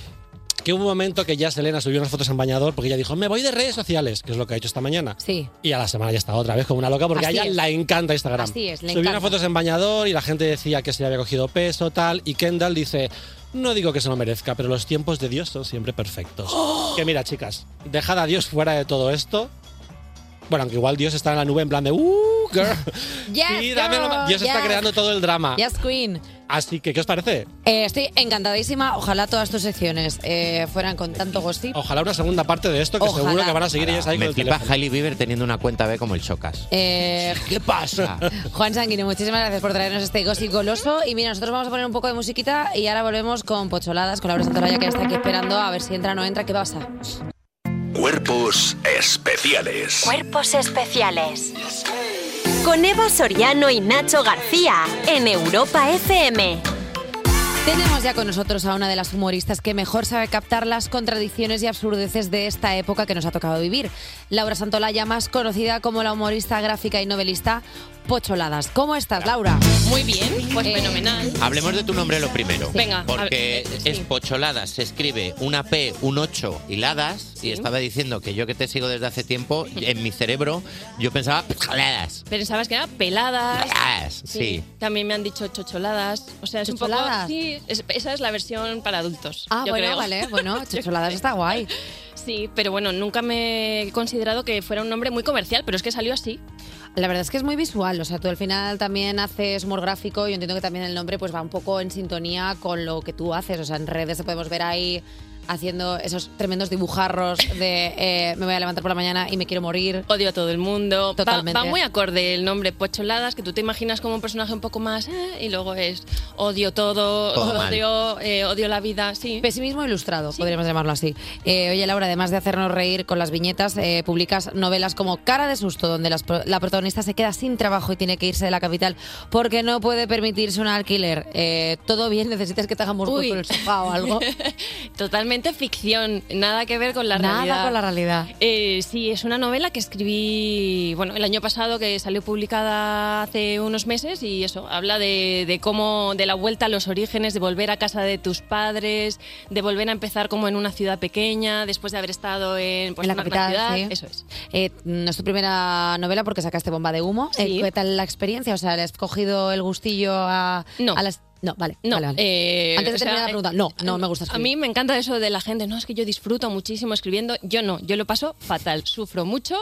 S16: Que hubo un momento que ya Selena subió unas fotos en bañador porque ella dijo, me voy de redes sociales, que es lo que ha hecho esta mañana.
S3: Sí.
S16: Y a la semana ya está otra vez como una loca porque
S3: Así
S16: a ella
S3: es.
S16: la encanta Instagram.
S3: Así es, le
S16: subió
S3: encanta.
S16: unas fotos en bañador y la gente decía que se le había cogido peso, tal. Y Kendall dice, no digo que se lo merezca, pero los tiempos de Dios son siempre perfectos.
S3: ¡Oh!
S16: Que mira, chicas, dejad a Dios fuera de todo esto. Bueno, aunque igual Dios está en la nube en plan de, uh, girl.
S3: Yes,
S16: Sí, dámelo
S3: girl,
S16: más. Dios está
S3: yes.
S16: creando todo el drama.
S3: Yes, Queen.
S16: Así que, ¿qué os parece?
S3: Eh, estoy encantadísima. Ojalá todas tus secciones eh, fueran con tanto gossip.
S16: Ojalá una segunda parte de esto que
S3: Ojalá.
S16: seguro que van a seguir ellas ahí
S4: Me
S16: con el
S4: flipa
S16: teléfono.
S4: Hailey Bieber teniendo una cuenta B como el Chocas.
S3: Eh,
S4: ¿Qué pasa?
S3: Juan Sanguino, muchísimas gracias por traernos este gossip goloso. Y mira, nosotros vamos a poner un poco de musiquita y ahora volvemos con Pocholadas, con Laura Santoraya, que ya está aquí esperando a ver si entra o no entra. ¿Qué pasa?
S8: Cuerpos especiales.
S2: Cuerpos especiales. Con Eva Soriano y Nacho García en Europa FM.
S3: Tenemos ya con nosotros a una de las humoristas que mejor sabe captar las contradicciones y absurdeces de esta época que nos ha tocado vivir. Laura Santolaya, más conocida como la humorista gráfica y novelista Pocholadas. ¿Cómo estás, Laura? Eh,
S17: Muy bien, pues fenomenal.
S4: Hablemos de tu nombre lo primero.
S17: Venga, a eh,
S4: Porque es Pocholadas, se escribe una P, un 8 y ladas. Y estaba diciendo que yo que te sigo desde hace tiempo, en mi cerebro, yo pensaba Pocholadas.
S17: Pensabas que era peladas.
S4: Ladas, sí.
S17: También me han dicho chocholadas. O sea, es un poco.
S3: ¿Chocholadas?
S17: Sí, es- esa es la versión para adultos.
S3: Ah,
S17: yo
S3: bueno,
S17: creo.
S3: vale, bueno, Chocholadas está guay.
S17: Sí, pero bueno, nunca me he considerado que fuera un nombre muy comercial, pero es que salió así.
S3: La verdad es que es muy visual, o sea, tú al final también haces humor gráfico y entiendo que también el nombre pues va un poco en sintonía con lo que tú haces, o sea, en redes te podemos ver ahí haciendo esos tremendos dibujarros de eh, me voy a levantar por la mañana y me quiero morir.
S17: Odio a todo el mundo. Va-
S3: Totalmente.
S17: Va, muy acorde el nombre Pocholadas, que tú te imaginas como un personaje un poco más eh, y luego es odio todo,
S3: Todo mal.
S17: odio, eh, odio la vida, sí.
S3: Pesimismo ilustrado, podríamos llamarlo así. Eh, oye, Laura, además de hacernos reír con las viñetas, eh, publicas novelas como Cara de Susto, donde las pro- la protagonista se queda sin trabajo y tiene que irse de la capital porque no puede permitirse un alquiler. Eh, ¿Todo bien? ¿Necesitas que te hagamos
S17: Uy.
S3: justo el sofá o algo?
S17: Totalmente ficción, nada que ver con la
S3: Nada
S17: realidad.
S3: con la realidad.
S17: Eh, sí, es una novela que escribí bueno, el año pasado, que salió publicada hace unos meses y eso, habla de, de cómo, de la vuelta a los orígenes, de volver a casa de tus padres, de volver a empezar como en una ciudad pequeña, después de haber estado en, pues,
S3: en la
S17: una
S3: capital,
S17: ciudad,
S3: sí.
S17: eso es.
S3: Eh, no es tu primera novela porque sacaste Bomba de Humo. Eh, ¿Qué tal la experiencia? O sea, ¿le has cogido el gustillo a, a las...? No, vale.
S17: No,
S3: vale, vale.
S17: eh,
S3: Antes de
S17: o sea, eh,
S3: terminar la pregunta, no, no me gusta
S17: A
S3: escribir.
S17: mí me encanta eso de la gente, no, es que yo disfruto muchísimo escribiendo, yo no, yo lo paso fatal, sufro mucho,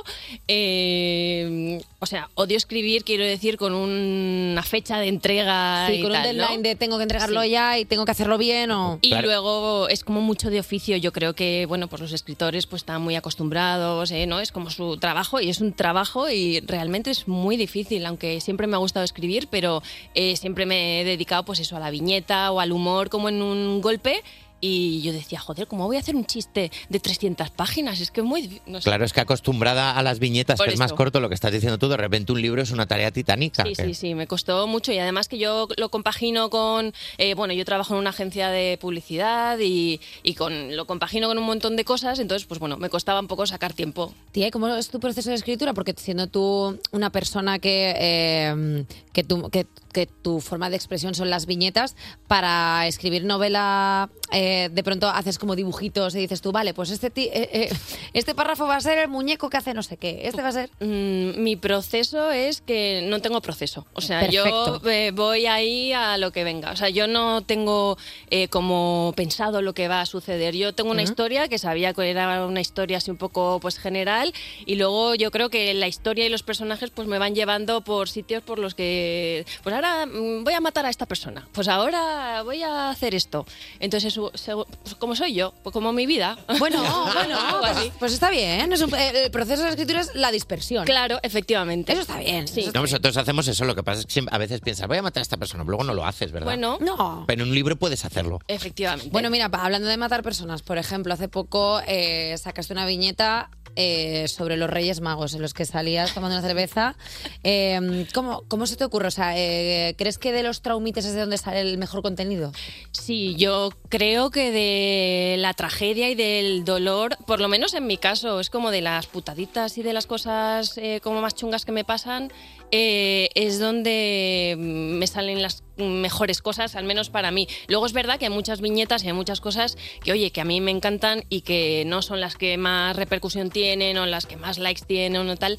S17: eh, o sea, odio escribir, quiero decir, con una fecha de entrega
S3: Sí,
S17: y
S3: con un
S17: tal, ¿no?
S3: deadline de tengo que entregarlo
S17: Sí.
S3: ya y tengo que hacerlo bien o...
S17: Y luego es como mucho de oficio. Yo creo que, bueno, pues los escritores pues están muy acostumbrados, ¿eh? ¿no? Es como su trabajo y es un trabajo y realmente es muy difícil, aunque siempre me ha gustado escribir, pero eh, siempre me he dedicado pues eso a la viñeta o al humor como en un golpe. Y yo decía, joder, ¿cómo voy a hacer un chiste de 300 páginas? Es que es muy... difí- no sé.
S4: Claro, es que acostumbrada a las viñetas,
S17: Por
S4: que es más
S17: eso.
S4: corto lo que estás diciendo tú, de repente un libro es una tarea titánica.
S17: Sí,
S4: que-
S17: sí, sí, me costó mucho y además que yo lo compagino con, eh, bueno, yo trabajo en una agencia de publicidad y, y con, lo compagino con un montón de cosas, entonces, pues bueno, me costaba un poco sacar tiempo.
S3: Tía, ¿y ¿cómo es tu proceso de escritura? Porque siendo tú una persona que, eh, que, tu, que, que tu forma de expresión son las viñetas, para escribir novela eh, de pronto haces como dibujitos y dices tú, vale, pues este, ti- eh, eh, este párrafo va a ser el muñeco que hace no sé qué, este va a ser...
S17: Mm, mi proceso es que no tengo proceso. O sea,
S3: Perfecto.
S17: yo eh, voy ahí a lo que venga. O sea, yo no tengo eh, como pensado lo que va a suceder. Yo tengo una
S3: Ujú.
S17: historia que sabía que era una historia así un poco pues general y luego yo creo que la historia y los personajes pues me van llevando por sitios por los que pues ahora mm, voy a matar a esta persona. Pues ahora voy a hacer esto. Entonces, su- segu- pues, como soy yo, pues como mi vida.
S3: Bueno, bueno, pues, pues está bien. es un- eh, el proceso de escritura es la dispersión.
S17: Claro, efectivamente.
S3: Eso está bien. eso está
S4: No, pues, nosotros hacemos eso, lo que pasa es que siempre- a veces piensas, voy a matar a esta persona, pero luego no lo haces, ¿verdad?
S17: Bueno,
S3: no.
S4: Pero en un libro puedes hacerlo.
S17: Efectivamente.
S3: Bueno, mira, pa- hablando de matar personas, por ejemplo, hace poco eh, sacaste una viñeta eh, sobre los Reyes Magos en los que salías tomando una cerveza. Eh, ¿cómo, cómo se te ocurre? O sea, eh, ¿crees que de los traumites es de donde sale el mejor contenido?
S17: Sí, yo creo que de la tragedia y del dolor, por lo menos en mi caso, es como de las putaditas y de las cosas eh, como más chungas que me pasan, eh, es donde mm, me salen las mejores cosas, al menos para mí. Luego es verdad que hay muchas viñetas y hay muchas cosas que, oye, que a mí me encantan y que no son las que más repercusión tienen o las que más likes tienen o tal,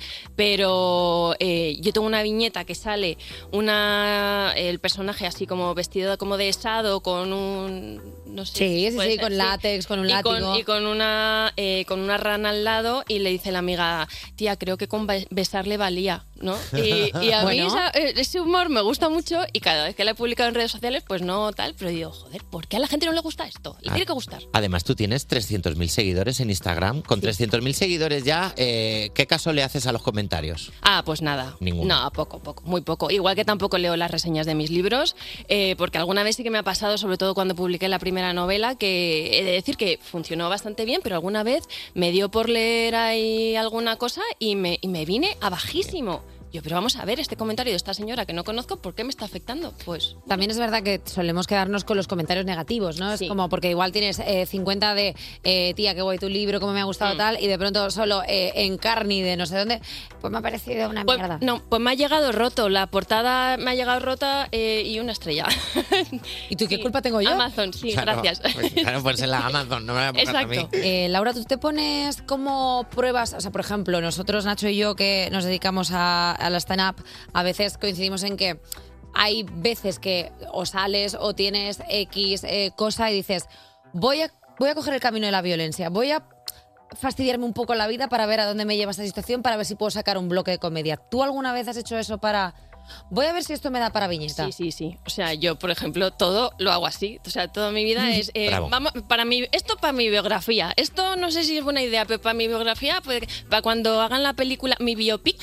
S17: pero eh, yo tengo una viñeta que sale una el personaje así como vestido como de esado con un no sé
S3: Sí, sí,
S17: puede
S3: sí,
S17: ser,
S3: con látex, con un
S17: y
S3: látigo.
S17: y con una eh, con una rana al lado y le dice la amiga tía creo que con be- besarle valía no y, y a
S3: Bueno.
S17: mí esa- eh, ese humor me gusta mucho y cada vez que la he publicado en redes sociales pues no tal pero digo joder por qué a la gente no le gusta esto le
S4: Ah.
S17: tiene que gustar
S4: Además, tú tienes 300.000 seguidores en Instagram. Con 300.000 seguidores ya, eh, ¿qué caso le haces a los comentarios?
S17: Ah, pues nada.
S4: Ninguno.
S17: No, poco, poco, muy poco. Igual que tampoco leo las reseñas de mis libros, eh, porque alguna vez sí que me ha pasado, sobre todo cuando publiqué la primera novela, que he de decir que funcionó bastante bien, pero alguna vez me dio por leer ahí alguna cosa y me, y me vine a bajísimo. Yo, pero vamos a ver, este comentario de esta señora que no conozco, ¿por qué me está afectando? Pues
S3: También es verdad que solemos quedarnos con los comentarios negativos, ¿no? Es como porque igual tienes eh, 50 de eh, tía, qué guay tu libro, cómo me ha gustado
S17: Mm.
S3: tal, y de pronto solo eh, en carne y de no sé dónde, pues me ha parecido una
S17: Pues,
S3: mierda.
S17: no, pues me ha llegado roto. La portada me ha llegado rota eh, y una estrella.
S3: ¿Y tú qué culpa tengo yo?
S17: Amazon, sí,
S4: Claro,
S17: gracias.
S4: pues, claro, pues en la Amazon, no me la pongas a mí.
S3: Eh, Laura, tú te pones como pruebas, o sea, por ejemplo, nosotros, Nacho y yo, que nos dedicamos a, a la stand-up, a veces coincidimos en que hay veces que o sales o tienes X eh, cosa y dices, voy a, voy a coger el camino de la violencia, voy a fastidiarme un poco la vida para ver a dónde me lleva esta situación, para ver si puedo sacar un bloque de comedia. ¿Tú alguna vez has hecho eso para... Voy a ver si esto me da para viñeta.
S17: Sí, sí, sí. O sea, yo, por ejemplo, todo lo hago así. O sea, toda mi vida es. eh,
S3: Bravo.
S17: vamos, para mi, esto para mi biografía. Esto no sé si es buena idea, pero para mi biografía, pues, para cuando hagan la película, mi biopic,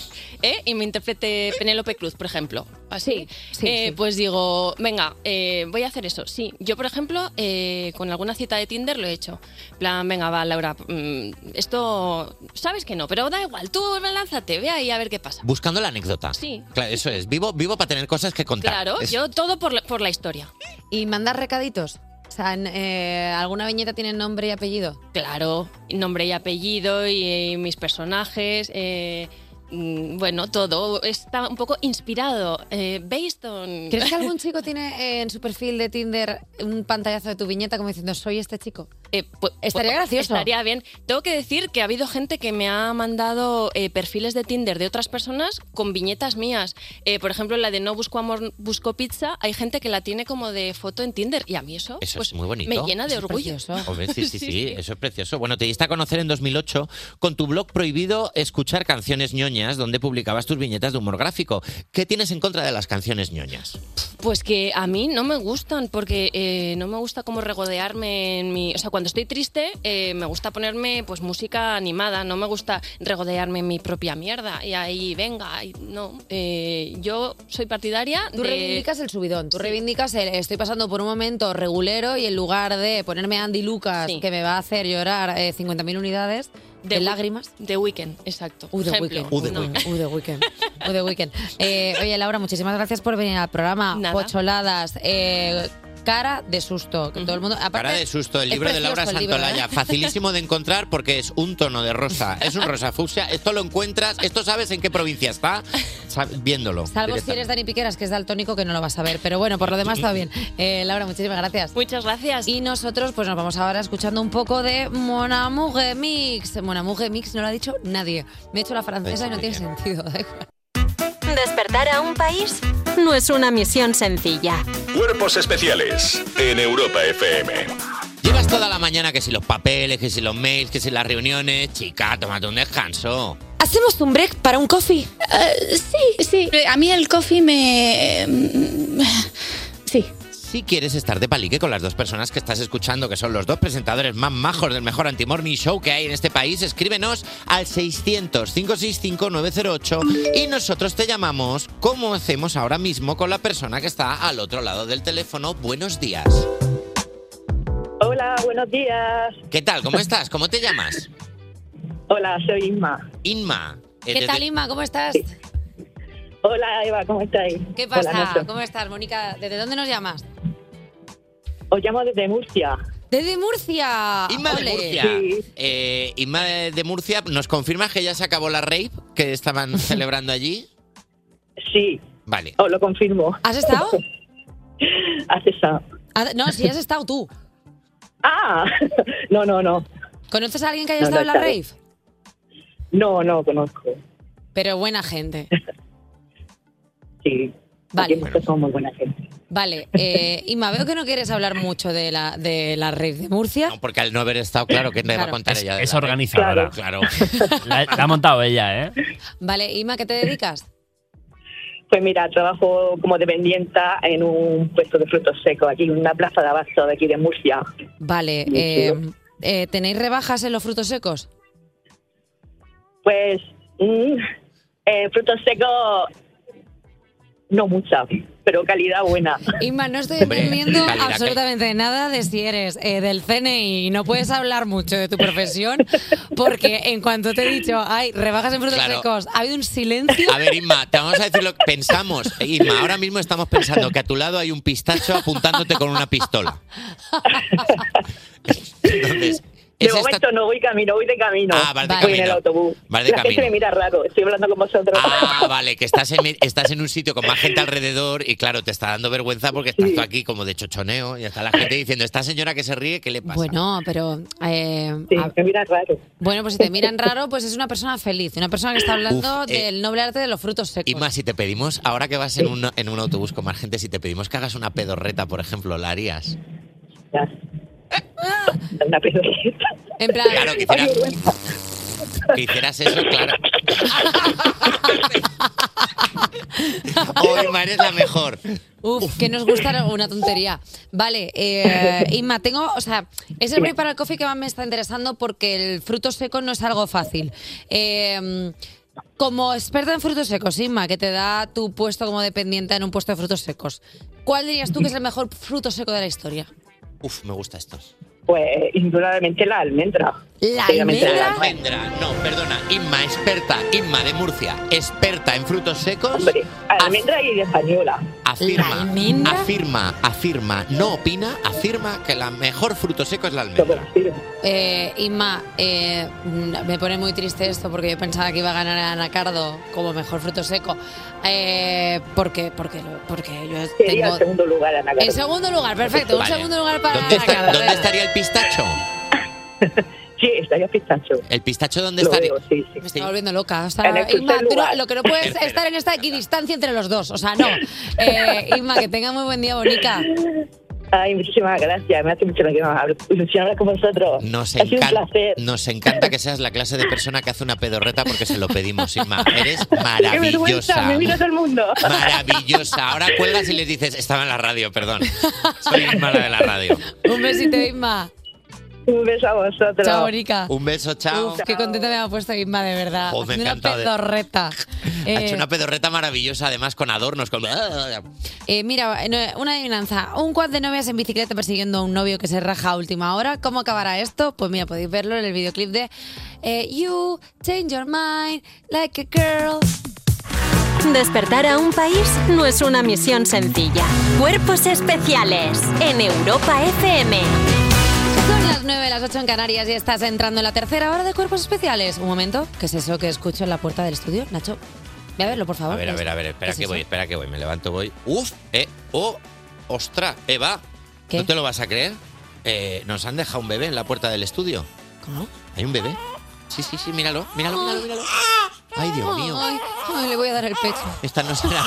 S17: ¿eh? y me interprete Penélope Cruz, por ejemplo. Así. eh, Pues digo, venga, eh, voy a hacer eso. Sí, yo, por ejemplo, eh, con alguna cita de Tinder lo he hecho. En plan, venga, va, Laura, mm, esto. Sabes que no, pero da igual. Tú lánzate, ve ahí a ver qué pasa.
S4: Buscando la anécdota.
S17: Sí.
S4: Claro, eso es. Vivo, vivo para tener cosas que contar.
S17: Claro,
S4: Es-
S17: yo todo por la- por la historia.
S3: ¿Y mandar recaditos? O sea, en, eh, ¿alguna viñeta tiene nombre y apellido?
S17: Claro, nombre y apellido y, eh, mis personajes. eh, mm, bueno, todo está un poco inspirado. eh, based on.
S3: ¿Crees que algún chico tiene eh, en su perfil de Tinder un pantallazo de tu viñeta como diciendo soy este chico?
S17: Eh, pu-
S3: Estaría
S17: pu-
S3: gracioso.
S17: Estaría bien. Tengo que decir que ha habido gente que me ha mandado eh, perfiles de Tinder de otras personas con viñetas mías. Eh, por ejemplo, la de No Busco Amor, Busco Pizza. Hay gente que la tiene como de foto en Tinder y a mí eso,
S4: Eso
S17: pues,
S4: es muy bonito.
S17: me llena de orgullo.
S4: Hombre, sí, sí, sí, eso es precioso. Bueno, te diste a conocer en 2008 con tu blog prohibido escuchar canciones ñoñas, donde publicabas tus viñetas de humor gráfico. ¿Qué tienes en contra de las canciones ñoñas?
S17: Pues que a mí no me gustan, porque eh, no me gusta como regodearme en mi... O sea, cuando estoy triste, eh, me gusta ponerme pues música animada, no me gusta regodearme en mi propia mierda. Y ahí, venga, y no. Eh, yo soy partidaria
S3: Tú
S17: de-
S3: reivindicas el subidón, tú
S17: Sí.
S3: reivindicas el estoy pasando por un momento regulero y en lugar de ponerme Andy Lucas, que me va a hacer llorar eh, 50.000 unidades de,
S17: Wee-
S3: lágrimas.
S17: De Weekend, exacto.
S3: U de
S17: Ejemplo,
S3: Weekend. U de
S17: no.
S3: Weekend. U de Weekend. U de Weekend. Eh, oye, Laura, muchísimas gracias por venir al programa. Pocholadas. eh, cara de susto. Que todo el mundo. aparte,
S4: Cara de susto, el
S3: es
S4: libro de
S3: precioso
S4: Laura
S3: el libro,
S4: Santolaya.
S3: ¿eh?
S4: Facilísimo de encontrar porque es un tono de rosa. Es un rosa fucsia. Esto lo encuentras, esto sabes en qué provincia está, sab- viéndolo.
S3: Salvo si
S4: directamente.
S3: eres Dani Piqueras, que es daltónico, que no lo vas a ver. Pero bueno, por lo demás está bien. Eh, Laura, muchísimas gracias.
S17: Muchas gracias.
S3: Y nosotros, pues nos vamos ahora escuchando un poco de Mona Muge Mix. Mona Muge Mix no lo ha dicho nadie. Me he hecho la francesa y no tiene sentido. da igual.
S2: Despertar a un país no es una misión sencilla.
S8: Cuerpos especiales en Europa FM.
S4: Llevas toda la mañana que si los papeles, que si los mails, que si las reuniones. Chica, tómate un descanso.
S19: ¿Hacemos un break para un coffee?
S3: Eh,
S19: sí, sí. A mí el coffee me... Sí.
S4: Si quieres estar de palique con las dos personas que estás escuchando, que son los dos presentadores más majos del mejor anti-morning show que hay en este país, escríbenos al 600-565-908 y nosotros te llamamos como hacemos ahora mismo con la persona que está al otro lado del teléfono. Buenos días.
S20: Hola, buenos días.
S4: ¿Qué tal? ¿Cómo estás? ¿Cómo te llamas?
S20: Hola, soy Inma.
S4: Inma. eh,
S3: ¿Qué
S4: desde-
S3: tal, Inma? ¿Cómo estás?
S20: Hola, Eva, ¿cómo estáis?
S3: ¿Qué
S20: Hola,
S3: pasa?
S20: Nacho.
S3: ¿Cómo estás, Mónica? ¿Desde dónde nos llamas?
S20: Os llamo desde Murcia.
S3: Desde Murcia.
S4: Inma de
S3: Ole.
S4: Murcia. Eh, Inma de de Murcia, ¿nos confirmas que ya se acabó la rave que estaban celebrando allí?
S20: Sí.
S4: Vale.
S20: Os lo confirmo.
S3: ¿Has estado?
S20: ¿Has estado?
S3: Ah, No, si has estado tú.
S20: Ah, no, no, no.
S3: ¿Conoces a alguien que haya
S20: No, no
S3: estado en la
S20: he
S3: rave?
S20: No, no conozco.
S3: Pero buena gente.
S20: Sí.
S3: Vale.
S20: Aquí en Murcia somos muy buena gente.
S3: Vale, eh, Inma, veo que no quieres hablar mucho de la, de la rave de Murcia.
S4: Porque al no haber estado, claro, que te va a
S3: Claro.
S4: contar ella? de
S5: Es
S4: la rave?
S5: organizadora.
S4: Claro.
S5: La, la ha montado ella, ¿eh?
S3: Vale, Inma, ¿qué te dedicas?
S20: Pues mira, trabajo como dependienta en un puesto de frutos secos aquí, en una plaza de abasto de aquí de Murcia.
S3: Vale,
S20: Muy
S3: eh,
S20: chulo.
S3: eh, ¿tenéis rebajas en los frutos secos?
S20: Pues mm, eh, frutos secos no mucha, pero calidad buena.
S3: Inma, no estoy
S20: Hombre,
S3: entendiendo
S20: calidad, calidad.
S3: absolutamente nada de si eres eh, del CNI y no puedes hablar mucho de tu profesión, porque en cuanto te he dicho, ay, rebajas en frutos
S4: Claro.
S3: secos, ha habido un silencio.
S4: A ver, Inma, te vamos a decir lo que pensamos. Eh, Inma, ahora mismo estamos pensando que a tu lado hay un pistacho apuntándote con una pistola. Entonces,
S20: De
S4: esa
S20: momento no voy camino, voy de camino.
S4: Ah, vas de
S20: voy en el
S4: camino.
S20: autobús.
S4: Vas de
S20: La gente
S4: camino.
S20: me mira raro, estoy hablando con vosotros.
S4: Ah, vale, que estás en, estás en un sitio con más gente alrededor y claro, te está dando vergüenza porque estás tú aquí como de chochoneo y está la gente diciendo, esta señora que se ríe, ¿qué le pasa?
S3: Bueno, pero... eh, a-
S20: me miran raro.
S3: Bueno, pues si te miran raro, pues es una persona feliz, una persona que está hablando
S4: Uf, eh,
S3: del noble arte de los frutos secos.
S4: Y más, si te pedimos, ahora que vas en un, en un autobús con más gente, si te pedimos que hagas una pedorreta, por ejemplo, ¿la harías?
S20: Una pedorreta.
S3: En plan,
S4: Claro, que hicieras, que hicieras eso, claro. Hoy, Mar, es la mejor.
S3: Uf, que nos gusta una tontería. Vale, eh, Inma, tengo, o sea, es el break para el coffee que más me está interesando porque el fruto seco no es algo fácil. Eh, como experta en frutos secos, Inma, que te da tu puesto como dependiente en un puesto de frutos secos, ¿cuál dirías tú que es el mejor fruto seco de la historia?
S4: Uf, me gusta esto.
S20: Pues indudablemente la almendra.
S3: ¿La
S20: Seguramente
S4: La
S20: almendra.
S4: almendra. No, perdona. Inma, experta. Inma de Murcia, experta en frutos secos.
S20: almendra y española.
S4: Afirma, afirma, afirma, no opina, afirma que la mejor fruto seco es la almendra.
S3: Eh, Inma, eh, mm, me pone muy triste esto porque yo pensaba que iba a ganar a Ana Cardo como mejor fruto seco. Eh, porque, porque, lo- porque yo
S20: Sería
S3: tengo...
S20: el segundo lugar, Ana Carmen.
S3: En segundo lugar, perfecto.
S4: Vale.
S3: Un segundo lugar para
S4: ¿Dónde,
S3: Ana
S4: está-
S3: Cardo.
S4: dónde estaría el pistacho?
S20: Sí, estaría pistacho.
S4: ¿El pistacho dónde
S20: Lo
S4: estaría? Este,
S20: veo, sí,
S3: Me estaba volviendo loca. O sea,
S20: En el tercer
S3: Inma, tú no-
S20: lugar.
S3: lo que no puedes es estar en esta equidistancia entre los dos. O sea, no. Eh, Inma, que tenga muy buen día, Bonica.
S20: Ay, muchísimas gracias. Me hace mucho ilusión hablar con vosotros.
S4: Nos
S20: ha sido un
S4: encanta,
S20: placer.
S4: nos encanta que seas la clase de persona que hace una pedorreta porque se lo pedimos, Inma. Eres
S20: Qué vergüenza,
S4: maravillosa.
S20: me mira todo el mundo.
S4: Maravillosa. Ahora cuelgas y les dices, estaba en la radio, perdón. Soy Inma la de la radio.
S3: Un besito, Inma.
S20: Un beso a vosotros.
S3: Chao, Bonica.
S4: Un beso, chao.
S3: Uf, qué contenta me ha puesto Inma, de verdad.
S4: Joder, me
S3: Haciendo una
S4: encanta de-
S3: pedorreta.
S4: Ha
S3: Eh,
S4: hecho una pedorreta maravillosa, además con adornos, con...
S3: eh, mira, eh, no, una adivinanza. Un quad de novias en bicicleta persiguiendo a un novio que se raja a última hora. ¿Cómo acabará esto? Pues mira, podéis verlo en el videoclip de eh, You Change Your Mind Like a Girl.
S2: Despertar a un país no es una misión sencilla. Cuerpos especiales en Europa FM.
S3: Son las 9, las 8 en Canarias y estás entrando en la tercera hora de Cuerpos Especiales. Un momento, ¿qué es eso que escucho en la puerta del estudio? Nacho, ve a verlo, por favor.
S4: A ver, a ver, a ver, espera
S3: ¿Es
S4: que
S3: eso?
S4: voy, espera que voy, me levanto, voy. Uf, eh, oh, ostras, Eva, ¿no te lo vas a creer? Eh, nos han dejado un bebé en la puerta del estudio.
S3: ¿Cómo?
S4: ¿Hay un bebé? Sí, sí, sí, míralo, míralo, míralo, míralo. Ay, Dios mío.
S3: Ay, ay, le voy a dar el pecho.
S4: Esta no será.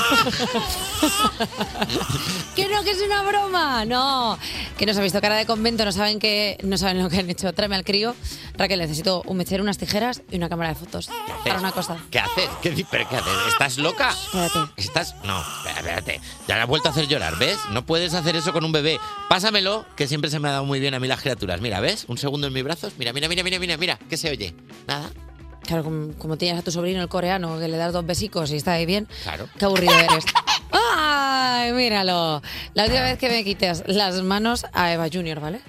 S3: Que no, que es una broma. No, que nos ha visto cara de convento, no saben que no saben lo que han hecho. Tráeme al crío. Raquel, necesito un mechero, unas tijeras y una cámara de fotos. Para una cosa.
S4: ¿Qué haces? ¿Qué, di- pero ¿qué haces? ¿Estás loca?
S3: Espérate.
S4: Estás. No, espera, espérate. Ya la has vuelto a hacer llorar, ¿ves? No puedes hacer eso con un bebé. Pásamelo, que siempre se me ha dado muy bien a mí las criaturas. Mira, ¿ves? Un segundo en mis brazos. Mira, mira, mira, mira, mira, mira. ¿Qué se oye? Nada.
S3: Claro, como, como tienes a tu sobrino el coreano que le das dos besicos y está ahí bien.
S4: Claro.
S3: Qué aburrido eres. ¡Ay, míralo! La última vez que me quites las manos a Eva Junior, ¿vale?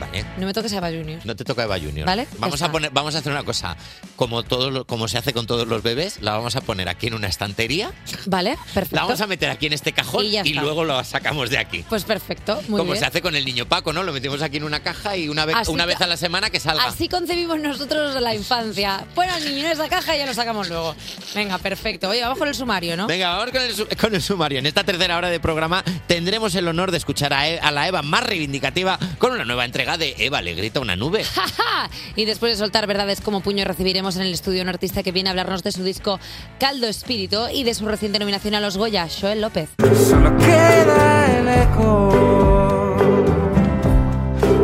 S4: Vale.
S3: No me toques a Eva Junior.
S4: No te toca Eva Junior.
S3: Vale, ya
S4: Vamos
S3: está.
S4: a poner, vamos a hacer una cosa. Como todos lo- como se hace con todos los bebés, la vamos a poner aquí en una estantería.
S3: ¿Vale? Perfecto.
S4: La vamos a meter aquí en este cajón
S3: Y
S4: y,
S3: ya está.
S4: luego lo sacamos de aquí.
S3: Pues perfecto, muy
S4: como
S3: bien.
S4: se hace con el niño Paco, ¿no? Lo metimos aquí en una caja y una vez,
S3: Así
S4: una
S3: que-
S4: vez a la semana que salga.
S3: Así concebimos nosotros la infancia. Pon al niño en esa caja y ya lo sacamos luego. Venga, perfecto. Oye, vamos con el sumario, ¿no?
S4: Venga, vamos con el, su- con el sumario. En esta tercera hora de programa tendremos el honor de escuchar a, E- a la Eva más reivindicativa con una nueva entrega de Eva le grita una nube.
S3: ¡Ja! Y después de soltar verdades como puño, recibiremos en el estudio a un artista que viene a hablarnos de su disco Caldo Espíritu y de su reciente nominación a los Goya, Joel López.
S10: Solo queda el eco.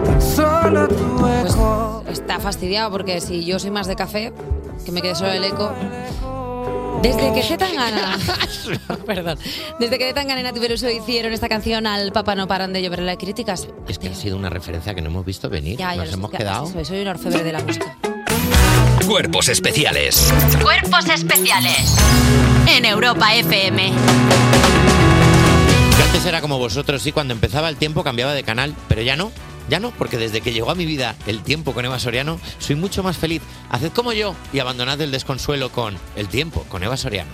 S10: Tan solo tu eco.
S3: Pues Está fastidiado porque si yo soy más de café, que me quede solo el eco. Desde que Zetangana, perdón, desde que Zetangana y Nati Peluso hicieron esta canción al Papa no paran de lloverle críticas,
S4: Es que ha sido una referencia que no hemos visto venir.
S3: Ya, ya
S4: Nos
S3: lo sé,
S4: hemos
S3: ya,
S4: quedado.
S3: sí, Soy, soy un orfebre de la música.
S1: Cuerpos especiales.
S2: Cuerpos especiales en Europa FM.
S4: Antes era como vosotros, sí, cuando empezaba el tiempo cambiaba de canal, pero ya no, ya no, porque desde que llegó a mi vida el tiempo con Eva Soriano, soy mucho más feliz. Haced como yo y abandonad el desconsuelo con el tiempo con Eva Soriano.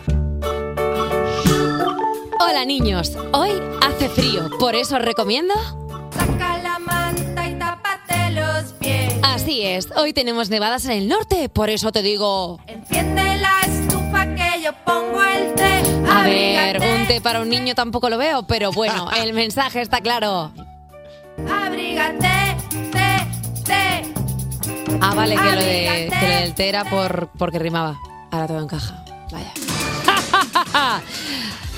S3: Hola niños, hoy hace frío, por eso os recomiendo...
S21: Saca la manta y tápate los pies.
S3: Así es, hoy tenemos nevadas en el norte, por eso te digo...
S21: Enciende la estufa que yo pongo el té.
S3: A ver, un té para un niño tampoco lo veo, pero bueno, el mensaje está claro.
S21: Abrígate, te, te.
S3: Ah, vale, que lo, de, que lo del té era por, porque rimaba. Ahora todo encaja. Vaya.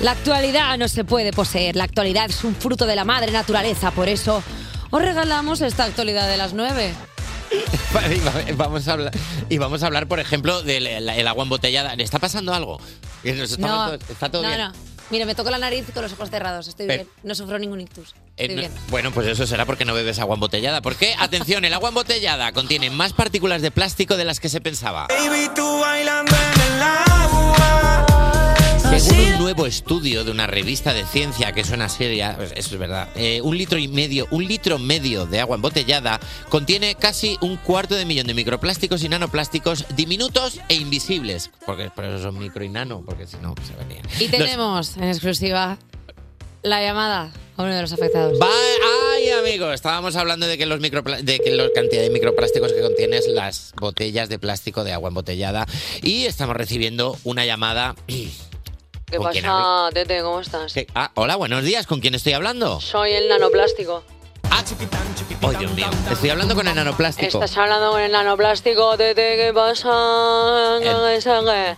S3: La actualidad no se puede poseer. La actualidad es un fruto de la madre naturaleza. Por eso os regalamos esta actualidad de las nueve.
S4: Vale, y va- Vamos a hablar, y vamos a hablar, por ejemplo, del el- el agua embotellada. ¿Le está pasando algo? Y nos estamos
S3: No,
S4: todos- está todo
S3: no,
S4: bien.
S3: no. Mira, me toco la nariz con los ojos cerrados. Estoy
S4: Pero-
S3: bien. No sufro ningún ictus.
S4: Eh,
S3: Estoy
S4: no-
S3: bien.
S4: bueno, pues eso será porque no bebes agua embotellada. Porque, atención, el agua embotellada contiene más partículas de plástico de las que se pensaba.
S10: Baby, tú bailando en el agua.
S3: Ah,
S4: Según un nuevo estudio de una revista de ciencia que suena seria, pues eso es verdad, eh, un litro y medio, un litro medio de agua embotellada contiene casi un cuarto de millón de microplásticos y nanoplásticos diminutos e invisibles. Porque por eso son micro y nano, porque si no, pues se verían.
S3: Y
S4: Los-
S3: tenemos en exclusiva la llamada a uno de los afectados.
S4: Ay, amigo, estábamos hablando de que los micropla- de que la cantidad de microplásticos que contienes las botellas de plástico de agua embotellada y estamos recibiendo una llamada.
S3: ¿Qué
S4: ¿Con quién
S3: pasa, Tete? ¿Cómo estás?
S4: Que- ah, hola, buenos días, ¿con quién estoy hablando?
S3: Soy el nanoplástico.
S4: Oh, Dios mío, estoy hablando con el nanoplástico.
S3: Estás hablando con el nanoplástico, Tete. ¿Qué pasa?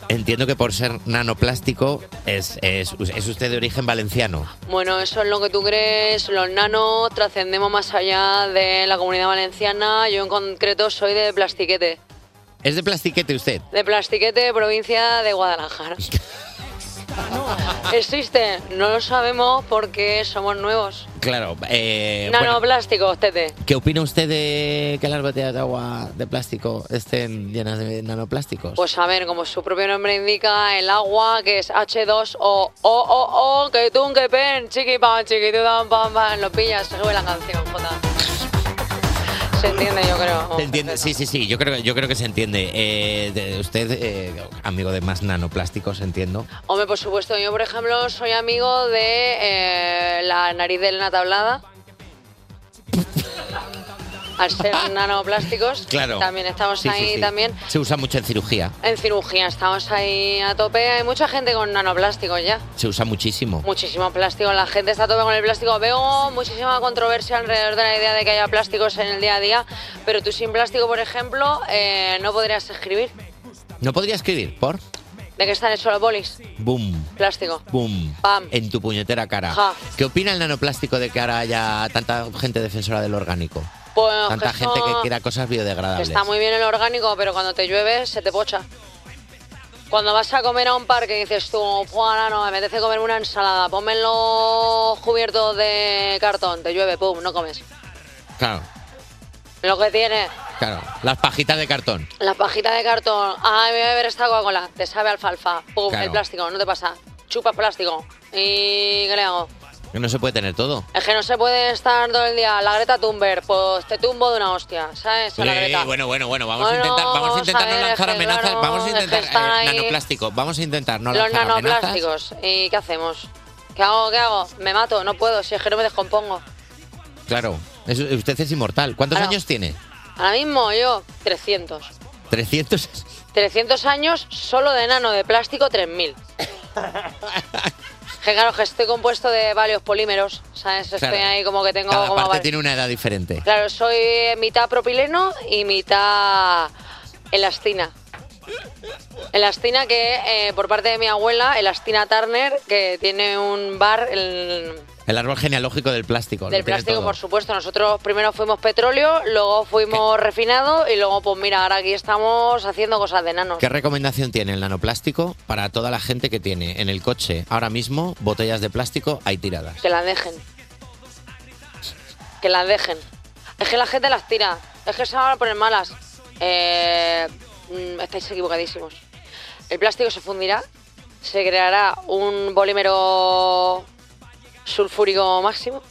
S4: Entiendo que por ser nanoplástico es, es, es usted de origen valenciano.
S3: Bueno, eso es lo que tú crees. Los nanos trascendemos más allá de la comunidad valenciana. Yo en concreto soy de Plastiquete.
S4: ¿Es de plastiquete usted?
S3: De Plastiquete, provincia de Guadalajara. ¿Existe? No lo sabemos porque somos nuevos.
S4: Claro. eh, bueno,
S3: Nanoplásticos, Tete.
S4: ¿Qué opina usted de que las botellas de agua de plástico estén llenas de nanoplásticos?
S3: Pues a ver, como su propio nombre indica, el agua que es H2O, o, o, o, que tun, que pen, chiqui pan, chiqui tu, tan, pan, pan, lo pillas, se sube la canción, jota. Se entiende, yo creo.
S4: ¿Se entiende? Sí, sí, sí, yo creo, yo creo que se entiende. Eh, de- usted, eh, amigo de más nanoplásticos, entiendo.
S3: Hombre, por supuesto, yo por ejemplo soy amigo de eh, la nariz de Elena Tablada. Al ser nanoplásticos,
S4: Claro.
S3: también estamos
S4: Sí, sí,
S3: ahí
S4: sí.
S3: también.
S4: Se usa mucho en cirugía.
S3: En cirugía estamos ahí a tope. Hay mucha gente con nanoplásticos ya.
S4: Se usa muchísimo.
S3: Muchísimo plástico. La gente está a tope con el plástico. Veo muchísima controversia alrededor de la idea de que haya plásticos en el día a día. Pero tú sin plástico, por ejemplo, eh, no podrías escribir.
S4: No podría escribir por
S3: ¿De qué están hechos los bolis?
S4: boom,
S3: Plástico.
S4: boom,
S3: Pam.
S4: en tu puñetera cara.
S3: Ja.
S4: ¿Qué opina el nanoplástico de que ahora haya tanta gente defensora del orgánico?
S3: Pues
S4: Tanta
S3: que
S4: gente que
S3: son-
S4: quiera cosas
S3: Que
S4: biodegradables.
S3: está muy bien el orgánico, pero cuando te llueve se te pocha. Cuando vas a comer a un parque dices tú, Juana, no, me apetece comerme una ensalada, ponme los cubiertos de cartón, te llueve, pum, no comes.
S4: Claro,
S3: Lo que tiene,
S4: claro. Las pajitas de cartón.
S3: las pajitas de cartón, ay, me voy a beber esta Coca-Cola, te sabe a alfalfa, pum,
S4: Claro.
S3: el plástico, no te pasa, chupas plástico. ¿Y qué le hago?
S4: Que no se puede tener todo.
S3: Es que no se puede estar todo el día, la Greta Thunberg, pues te tumbo de una hostia, ¿sabes? A la
S4: Eh,
S3: Greta.
S4: bueno, bueno, bueno, vamos
S3: Bueno,
S4: a intentar, vamos
S3: vamos
S4: a
S3: a
S4: intentar no
S3: ver,
S4: lanzar
S3: es que
S4: amenazas,
S3: claro,
S4: vamos a
S3: es que
S4: intentar
S3: está
S4: eh,
S3: ahí.
S4: nanoplástico, vamos a intentar no
S3: los
S4: lanzar amenazas.
S3: nanoplásticos. ¿Y qué hacemos? ¿Qué hago? ¿Qué hago? Me mato, no puedo, si es que no me descompongo.
S4: Claro, es- usted es inmortal. ¿Cuántos
S3: Claro.
S4: años tiene?
S3: Ahora mismo yo, 300.
S4: 300.
S3: 300 años solo de nano, de plástico 3000. que claro, que estoy compuesto de varios polímeros, ¿sabes? Estoy
S4: Claro.
S3: ahí como que tengo...
S4: Cada
S3: como
S4: parte
S3: vari-
S4: tiene una edad diferente.
S3: Claro, soy mitad propileno y mitad elastina. Elastina que, eh, por parte de mi abuela, Elastina Turner, que tiene un bar en,
S4: El árbol genealógico del plástico. lo
S3: Del
S4: tiene
S3: plástico,
S4: todo.
S3: por supuesto. Nosotros primero fuimos petróleo, luego fuimos refinado y luego, pues mira, ahora aquí estamos haciendo cosas de nanos.
S4: ¿Qué recomendación tiene el nanoplástico para toda la gente que tiene en el coche ahora mismo botellas de plástico hay tiradas?
S3: Que las dejen. Que las dejen. Es que la gente las tira. Es que se van a poner malas. Eh, mm, estáis equivocadísimos. El plástico se fundirá, se creará un polímero
S11: sulfúrico máximo.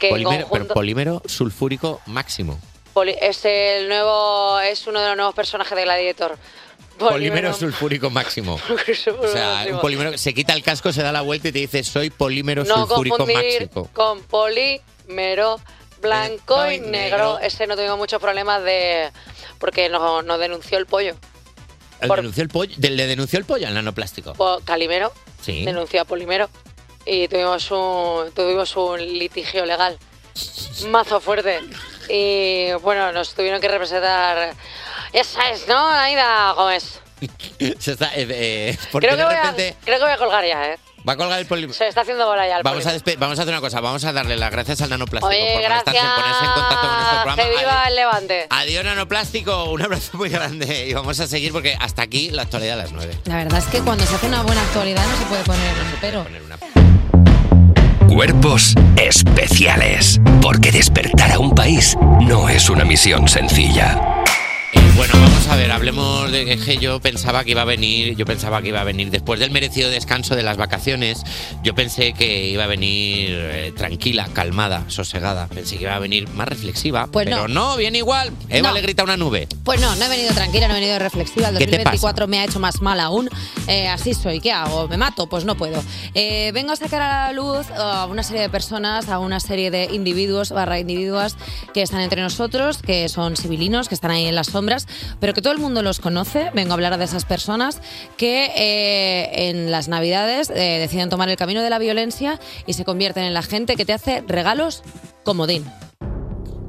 S11: Que
S4: Polímero, pero
S11: conjunto-
S4: polímero sulfúrico máximo.
S11: poli- es el nuevo, es uno de los nuevos personajes de Gladiator.
S4: Polímero sulfúrico máximo. O sea, un polímero se quita el casco, se da la vuelta y te dice soy polímero
S11: no
S4: sulfúrico
S11: confundir
S4: máximo.
S11: con polímero blanco y negro. Ese no tuvimos muchos problemas de porque nos, nos denunció el pollo.
S4: El denunció el pollo, del- le denunció el pollo al nanoplástico.
S11: Po- Calimero
S4: Sí.
S11: denunció a Polimero y tuvimos un, tuvimos un litigio legal mazo fuerte. Y bueno, nos tuvieron que representar. Esa es, ¿no? Aida Gómez.
S4: Se está, eh, eh, porque
S11: Creo que,
S4: de
S11: voy a,
S4: repente
S11: creo que voy a colgar ya, ¿eh?
S4: va a colgar el polímero.
S11: Se está haciendo bola ya el
S4: Vamos a,
S11: Poli.
S4: despe- vamos a hacer una cosa, vamos a darle las gracias al nanoplástico
S11: Oye,
S4: por molestarse,
S11: gracias.
S4: ponerse en contacto con nuestro programa.
S11: Que viva el Levante.
S4: Adiós nanoplástico, un abrazo muy grande y vamos a seguir porque hasta aquí la actualidad a las 9.
S3: La verdad es que cuando se hace una buena actualidad no se puede poner pero
S1: Cuerpos especiales. Porque despertar a un país no es una misión sencilla.
S4: Bueno, vamos a ver, hablemos de es que yo pensaba que iba a venir, yo pensaba que iba a venir después del merecido descanso de las vacaciones, yo pensé que iba a venir eh, tranquila, calmada, sosegada, pensé que iba a venir más reflexiva,
S3: Pues no.
S4: pero no. viene igual. Eva
S3: No.
S4: le grita una nube.
S3: Pues no, no he venido tranquila, no he venido reflexiva. El
S4: ¿Qué te
S3: 2024 me ha hecho más mal aún. Eh, así soy, ¿qué hago? ¿Me mato? Pues no puedo. Eh, vengo a sacar a la luz a una serie de personas, a una serie de individuos barra individuas que están entre nosotros, que son civilinos, que están ahí en las sombras, pero que todo el mundo los conoce. Vengo a hablar de esas personas que eh, en las navidades eh, deciden tomar el camino de la violencia y se convierten en la gente que te hace regalos comodín.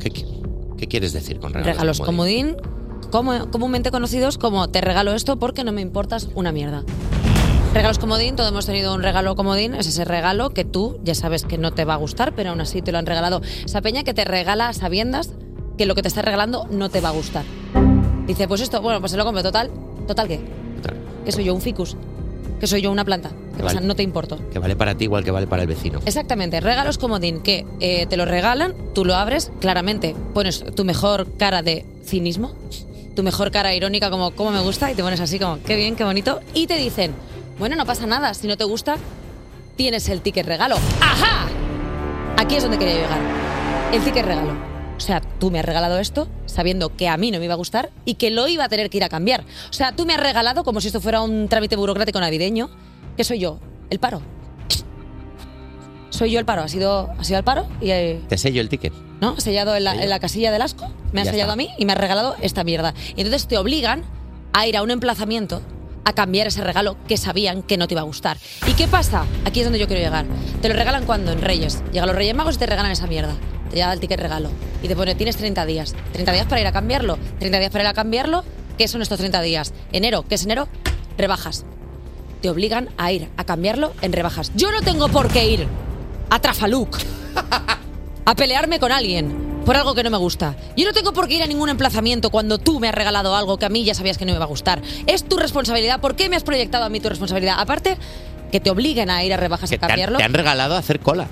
S4: ¿Qué, qui- qué quieres decir con regalos?
S3: Regalos
S4: comodín?
S3: comodín, como- comúnmente conocidos como te regalo esto porque no me importas una mierda. Regalos comodín, todos hemos tenido un regalo comodín, es ese regalo que tú ya sabes que no te va a gustar, pero aún así te lo han regalado. Esa peña que te regala a sabiendas que lo que te está regalando no te va a gustar. Dice, pues esto, bueno, pues se lo compro, total, total qué. Que soy yo un ficus, que soy yo una planta, ¿Qué pasa?
S4: vale.
S3: no te importo.
S4: Que vale para ti igual que vale para el vecino.
S3: Exactamente, regalos comodín que eh, te lo regalan, tú lo abres, claramente pones tu mejor cara de cinismo, tu mejor cara irónica como cómo me gusta y te pones así como qué bien, qué bonito y te dicen, bueno, no pasa nada, si no te gusta, tienes el ticket regalo. ¡Ajá! Aquí es donde quería llegar. El ticket regalo. O sea, tú me has regalado esto sabiendo que a mí no me iba a gustar y que lo iba a tener que ir a cambiar. O sea, tú me has regalado como si esto fuera un trámite burocrático navideño, que soy yo, el paro soy yo el paro. Ha sido, ha sido el paro y eh,
S4: Te sello el ticket.
S3: ¿no? sellado en la, en la casilla del asco, me ha
S4: Ya
S3: sellado
S4: está.
S3: a mí y me ha regalado esta mierda. Y entonces te obligan a ir a un emplazamiento a cambiar ese regalo que sabían que no te iba a gustar. ¿Y qué pasa? Aquí es donde yo quiero llegar. Te lo regalan cuando en Reyes. Llegan los Reyes Magos y te regalan esa mierda. Te llega el ticket regalo y te pone tienes 30 días. 30 días para ir a cambiarlo. 30 días para ir a cambiarlo. ¿Qué son estos 30 días? Enero, ¿qué es enero? Rebajas. Te obligan a ir a cambiarlo en rebajas. Yo no tengo por qué ir a Trafaluk a pelearme con alguien por algo que no me gusta. Yo no tengo por qué ir a ningún emplazamiento cuando tú me has regalado algo que a mí ya sabías que no me iba a gustar. Es tu responsabilidad. ¿Por qué me has proyectado a mí tu responsabilidad? Aparte, que te obliguen a ir a rebajas a
S4: Te han,
S3: cambiarlo.
S4: te han regalado hacer cola.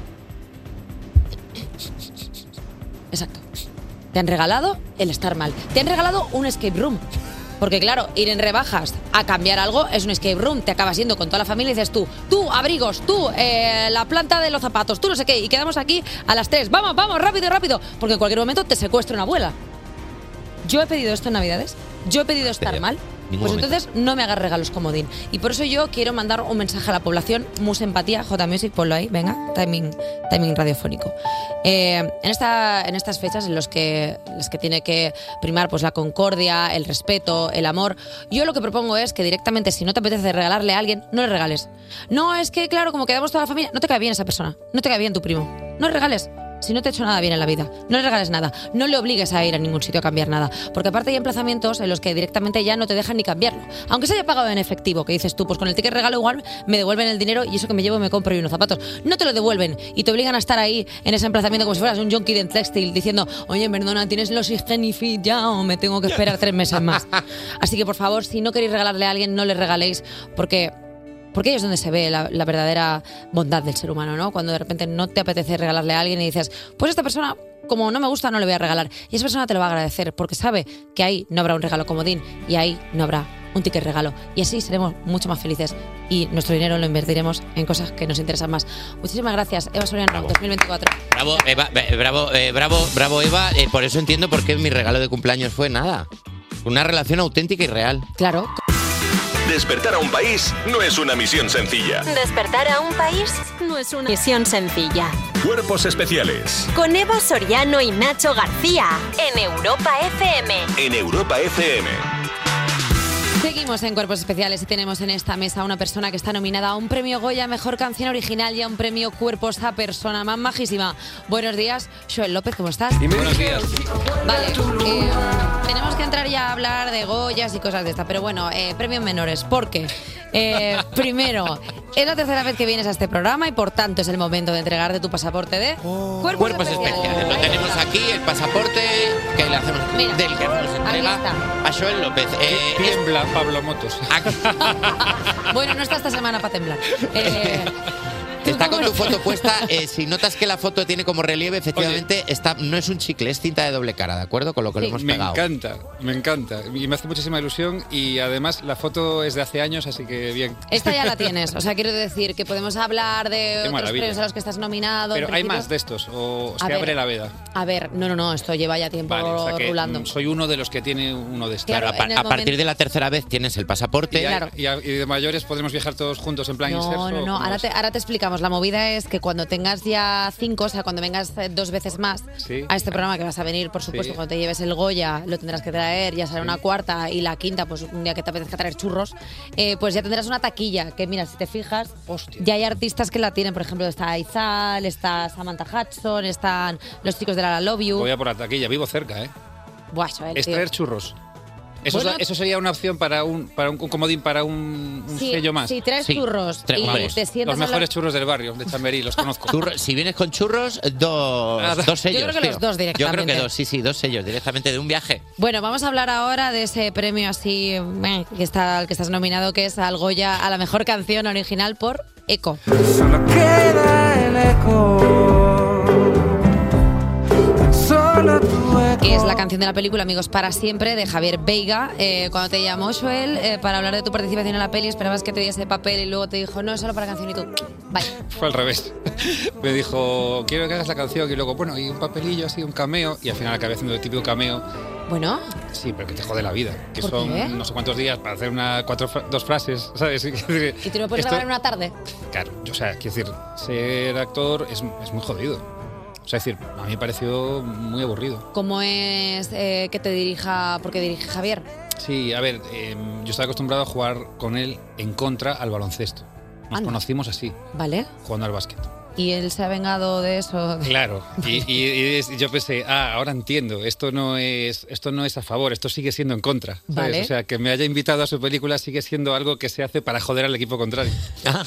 S3: Exacto. Te han regalado el estar mal. Te han regalado un escape room. Porque claro, ir en rebajas a cambiar algo es un escape room. Te acabas yendo con toda la familia y dices tú, tú, abrigos, tú, eh, la planta de los zapatos, tú no sé qué. Y quedamos aquí a las tres. Vamos, vamos, rápido, rápido. Porque en cualquier momento te secuestra una abuela. Yo he pedido esto en Navidades. Yo he pedido estar mal. Pues
S4: ningún momento.
S3: entonces no me hagas regalos comodín. Y por eso yo quiero mandar un mensaje a la población. Mus empatía, J Music, ponlo ahí. Venga, timing, timing radiofónico. Eh, en, esta, en estas fechas en los que, las que tiene que primar pues, la concordia, el respeto, el amor, yo lo que propongo es que directamente, si no te apetece regalarle a alguien, no le regales. No, es que, claro, como quedamos toda la familia, no te cae bien esa persona, no te cae bien tu primo, no le regales. Si no te ha hecho nada bien en la vida, no le regales nada, no le obligues a ir a ningún sitio a cambiar nada, porque aparte hay emplazamientos en los que directamente ya no te dejan ni cambiarlo, aunque se haya pagado en efectivo, que dices tú, pues con el ticket regalo igual me devuelven el dinero y eso que me llevo me compro y unos zapatos, no te lo devuelven y te obligan a estar ahí en ese emplazamiento como si fueras un junkie de textil diciendo, oye, perdona, tienes los Fit ya o me tengo que esperar tres meses más. Así que por favor, si no queréis regalarle a alguien, no le regaléis, porque porque ahí es donde se ve la, la verdadera bondad del ser humano, ¿no? Cuando de repente no te apetece regalarle a alguien y dices, pues esta persona, como no me gusta, no le voy a regalar. Y esa persona te lo va a agradecer porque sabe que ahí no habrá un regalo comodín y ahí no habrá un ticket regalo. Y así seremos mucho más felices y nuestro dinero lo invertiremos en cosas que nos interesan más. Muchísimas gracias, Eva Soriano, 2024.
S4: Bravo, Eva, eh, bravo, eh, bravo, bravo, Eva. Eh, por eso entiendo por qué mi regalo de cumpleaños fue nada. Una relación auténtica y real.
S3: Claro.
S8: Despertar a un país no es una misión sencilla.
S2: Despertar a un país no es una misión sencilla.
S8: Cuerpos especiales
S2: Con Eva Soriano y Nacho García en Europa FM.
S8: en Europa FM.
S3: Seguimos en Cuerpos Especiales y tenemos en esta mesa a una persona que está nominada a un premio Goya Mejor Canción Original y a un premio Cuerpos a Persona Más Majísima. Buenos días, Joel López, ¿cómo estás?
S12: Buenos días.
S3: Vale, eh, tenemos que entrar ya a hablar de Goyas y cosas de esta, pero bueno, eh, premios menores, porque eh, primero, es la tercera vez que vienes a este programa y por tanto es el momento de entregarte tu pasaporte de
S12: Oh.
S3: cuerpos,
S4: Cuerpos especiales. Lo tenemos aquí, el pasaporte que le hacemos del que nos entrega a Joel López. Eh, Ah,
S12: Tiembla Pablo Motos.
S3: Bueno, no está esta semana para temblar. Eh,
S4: Está con tu foto puesta. eh, si notas que la foto tiene como relieve, efectivamente, está, no es un chicle, es cinta de doble cara, ¿de acuerdo? Con lo que le hemos
S12: me
S4: pegado.
S12: encanta, me encanta. Y me hace muchísima ilusión. Y además, la foto es de hace años, así que bien.
S3: esta ya la tienes, o sea, quiero decir que podemos hablar de otros
S12: maravilla.
S3: premios a los que estás nominado. en
S12: Pero hay
S3: principio-
S12: más de estos, o
S3: A
S12: se
S3: ver.
S12: abre la veda.
S3: A ver, no, no, no, esto lleva ya tiempo
S12: Vale, o sea que,
S3: rulando.
S12: mm, soy uno de los que tiene uno de estos.
S3: Claro, Claro, a pa- en el a partir momento-
S4: de la tercera vez tienes el pasaporte.
S12: Y, a-
S3: Claro.
S12: y a- y de mayores podremos viajar todos juntos en plan
S3: No,
S12: inserso,
S3: no, no.
S12: ¿cómo
S3: Ahora
S12: es?
S3: te, ahora te explicamos. La movida es que cuando tengas ya cinco, o sea, cuando vengas eh, dos veces más
S12: Sí.
S3: a este programa que vas a venir, por supuesto,
S12: Sí.
S3: cuando te lleves el Goya, lo tendrás que traer, ya será una cuarta y la quinta, pues un día que te apetezca traer churros, eh, pues ya tendrás una taquilla. Que mira, si te fijas, ya hay artistas que la tienen. Por ejemplo, está Aizal, está Samantha Hudson, están los chicos de la La Love You.
S12: Voy a por la taquilla, vivo cerca, ¿eh?
S3: Buah, Joel,
S12: Es
S3: tío.
S12: traer churros. Eso, es
S3: Bueno.
S12: la- eso sería una opción para un, para un, un comodín, para un, un
S3: Sí,
S12: sello más.
S3: sí, traes Sí, churros tra- y hombre. te sientas
S12: Los
S3: a hablar-
S12: mejores churros del barrio, de Chamberí, los conozco.
S4: Churros- si vienes con churros, dos,
S12: Nada.
S4: dos
S12: Ah, Yo
S4: sellos.
S12: creo que los
S4: tío.
S12: dos
S4: Yo creo
S12: directamente.
S4: que dos, sí, sí, dos sellos directamente de un viaje.
S3: Bueno, vamos a hablar ahora de ese premio así eh, que está al que estás nominado, que es al Goya a la mejor canción original por Eco.
S10: Solo queda el eco. Tan Solo tu eco.
S3: Que es la canción de la película Amigos para siempre de Javier Veiga. Eh, cuando te llamó Joel eh, para hablar de tu participación en la peli, esperabas que te diese papel y luego te dijo, no, es solo para canción y tú. Vaya.
S12: Fue al revés. Me dijo, quiero que hagas la canción y luego, bueno, y un papelillo así, un cameo. Y al final acabé haciendo el típico cameo.
S3: Bueno,
S12: Sí, pero que te jode la vida. Que
S3: ¿Por
S12: son
S3: qué?
S12: no sé cuántos días para hacer una, cuatro, fra- dos frases, ¿sabes? Y que-
S3: y te lo puedes
S12: esto-
S3: grabar en una tarde.
S12: Claro, o sea, quiero decir, ser actor es, es muy jodido. O sea, es decir, a mí me pareció muy aburrido.
S3: ¿Cómo es eh, que te dirija, porque dirige Javier?
S12: Sí, a ver, eh, yo estaba acostumbrado a jugar con él en contra al baloncesto. Nos
S3: Anda.
S12: conocimos así,
S3: ¿Vale?
S12: jugando al básquet.
S3: Y él se ha vengado de eso.
S12: Claro, y, y- y es- yo pensé, ah, ahora entiendo, esto no es esto no es a favor, esto sigue siendo en contra. ¿sabes?
S3: Vale.
S12: O sea, que me haya invitado a su película sigue siendo algo que se hace para joder al equipo contrario.
S3: Ah.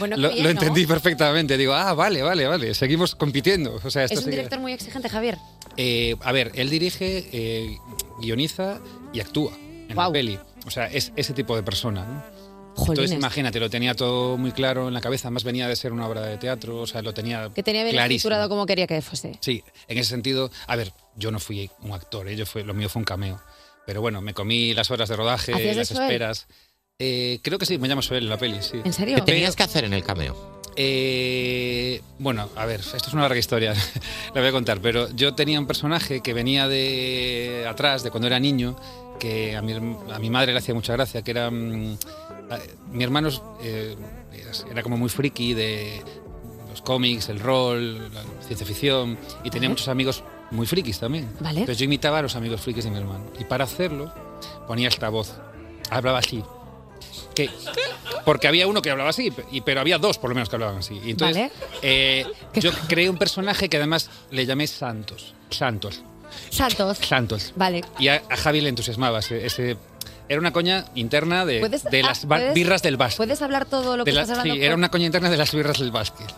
S3: Bueno, qué
S12: lo,
S3: bien,
S12: lo
S3: ¿no?
S12: entendí perfectamente, digo, ah, vale, vale, vale, seguimos compitiendo. O sea, esto
S3: Es un
S12: sigue-
S3: director muy exigente, Javier.
S12: Eh, a ver, él dirige, eh, guioniza y actúa en la peli. O sea, es ese tipo de persona. ¿no?
S3: Jolines.
S12: Entonces, imagínate, lo tenía todo muy claro en la cabeza. Además, venía de ser una obra de teatro, o sea, lo tenía
S3: Que tenía bien
S12: clarísimo.
S3: estructurado como quería que fuese.
S12: Sí, en ese sentido, a ver, yo no fui un actor, ¿eh? yo fue, lo mío fue un cameo. Pero bueno, me comí las horas de rodaje,
S3: ¿Hacías de
S12: las
S3: Joel?
S12: esperas. Eh, creo que sí, me llamo Joel en la peli, sí.
S3: ¿En serio? ¿Qué tenías que
S4: hacer en el cameo?
S12: Eh, bueno, a ver, esto es una larga historia, la voy a contar, pero yo tenía un personaje que venía de atrás, de cuando era niño, que a mi, herm- a mi madre le hacía mucha gracia, que era... mm, a- mi hermano es, eh, era como muy friki de los cómics, el rol, la ciencia ficción, y tenía
S3: Ajá.
S12: muchos amigos muy frikis también.
S3: Vale.
S12: Entonces yo imitaba a los amigos frikis de mi hermano. Y para hacerlo ponía esta voz. Hablaba así. Que, porque había uno que hablaba así, y- pero había dos por lo menos que hablaban así. Y entonces
S3: Vale.
S12: eh, yo creé un personaje que además le llamé Santos. Santos.
S3: Santos.
S12: Santos.
S3: Vale.
S12: Y a, a Javi le entusiasmaba ese, ese- Era una coña interna de,
S3: ¿Puedes-
S12: de
S3: ah,
S12: las ba-
S3: puedes-
S12: birras del básquet.
S3: ¿Puedes hablar todo lo que
S12: De la-
S3: estás hablando?
S12: sí,
S3: con-
S12: era una coña interna de las birras del básquet.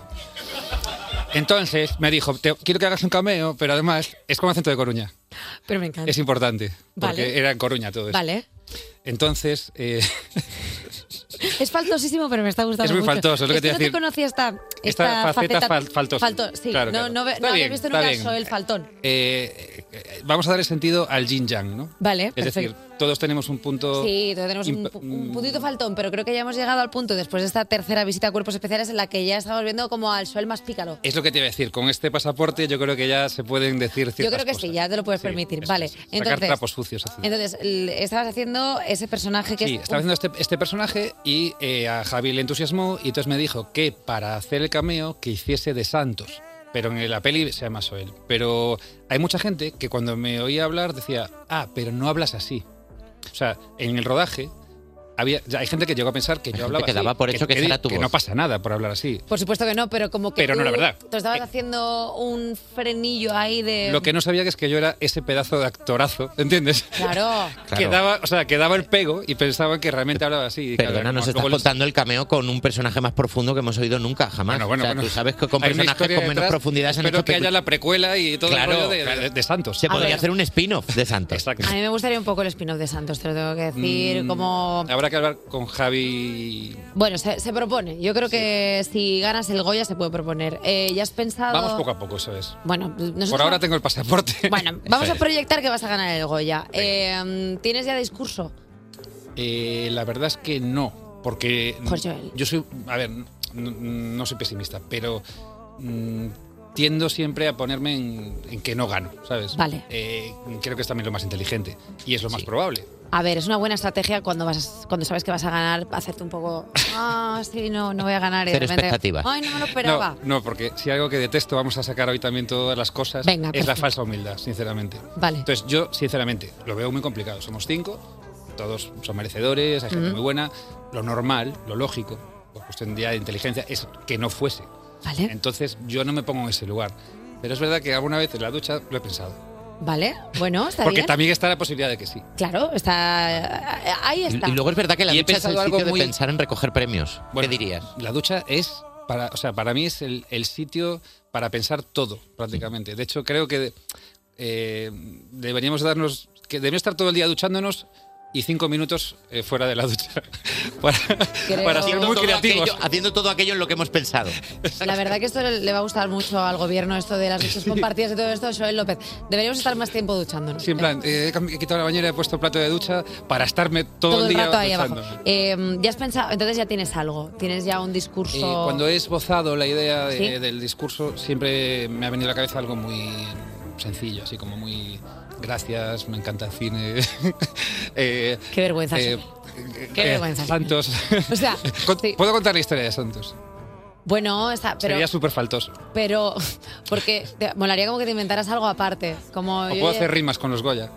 S12: Entonces me dijo, "Te- quiero que hagas un cameo, pero además es como acento de Coruña.
S3: Pero me encanta.
S12: Es importante, porque
S3: Vale.
S12: era en Coruña todo eso.
S3: Vale.
S12: Entonces, eh,
S3: Es faltosísimo, pero me está gustando
S12: Es muy
S3: mucho.
S12: faltoso, es lo que
S3: Es
S12: te iba
S3: no
S12: a decir.
S3: te conocía esta,
S12: Esta faceta fal- faltosa.
S3: falto- sí,
S12: Claro,
S3: no,
S12: claro.
S3: no, ve-
S12: Está
S3: no había
S12: bien,
S3: visto
S12: está
S3: nunca
S12: bien.
S3: el faltón.
S12: eh, eh, vamos a dar el sentido al yin-yang, ¿no?
S3: Vale,
S12: Es decir,
S3: perfecto.
S12: todos tenemos un punto.
S3: Sí, todos tenemos un,
S12: imp-
S3: pu- un puntito faltón, pero creo que ya hemos llegado al punto después de esta tercera visita a cuerpos especiales en la que ya estamos viendo como al suel más pícaro.
S12: Es lo que te iba a decir. Con este pasaporte yo creo que ya se pueden decir
S3: Yo
S12: ciertas
S3: creo que sí, ya te lo puedes permitir. Vale,
S12: Sacar
S3: entonces,
S12: trapos sucios. así.
S3: entonces l- estabas haciendo ese personaje que
S12: Sí,
S3: es
S12: estaba haciendo este, este personaje y eh, a Javi le entusiasmó y entonces me dijo que para hacer el cameo que hiciese de Santos. Pero en la peli se llama Soel. Pero hay mucha gente que cuando me oía hablar decía, ah, pero no hablas así. O sea, en el rodaje había, ya hay gente que llegó a pensar que yo hablaba
S4: que
S12: así,
S4: daba por hecho que esa era tu
S12: que
S4: voz.
S12: no pasa nada por hablar así.
S3: Por supuesto que no, pero como que
S12: Pero no
S3: tú-
S12: era verdad.
S3: tú estabas haciendo un frenillo ahí de...
S12: Lo que no sabía que es que yo era ese pedazo de actorazo, ¿entiendes?
S3: Claro.
S12: Que daba, o sea, que daba el pego y pensaban que realmente hablaba así. Y claro,
S4: Perdona, nos
S12: como
S4: estás
S12: luego les-
S4: contando el cameo con un personaje más profundo que hemos oído nunca, jamás.
S12: Ah, Bueno, bueno,
S4: O sea,
S12: bueno.
S4: tú sabes que con
S12: Hay una
S4: personajes
S12: historia
S4: con menos
S12: detrás,
S4: profundidad se han
S12: espero
S4: hecho
S12: que
S4: pecu-
S12: haya la precuela y todo
S4: Claro,
S12: el rollo de,
S4: claro.
S12: de- de Santos.
S4: Se podría
S3: ver.
S4: hacer un spin-off de Santos.
S12: Exacto.
S3: A mí me gustaría un poco el spin-off de Santos, te lo tengo que decir,
S12: Mm,
S3: como...
S12: Habrá que hablar con Javi.
S3: Bueno, se, se propone. Yo creo que si ganas el Goya se puede proponer. Eh, ¿Ya has pensado...?
S12: Vamos poco a poco, eso es.
S3: Bueno, pues nosotros-
S12: Por ahora tengo el pasaporte.
S3: Bueno, Vamos a proyectar que vas a ganar el Goya. Eh, ¿Tienes ya discurso?
S12: Eh, la verdad es que no, porque
S3: Pues Joel.
S12: yo soy, a ver, n- n- no, soy pesimista, pero mm, tiendo siempre a ponerme en, en que no gano, ¿sabes?
S3: Vale.
S12: Eh, creo que es también lo más inteligente y es lo más probable.
S3: A ver, es una buena estrategia cuando vas cuando sabes que vas a ganar, hacerte un poco. Ah, sí, no, no voy a ganar. Y de
S12: Cero
S3: repente,
S12: expectativas.
S3: Ay, no me lo esperaba.
S12: No, no, porque si algo que detesto, vamos a sacar hoy también todas las cosas,
S3: Venga,
S12: es la
S3: perfecto.
S12: falsa humildad, sinceramente.
S3: Vale.
S12: Entonces, yo, sinceramente, lo veo muy complicado. Somos cinco, todos son merecedores, hay gente
S3: Ujú.
S12: muy buena. Lo normal, lo lógico, por cuestión ya de inteligencia, es que no fuese.
S3: Vale.
S12: Entonces, yo no me pongo en ese lugar. Pero es verdad que alguna vez en la ducha lo he pensado.
S3: Vale, bueno, está
S12: porque
S3: bien.
S12: también está la posibilidad de que sí.
S3: Claro, está. Ahí está.
S4: Y luego es verdad que la
S12: Y he
S4: lucha es el
S12: pensado algo
S4: sitio de
S12: muy-
S4: pensar en recoger premios.
S12: Bueno,
S4: ¿Qué dirías?
S12: La ducha es, para, o sea, para mí es el, el sitio para pensar todo, prácticamente. De hecho, creo que eh, deberíamos darnos, que deberíamos estar todo el día duchándonos y cinco minutos eh, fuera de la ducha. para, para ser
S4: Haciendo
S12: muy
S4: todo
S12: creativos.
S4: aquello- haciendo todo aquello en lo que hemos pensado.
S3: La verdad que esto le le va a gustar mucho al gobierno, esto de las luchas compartidas y todo esto, Joel López. Deberíamos estar más tiempo duchándonos.
S12: Sí, en plan, eh, he cambi- he quitado la bañera, he puesto el plato de ducha para estarme todo,
S3: Todo el
S12: día
S3: rato ahí abajo.
S12: duchándome.
S3: Eh, ya has pensado, entonces ya tienes algo, tienes ya un discurso.
S12: Eh, cuando he esbozado la idea de-
S3: Sí.
S12: del discurso, siempre me ha venido a la cabeza algo muy sencillo, así como muy gracias, me encanta el cine. Eh,
S3: Qué vergüenza,
S12: eh,
S3: Qué
S12: eh,
S3: vergüenza.
S12: Santos.
S3: O sea,
S12: Con- Puedo contar la historia de Santos.
S3: bueno, está, pero.
S12: Sería súper faltoso.
S3: Pero, porque te, molaría como que te inventaras algo aparte. Como
S12: O
S3: yo
S12: puedo
S3: ya-
S12: hacer rimas con los Goya.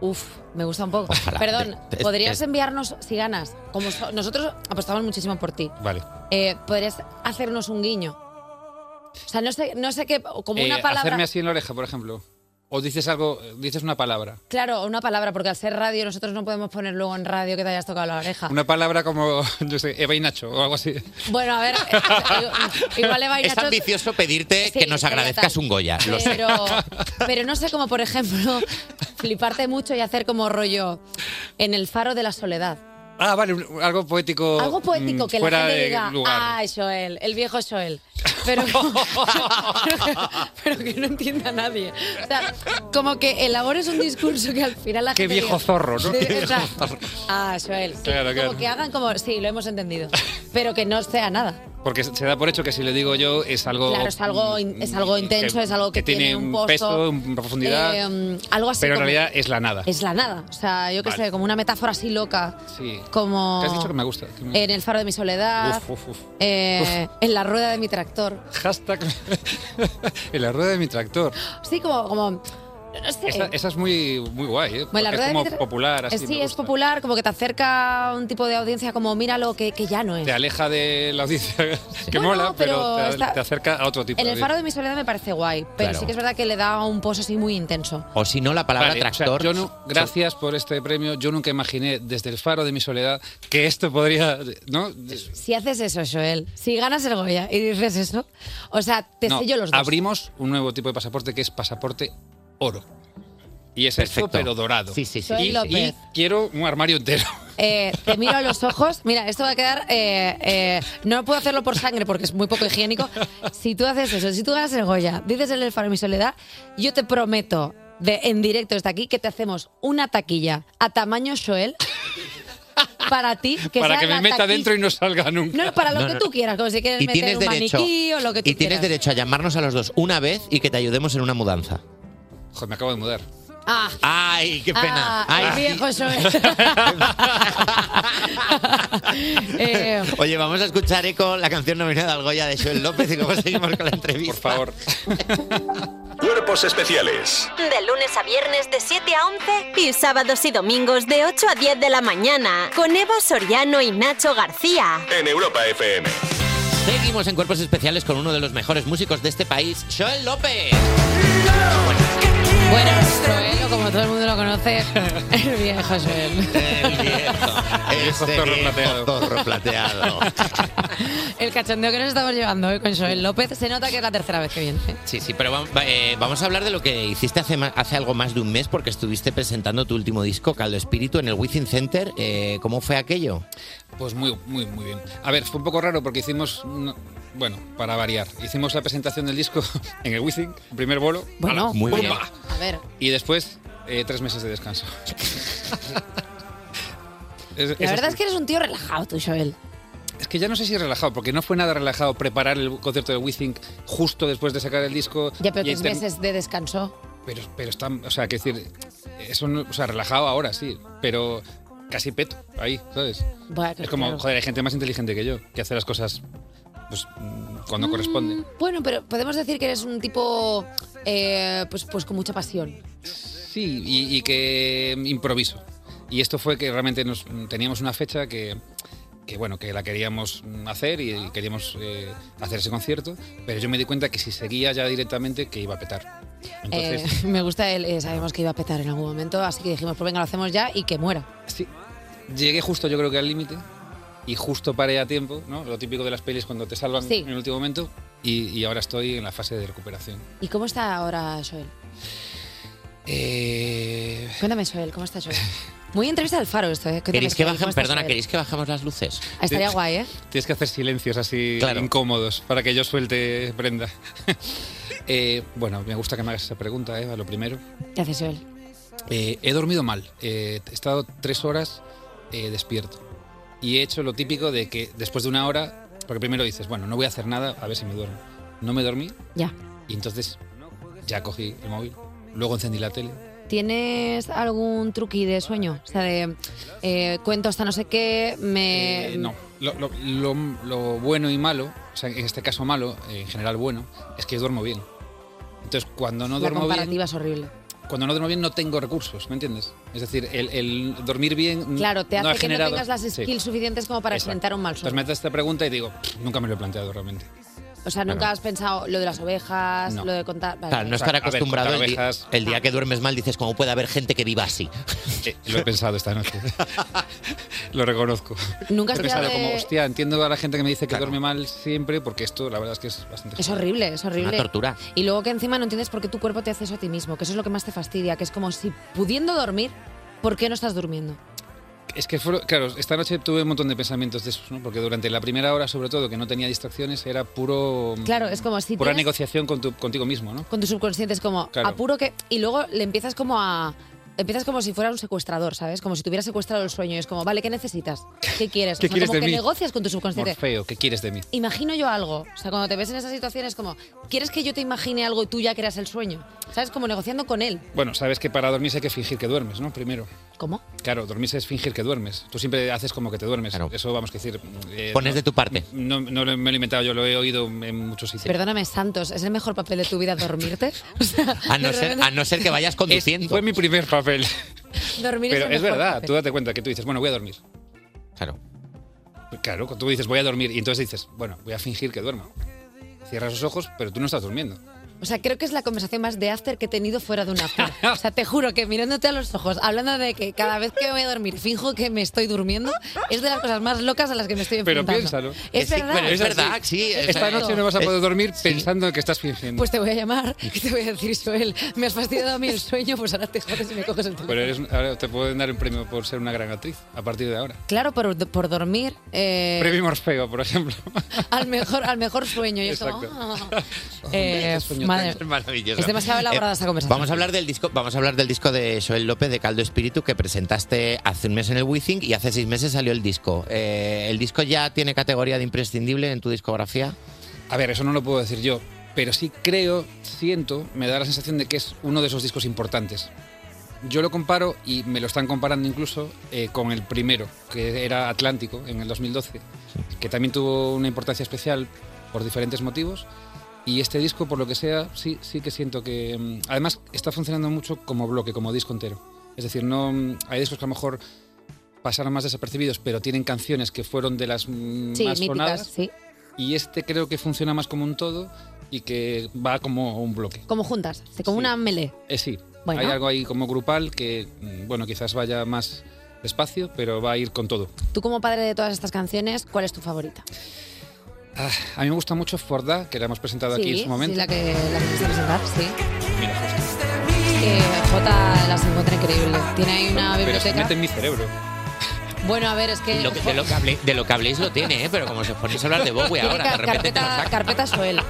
S3: Uf, me gusta un poco.
S12: Ojalá.
S3: Perdón,
S12: Te- te-
S3: podrías
S12: te-
S3: enviarnos, si ganas, como so- nosotros apostamos muchísimo por ti,
S12: Vale.
S3: eh, podrías hacernos un guiño. O sea, no sé, no sé qué, como
S12: Eh,
S3: una palabra.
S12: Hacerme así en la oreja, por ejemplo. O dices algo, dices una palabra.
S3: Claro, una palabra, porque al ser radio nosotros no podemos poner luego en radio que te hayas tocado la oreja.
S12: Una palabra como, yo sé, Eva y Nacho o algo así.
S3: Bueno, a ver, eh, igual le va a ir
S4: Es ambicioso pedirte
S3: Sí,
S4: que nos
S3: sería
S4: agradezcas
S3: tal.
S4: un Goya. Lo sé.
S3: Pero, pero no sé cómo, por ejemplo, fliparte mucho y hacer como rollo en el faro de la soledad.
S12: Ah, vale, un- algo poético.
S3: Algo poético
S12: mm,
S3: que la
S12: fuera
S3: gente
S12: de
S3: diga,
S12: lugar.
S3: ah, Joel, el viejo Joel. Pero, pero que- pero que no entienda a nadie. O sea, como que elabores un discurso que al final la
S12: Qué
S3: gente.
S12: viejo
S3: diga,
S12: zorro, ¿no?
S3: Sí,
S12: Qué
S3: o sea,
S12: viejo zorro.
S3: ah, Joel. sí.
S12: Claro,
S3: Como
S12: claro.
S3: que hagan como, sí, lo hemos entendido. Pero que no sea nada.
S12: Porque se da por hecho que si le digo yo es algo.
S3: Claro, es algo, in- es algo intenso, es algo que,
S12: tiene, un
S3: pozo,
S12: peso, una profundidad.
S3: eh, algo así.
S12: pero en
S3: como-
S12: realidad es la nada.
S3: Es la nada. O sea, yo qué
S12: Vale.
S3: sé, como una metáfora así loca.
S12: Sí.
S3: Como.
S12: Te has dicho que me gusta. que me-
S3: En el faro de mi soledad.
S12: Uf, uf, uf.
S3: eh, En la rueda de mi tractor.
S12: Hashtag. en la rueda de mi tractor.
S3: Sí, como. como no sé.
S12: Esa, esa es muy, muy guay, ¿eh?
S3: Bueno, la rueda
S12: Porque es
S3: de
S12: como
S3: mi tra-
S12: popular, así.
S3: Eh,
S12: me
S3: sí, es
S12: gusta.
S3: popular, como que te acerca a un tipo de audiencia como míralo, que, que ya no es.
S12: Te aleja de la audiencia, que
S3: Bueno,
S12: mola, pero,
S3: pero
S12: te,
S3: está-
S12: te acerca a otro tipo
S3: En
S12: de
S3: el faro
S12: audiencia.
S3: de mi soledad me parece guay, pero
S12: Claro.
S3: sí que es verdad que le da un pozo así muy intenso.
S4: O si no, la palabra
S12: Vale, o sea,
S4: tractor.
S12: yo no- gracias por este premio. Yo nunca imaginé desde el faro de mi soledad que esto podría. ¿no?
S3: Si haces eso, Joel, si ganas el Goya y dices eso, o sea, te
S12: No,
S3: sello los dos.
S12: Abrimos un nuevo tipo de pasaporte que es pasaporte oro. Y es
S4: Perfecto.
S12: esto, pero dorado.
S3: sí, Soy
S12: Y,
S3: López.
S12: y quiero un armario entero.
S3: Eh, te miro a los ojos. Mira, esto va a quedar. eh, eh, no puedo hacerlo por sangre porque es muy poco higiénico. Si tú haces eso, si tú ganas el Goya, dices el del faro de mi soledad, yo te prometo de- en directo desde aquí que te hacemos una taquilla a tamaño Joel para ti. Que
S12: para
S3: sea
S12: que me
S3: la
S12: meta
S3: taquilla-
S12: dentro y no salga nunca.
S3: No, no, para lo
S4: No,
S3: que
S4: no.
S3: tú quieras, como si quieres
S4: Y
S3: meter
S4: tienes
S3: un
S4: derecho.
S3: maniquí o lo que tú
S4: Y tienes
S3: quieras.
S4: derecho a llamarnos a los dos una vez y que te ayudemos en una mudanza.
S12: Joder, me acabo de mudar.
S3: Ah.
S4: ¡Ay, qué pena!
S3: Ah, el
S4: Ay,
S3: viejo Joel. Eh,
S4: Oye, vamos a escuchar Eco, la canción nominada al Goya de Joel López y luego seguimos con la entrevista. Por
S12: favor.
S8: Cuerpos especiales
S2: De lunes a viernes de 7 a 11 y sábados y domingos de 8 a 10 de la mañana con Eva Soriano y Nacho García.
S8: en Europa FM.
S4: Seguimos en Cuerpos Especiales con uno de los mejores músicos de este país, Joel López.
S3: bueno, Joel, o como todo el mundo lo conoce, el viejo Joel.
S4: Este
S12: zorro
S4: viejo
S12: plateado.
S4: zorro plateado.
S3: El cachondeo que nos estamos llevando hoy con Joel López se nota que es la tercera vez que viene.
S4: Sí, sí, pero vam- va- eh, vamos a hablar de lo que hiciste hace, ma- hace algo más de un mes porque estuviste presentando tu último disco, Caldo Espíritu, en el Within Center. Eh, ¿Cómo fue aquello?
S12: Pues muy, muy, muy bien. A ver, fue un poco raro porque hicimos, una- bueno, para variar, hicimos la presentación del disco en el Wizzing, primer bolo.
S3: Bueno,
S12: ¡Hala!
S3: muy bien.
S12: ¡Bomba!
S3: A ver.
S12: Y después, eh, tres meses de descanso. Es- es
S3: La verdad
S12: así.
S3: es que eres un tío relajado tú, Joel.
S12: Es que ya no sé si es relajado, porque no fue nada relajado preparar el concierto de WeThink justo después de sacar el disco.
S3: Ya, pero
S12: y
S3: tres
S12: ter-
S3: meses de descanso.
S12: Pero, pero está, o sea, que decir, eso no- o sea, relajado ahora sí, pero casi peto ahí, ¿sabes?
S3: Bueno,
S12: es como,
S3: claro.
S12: joder, hay gente más inteligente que yo, que hace las cosas pues, mm, cuando corresponde.
S3: Bueno, pero podemos decir que eres un tipo eh, pues, pues con mucha pasión.
S12: Sí, y, y que improviso. Y esto fue que realmente nos, teníamos una fecha que, que, bueno, que la queríamos hacer y queríamos eh, hacer ese concierto, pero yo me di cuenta que si seguía ya directamente que iba a petar. Entonces,
S3: Eh, me gusta él, eh, sabemos que iba a petar en algún momento, así que dijimos, pues venga, lo hacemos ya y que muera.
S12: Sí. llegué justo yo creo que al límite y justo paré a tiempo, ¿no? Lo típico de las pelis cuando te salvan
S3: Sí.
S12: en el último momento y, y ahora estoy en la fase de recuperación.
S3: ¿Y cómo está ahora Joel?
S12: Eh,
S3: Cuéntame, Joel, ¿cómo está Joel? Muy entrevista al faro esto, ¿eh? Cuéntame,
S4: ¿Queréis que
S3: Joel, ¿cómo
S4: bajen,
S3: está
S4: perdona,
S3: Joel?
S4: ¿queréis que bajemos las luces?
S3: Ah, Estaría guay, ¿eh?
S12: Tienes que hacer silencios así incómodos para que yo suelte prenda. Eh, bueno, me gusta que me hagas esa pregunta, Eva, lo primero.
S3: ¿Qué haces, Joel?
S12: Eh, he dormido mal. Eh, he estado tres horas eh, despierto. Y he hecho lo típico de que después de una hora, porque primero dices, bueno, no voy a hacer nada, a ver si me duermo. No me dormí
S3: Ya.
S12: y entonces ya cogí el móvil. Luego encendí la tele.
S3: ¿Tienes algún truqui de sueño? O sea, de eh, cuento hasta no sé qué, me...
S12: Eh, no, lo, lo- lo- lo bueno y malo, o sea, en este caso malo, eh, en general bueno, es que duermo bien. Entonces, cuando no
S3: la
S12: duermo
S3: comparativa
S12: bien,
S3: es horrible.
S12: cuando no duermo bien no tengo recursos, ¿me entiendes? Es decir, el, el dormir bien
S3: Claro, te
S12: Mm, no
S3: hace
S12: ha
S3: que
S12: generado-
S3: no tengas las
S12: Sí.
S3: skills suficientes como para
S12: Exacto.
S3: enfrentar un mal
S12: Entonces
S3: sueño.
S12: me haces esta pregunta y digo, "Pff, nunca me lo he planteado realmente.
S3: O sea, nunca
S12: Claro.
S3: has pensado lo de las ovejas,
S12: No.
S3: lo de contar... vale.
S4: Claro, no estar
S12: A ver,
S4: acostumbrado
S12: contar
S4: el, día,
S12: ovejas.
S4: el día que duermes mal, dices, ¿cómo puede haber gente que viva así?
S12: Eh, lo he pensado esta noche. lo reconozco.
S3: Nunca has
S12: He pensado
S3: tirado
S12: como,
S3: de-
S12: hostia, entiendo a la gente que me dice que duerme mal siempre, porque esto la verdad es que es bastante...
S3: Es
S12: jodido".
S3: horrible, es horrible.
S12: Una tortura.
S3: Y luego que encima no entiendes por qué tu cuerpo te hace eso a ti mismo, que eso es lo que más te fastidia, que es como si pudiendo dormir, ¿por qué no estás durmiendo?
S12: Es que, fue- claro, esta noche tuve un montón de pensamientos de esos, ¿no? Porque durante la primera hora, sobre todo, que no tenía distracciones, era puro...
S3: Claro, es como si
S12: Mm. Pura
S3: tienes-
S12: negociación con tu- contigo mismo, ¿no?
S3: Con tu subconsciente es como
S12: Claro.
S3: apuro que y luego le empiezas como a empiezas como si fuera un secuestrador, ¿sabes? Como si tuvieras secuestrado el sueño, y es como, vale, ¿qué necesitas? ¿Qué quieres?
S12: ¿Qué
S3: o sea,
S12: quieres
S3: como
S12: de
S3: que
S12: mí?
S3: negocias con tu subconsciente.
S12: Morfeo, ¿qué quieres de mí?
S3: Imagino yo algo, o sea, cuando te ves en esas situaciones como, ¿quieres que yo te imagine algo y tú ya creas el sueño? ¿Sabes? Como negociando con él.
S12: Bueno, sabes que para dormirse hay que fingir que duermes, ¿no? Primero.
S3: ¿Cómo?
S12: Claro, dormirse es fingir que duermes. Tú siempre haces como que te duermes. Eso vamos a decir... eh,
S4: Pones
S12: no-
S4: de tu parte.
S12: No, no lo- me lo he inventado, yo lo he oído en muchos sitios.
S3: Perdóname, Santos, ¿es el mejor papel de tu vida dormirte? O sea,
S4: A no, ser, a no ser que vayas conduciendo.
S12: fue mi primer papel.
S3: dormir
S12: Pero
S3: el
S12: es
S3: mejor
S12: verdad,
S3: papel.
S12: tú date cuenta que tú dices, bueno, voy a dormir.
S4: Claro.
S12: Claro, tú dices, voy a dormir. Y entonces dices, bueno, voy a fingir que duermo. Cierras los ojos, pero tú no estás durmiendo.
S3: O sea, creo que es la conversación más de after que he tenido fuera de un after. O sea, te juro que mirándote a los ojos, hablando de que cada vez que me voy a dormir finjo que me estoy durmiendo, es de las cosas más locas a las que me estoy
S12: Pero
S3: enfrentando.
S12: piénsalo.
S3: Es verdad.
S12: Esta noche no vas a poder dormir pensando en que estás fingiendo.
S3: Pues te voy a llamar y te voy a decir, Joel, me has fastidiado a mí el sueño, pues ahora te jodes y me coges el teléfono.
S12: pero eres- ahora te pueden dar un premio por ser una gran actriz a partir de ahora.
S3: Claro, por, por dormir eh,
S12: Premio Morfeo, por ejemplo.
S3: al, mejor, al mejor sueño. Y es como,
S12: Exacto.
S3: ah. Eh,
S12: Qué sueño
S3: Madre-
S4: Es maravilloso.
S3: es demasiado elaborada esta conversación.
S4: Eh, Vamos a hablar del disco, vamos a hablar del disco de Joel López de Caldo Espíritu que presentaste hace un mes en el Withing y hace seis meses salió el disco. Eh, ¿El disco ya tiene categoría de imprescindible en tu discografía?
S12: A ver, eso no lo puedo decir yo, pero sí creo, siento, me da la sensación de que es uno de esos discos importantes. Yo lo comparo, y me lo están comparando incluso, eh, con el primero, que era Atlántico, en el 2012, que también tuvo una importancia especial por diferentes motivos. Y este disco, por lo que sea, sí, sí que siento que... mm, Además, está funcionando mucho como bloque, como disco entero. Es decir, no, mm, hay discos que a lo mejor pasaron más desapercibidos, pero tienen canciones que fueron de las mm,
S3: Sí,
S12: más
S3: míticas,
S12: sonadas.
S3: sí.
S12: Y este creo que funciona más como un todo y que va como un bloque.
S3: Como juntas, sí, como una melee.
S12: Eh, sí,
S3: Bueno.
S12: hay algo ahí como grupal que, mm, bueno, quizás vaya más despacio, pero va a ir con todo.
S3: Tú como padre de todas estas canciones, ¿cuál es tu favorita?
S12: Ah, a mí me gusta mucho Forda, que la hemos presentado aquí en
S3: sí,
S12: su momento.
S3: sí, la que la que quise presentar, sí. Que Jota las encuentra increíble. Tiene ahí una
S12: pero se
S3: biblioteca.
S12: mete en mi cerebro.
S3: Bueno, a ver, es que...
S4: Lo que- de, lo que hablé- de lo que habléis lo tiene, ¿eh? pero como os ponéis a hablar de Bowie
S3: Tiene
S4: ahora,
S3: ca-
S4: de repente te lo
S3: carpeta,
S4: saca.
S3: carpeta Joel.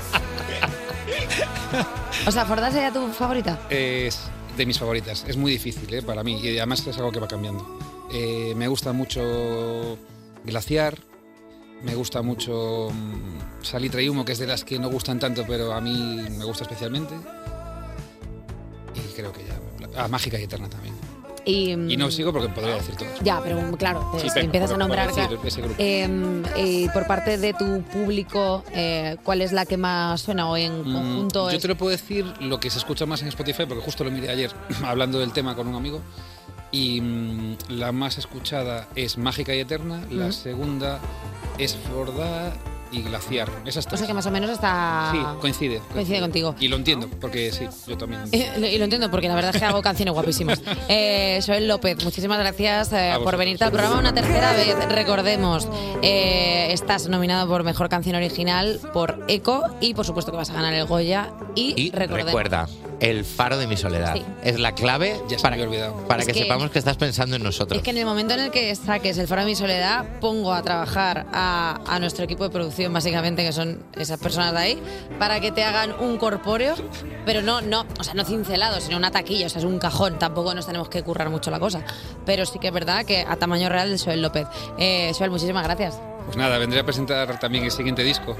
S3: O sea, Forda sería tu favorita.
S12: Es de mis favoritas. Es muy difícil eh, para mí y además es algo que va cambiando. Eh, me gusta mucho Glaciar, me gusta mucho mm, Salitre y Humo, que es de las que no gustan tanto, pero a mí me gusta especialmente. Y creo que ya. me pla- Ah, Mágica y Eterna también.
S3: Y, mm,
S12: Y no sigo porque podría decir todo.
S3: Ya, pero mm, claro, te-
S12: Sí,
S3: si
S12: pero
S3: empiezas a
S12: por- por
S3: nombrar.
S12: decir
S3: claro.
S12: ese grupo.
S3: Em, y por parte de tu público, eh, ¿cuál es la que más suena hoy en
S12: Mm,
S3: conjunto?
S12: Yo
S3: Es-
S12: te lo puedo decir lo que se escucha más en Spotify, porque justo lo miré ayer hablando del tema con un amigo. Y mm, la más escuchada es Mágica y Eterna, la
S3: Mm.
S12: segunda es Forda y Glaciar. Esas
S3: O
S12: tres.
S3: sea, que más o menos está.
S12: Sí, coincide.
S3: Coincide contigo.
S12: Y lo entiendo, porque sí, yo también.
S3: Eh, lo- Y lo entiendo porque la verdad es que hago canciones guapísimas. Eh, Joel López, muchísimas gracias eh, por venirte al programa una tercera vez. Recordemos, eh, estás nominado por Mejor Canción Original, por Eco y por supuesto que vas a ganar el Goya. Y,
S4: Y
S3: recordemos-
S4: recuerda, el faro de mi soledad
S3: Sí.
S4: es la clave para, para
S3: Es
S4: que,
S3: que-
S4: sepamos que estás pensando en nosotros.
S3: Es que en el momento en el que saques el Faro de mi Soledad, pongo a trabajar a, a nuestro equipo de producción, básicamente, que son esas personas de ahí, para que te hagan un corpóreo, pero no, no, o sea, no cincelado, sino una taquilla, o sea, es un cajón. Tampoco nos tenemos que currar mucho la cosa. Pero sí que es verdad que a tamaño real de Joel López. Eh, Joel, muchísimas gracias.
S12: Pues nada, vendré a presentar también el siguiente disco.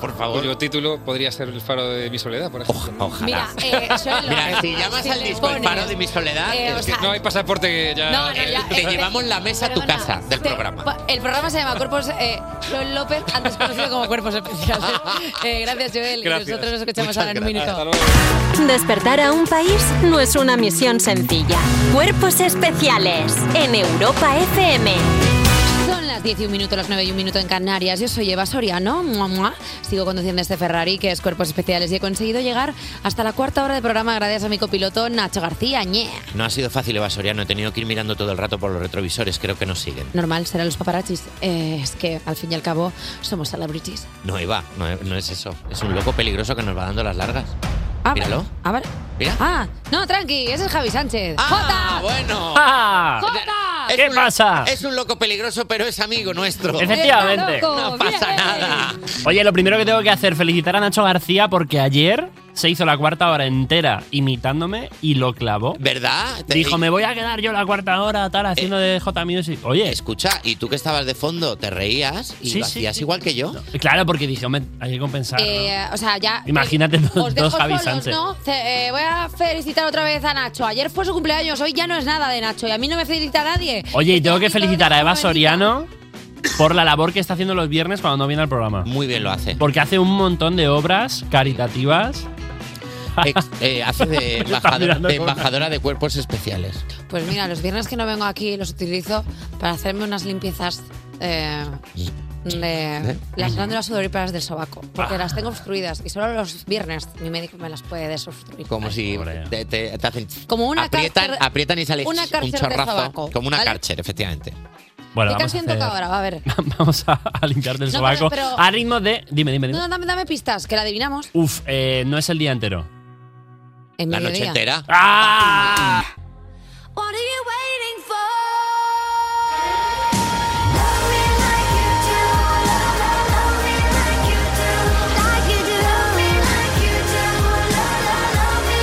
S4: Por favor.
S12: Cuyo título podría ser El faro de mi soledad, por ejemplo.
S4: ojalá.
S3: Mira, eh, Joel López,
S4: Mira, si llamas
S3: si
S4: al
S3: le
S4: disco El
S3: pones-
S4: faro de mi soledad,
S3: Eh, o
S4: es que
S3: sea-
S12: No hay pasaporte que ya. eh,
S3: No, no, ya- eh, este-
S4: te llevamos la mesa a tu casa del programa.
S3: Pa- El programa se llama Cuerpos eh, Joel López, antes conocido como Cuerpos Especiales. Eh, gracias, Joel.
S2: Gracias.
S3: Y nosotros nos escuchamos
S2: Muchas
S3: ahora en un
S2: gracias.
S3: minuto.
S2: Despertar a un país no es una misión sencilla. Cuerpos especiales en Europa FM.
S3: Son las 10 y un minuto, las 9 y un minuto en Canarias. Yo soy Eva Soriano. Mua, mua. Sigo conduciendo este Ferrari, que es Cuerpos Especiales, y he conseguido llegar hasta la cuarta hora de programa gracias a mi copiloto Nacho García. Ñe.
S4: no ha sido fácil Eva Soriano, he tenido que ir mirando todo el rato por los retrovisores, creo que nos siguen.
S3: Normal, serán los paparachis. Eh, es que, al fin y al cabo, somos celebrities.
S4: No, Eva, no, no es eso. Es un loco peligroso que nos va dando las largas.
S3: Ah,
S4: Míralo.
S3: Ah, vale.
S4: Mira.
S3: Ah, no, tranqui, ese es Javi Sánchez.
S2: Ah,
S3: ¡Jota!
S4: bueno.
S3: Ah. ¡Jota!
S4: Es un lo- Es un loco peligroso, pero es amigo nuestro.
S5: Efectivamente. Está
S4: No pasa nada.
S5: Oye, lo primero que tengo que hacer, felicitar a Nacho García porque ayer se hizo la cuarta hora entera imitándome y lo clavó.
S4: ¿Verdad? Eh,
S5: Dijo, me voy a quedar yo la cuarta hora tal haciendo de J Music. Oye.
S4: Escucha, y tú que estabas de fondo, te reías y
S5: Sí,
S4: lo
S5: sí,
S4: hacías
S5: sí.
S4: igual que yo.
S5: Claro, porque dije, hombre, hay que compensar. ¿no?
S3: Eh, o sea, ya.
S5: Imagínate dos,
S3: Os dejo
S5: dos Javi
S3: solos,
S5: Sánchez.
S3: ¿no? Ce- eh, voy a felicitar otra vez a Nacho. Ayer fue su cumpleaños, hoy ya no es nada de Nacho y a mí no me felicita nadie.
S5: Oye, y tengo que felicitar a Eva Soriano por la labor que está haciendo los viernes cuando no viene al programa.
S4: Muy bien lo hace.
S5: Porque hace un montón de obras caritativas.
S4: Eh, hace de,
S5: Estaba
S4: embajador-
S5: mirando
S4: de
S5: cómo-
S4: embajadora de cuerpos especiales.
S3: Pues mira, los viernes que no vengo aquí los utilizo para hacerme unas limpiezas eh,
S5: ¿Eh?
S3: de las glándulas sudoríparas del sobaco. Porque
S5: Ah.
S3: las tengo obstruidas y solo los viernes mi médico me las puede desobstruir.
S4: Como si te, te- te hacen.
S3: Como una
S4: aprietan,
S3: cárcer-
S4: aprietan y sale
S3: una
S4: un
S3: cárcer de
S4: chorrazo.
S3: sobaco,
S4: Como una
S3: ¿vale?
S4: cárcer, efectivamente.
S5: Bueno,
S3: ¿Qué canción toca ahora? Va a ver.
S5: Vamos a, a limpiar del
S3: No,
S5: sobaco.
S3: pero- pero-
S5: A ritmo de. Dime, dime, dime.
S3: No, dame, dame pistas, que la adivinamos.
S5: Uf, eh, no es el día entero.
S3: En
S5: la
S3: mediodía.
S5: noche entera. ¡Ah!
S21: What are you waiting for? Love me like you do, love, love, love me like you do, like you do, like you do, love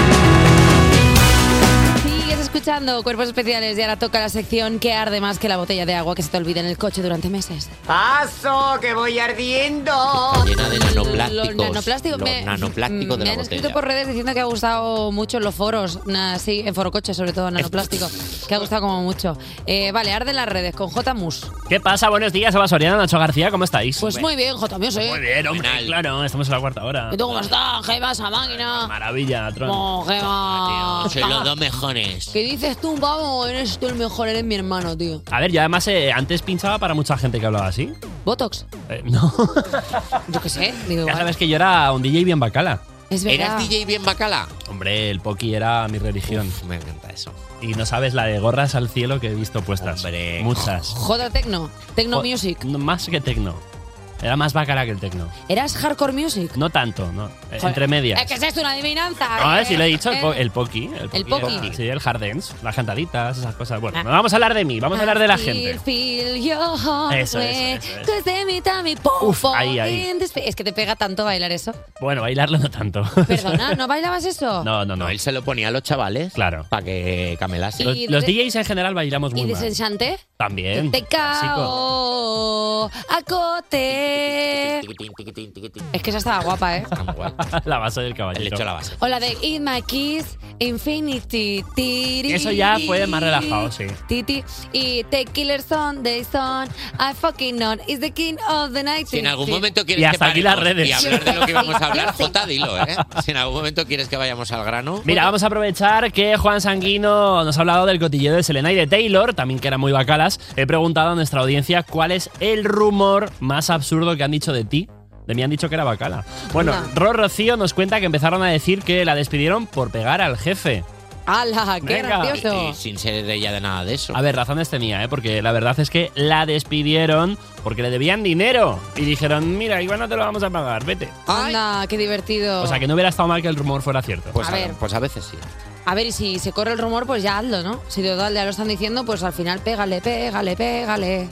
S3: Sigues escuchando Cuerpos Especiales y ahora toca la sección que arde más que la botella de agua que se te olvida en el coche durante meses.
S22: ¡Paso, que voy ardiendo!
S4: Llena de nanoplásticos.
S3: Los nanoplásticos.
S4: Los
S3: me-
S4: nanoplásticos de
S3: me
S4: la
S3: han
S4: botella.
S3: escrito por redes diciendo que ha gustado mucho en los foros, na- sí, en forocoches sobre todo, nanoplástico, que ha gustado como mucho. Eh, vale, arde las redes con J. Mus.
S5: ¿Qué pasa? Buenos días, Eva Soriano, Nacho García, ¿cómo estáis?
S3: Pues muy bien, J. Mus, ¿eh?
S5: Muy bien, hombre, claro, estamos en la cuarta hora.
S3: ¿Y tú cómo estás, Gema, esa máquina?
S5: Maravilla, Tron.
S3: Oh, Gema.
S5: Sois los dos mejores.
S3: ¿Qué dices tú, pavo? Eres tú el mejor, eres mi hermano, tío.
S5: A ver, yo además eh, antes pinchaba para mucha gente que hablaba así.
S3: ¿Botox?
S5: Eh, no.
S3: Yo qué sé, digo
S5: Ya
S3: igual.
S5: sabes que yo era un DJ bien bacala.
S3: Es verdad.
S4: bien bacala?
S5: Hombre, el poki era mi religión.
S4: me encanta eso.
S5: Y no sabes la de gorras al cielo que he visto puestas. Hombre. Muchas.
S3: J. Tecno. Tecno
S5: Jo-
S3: Music.
S5: no, Más que tecno. Era más bacala que el tecno.
S3: ¿Eras hardcore music?
S5: No tanto, no. Eh,
S3: Joder.
S5: Entre medias.
S3: Es que es esto una adivinanza.
S5: No,
S3: eh.
S5: si lo he dicho, el,
S3: Eh,
S5: po- el poki. El poki.
S3: El poki. Ah.
S5: era- Sí, el hard dance, las cantaditas, esas cosas. Bueno, no vamos a hablar de mí, vamos a hablar de la
S3: I
S5: gente.
S3: feel your heart
S5: Eso, eso,
S3: rate,
S5: eso, eso.
S3: cause they meet at me, pum,
S5: Uf,
S3: pum,
S5: ahí, ahí.
S3: in this- Es que te pega tanto bailar eso.
S5: Bueno, bailarlo no tanto.
S3: Perdona, ¿no bailabas eso?
S5: No, no, no.
S4: Él se lo ponía a los chavales.
S5: Claro.
S4: Para que camelasen.
S3: Los- Y los de-
S5: DJs en general bailamos
S3: ¿Y desenchanté?
S5: También.
S3: Te cao, acote. Es que esa estaba guapa, ¿eh?
S5: la base del caballito. Le
S4: echo la base.
S3: O la de In My Kiss, Infinity, tiri.
S5: Eso ya fue más relajado, sí.
S3: Titi y The Killer Son, The Son, I fucking know, is the king of the night.
S4: Si en algún
S3: Sí.
S4: momento quieres
S5: Y
S4: que
S5: hasta aquí las
S4: paremos y
S5: redes.
S4: hablar de lo que íbamos a hablar, Jota, dilo, ¿eh? Si en algún momento quieres que vayamos al grano.
S5: Mira, vamos a aprovechar que Juan Sanguino nos ha hablado del cotilleo de Selena y de Taylor, también que eran muy bacalas. He preguntado a nuestra audiencia cuál es el rumor más absurdo que han dicho de ti. De mí han dicho que era bacala. Bueno,
S3: Anda.
S5: Ro Rocío nos cuenta que empezaron a decir que la despidieron por pegar al jefe.
S3: ¡Hala! ¡Qué
S5: Venga.
S3: gracioso!
S4: sin ser ella de nada de eso.
S5: A ver, razones tenía, ¿eh? porque la verdad es que la despidieron porque le debían dinero. Y dijeron, mira, igual no te lo vamos a pagar, vete.
S3: Anda, qué divertido.
S5: O sea, que no hubiera estado mal que el rumor fuera cierto.
S3: Pues A a- ver.
S4: pues a veces sí.
S3: A ver, y si se corre el rumor, pues ya hazlo, ¿no? Si total ya lo están diciendo, pues al final pégale, pégale, pégale.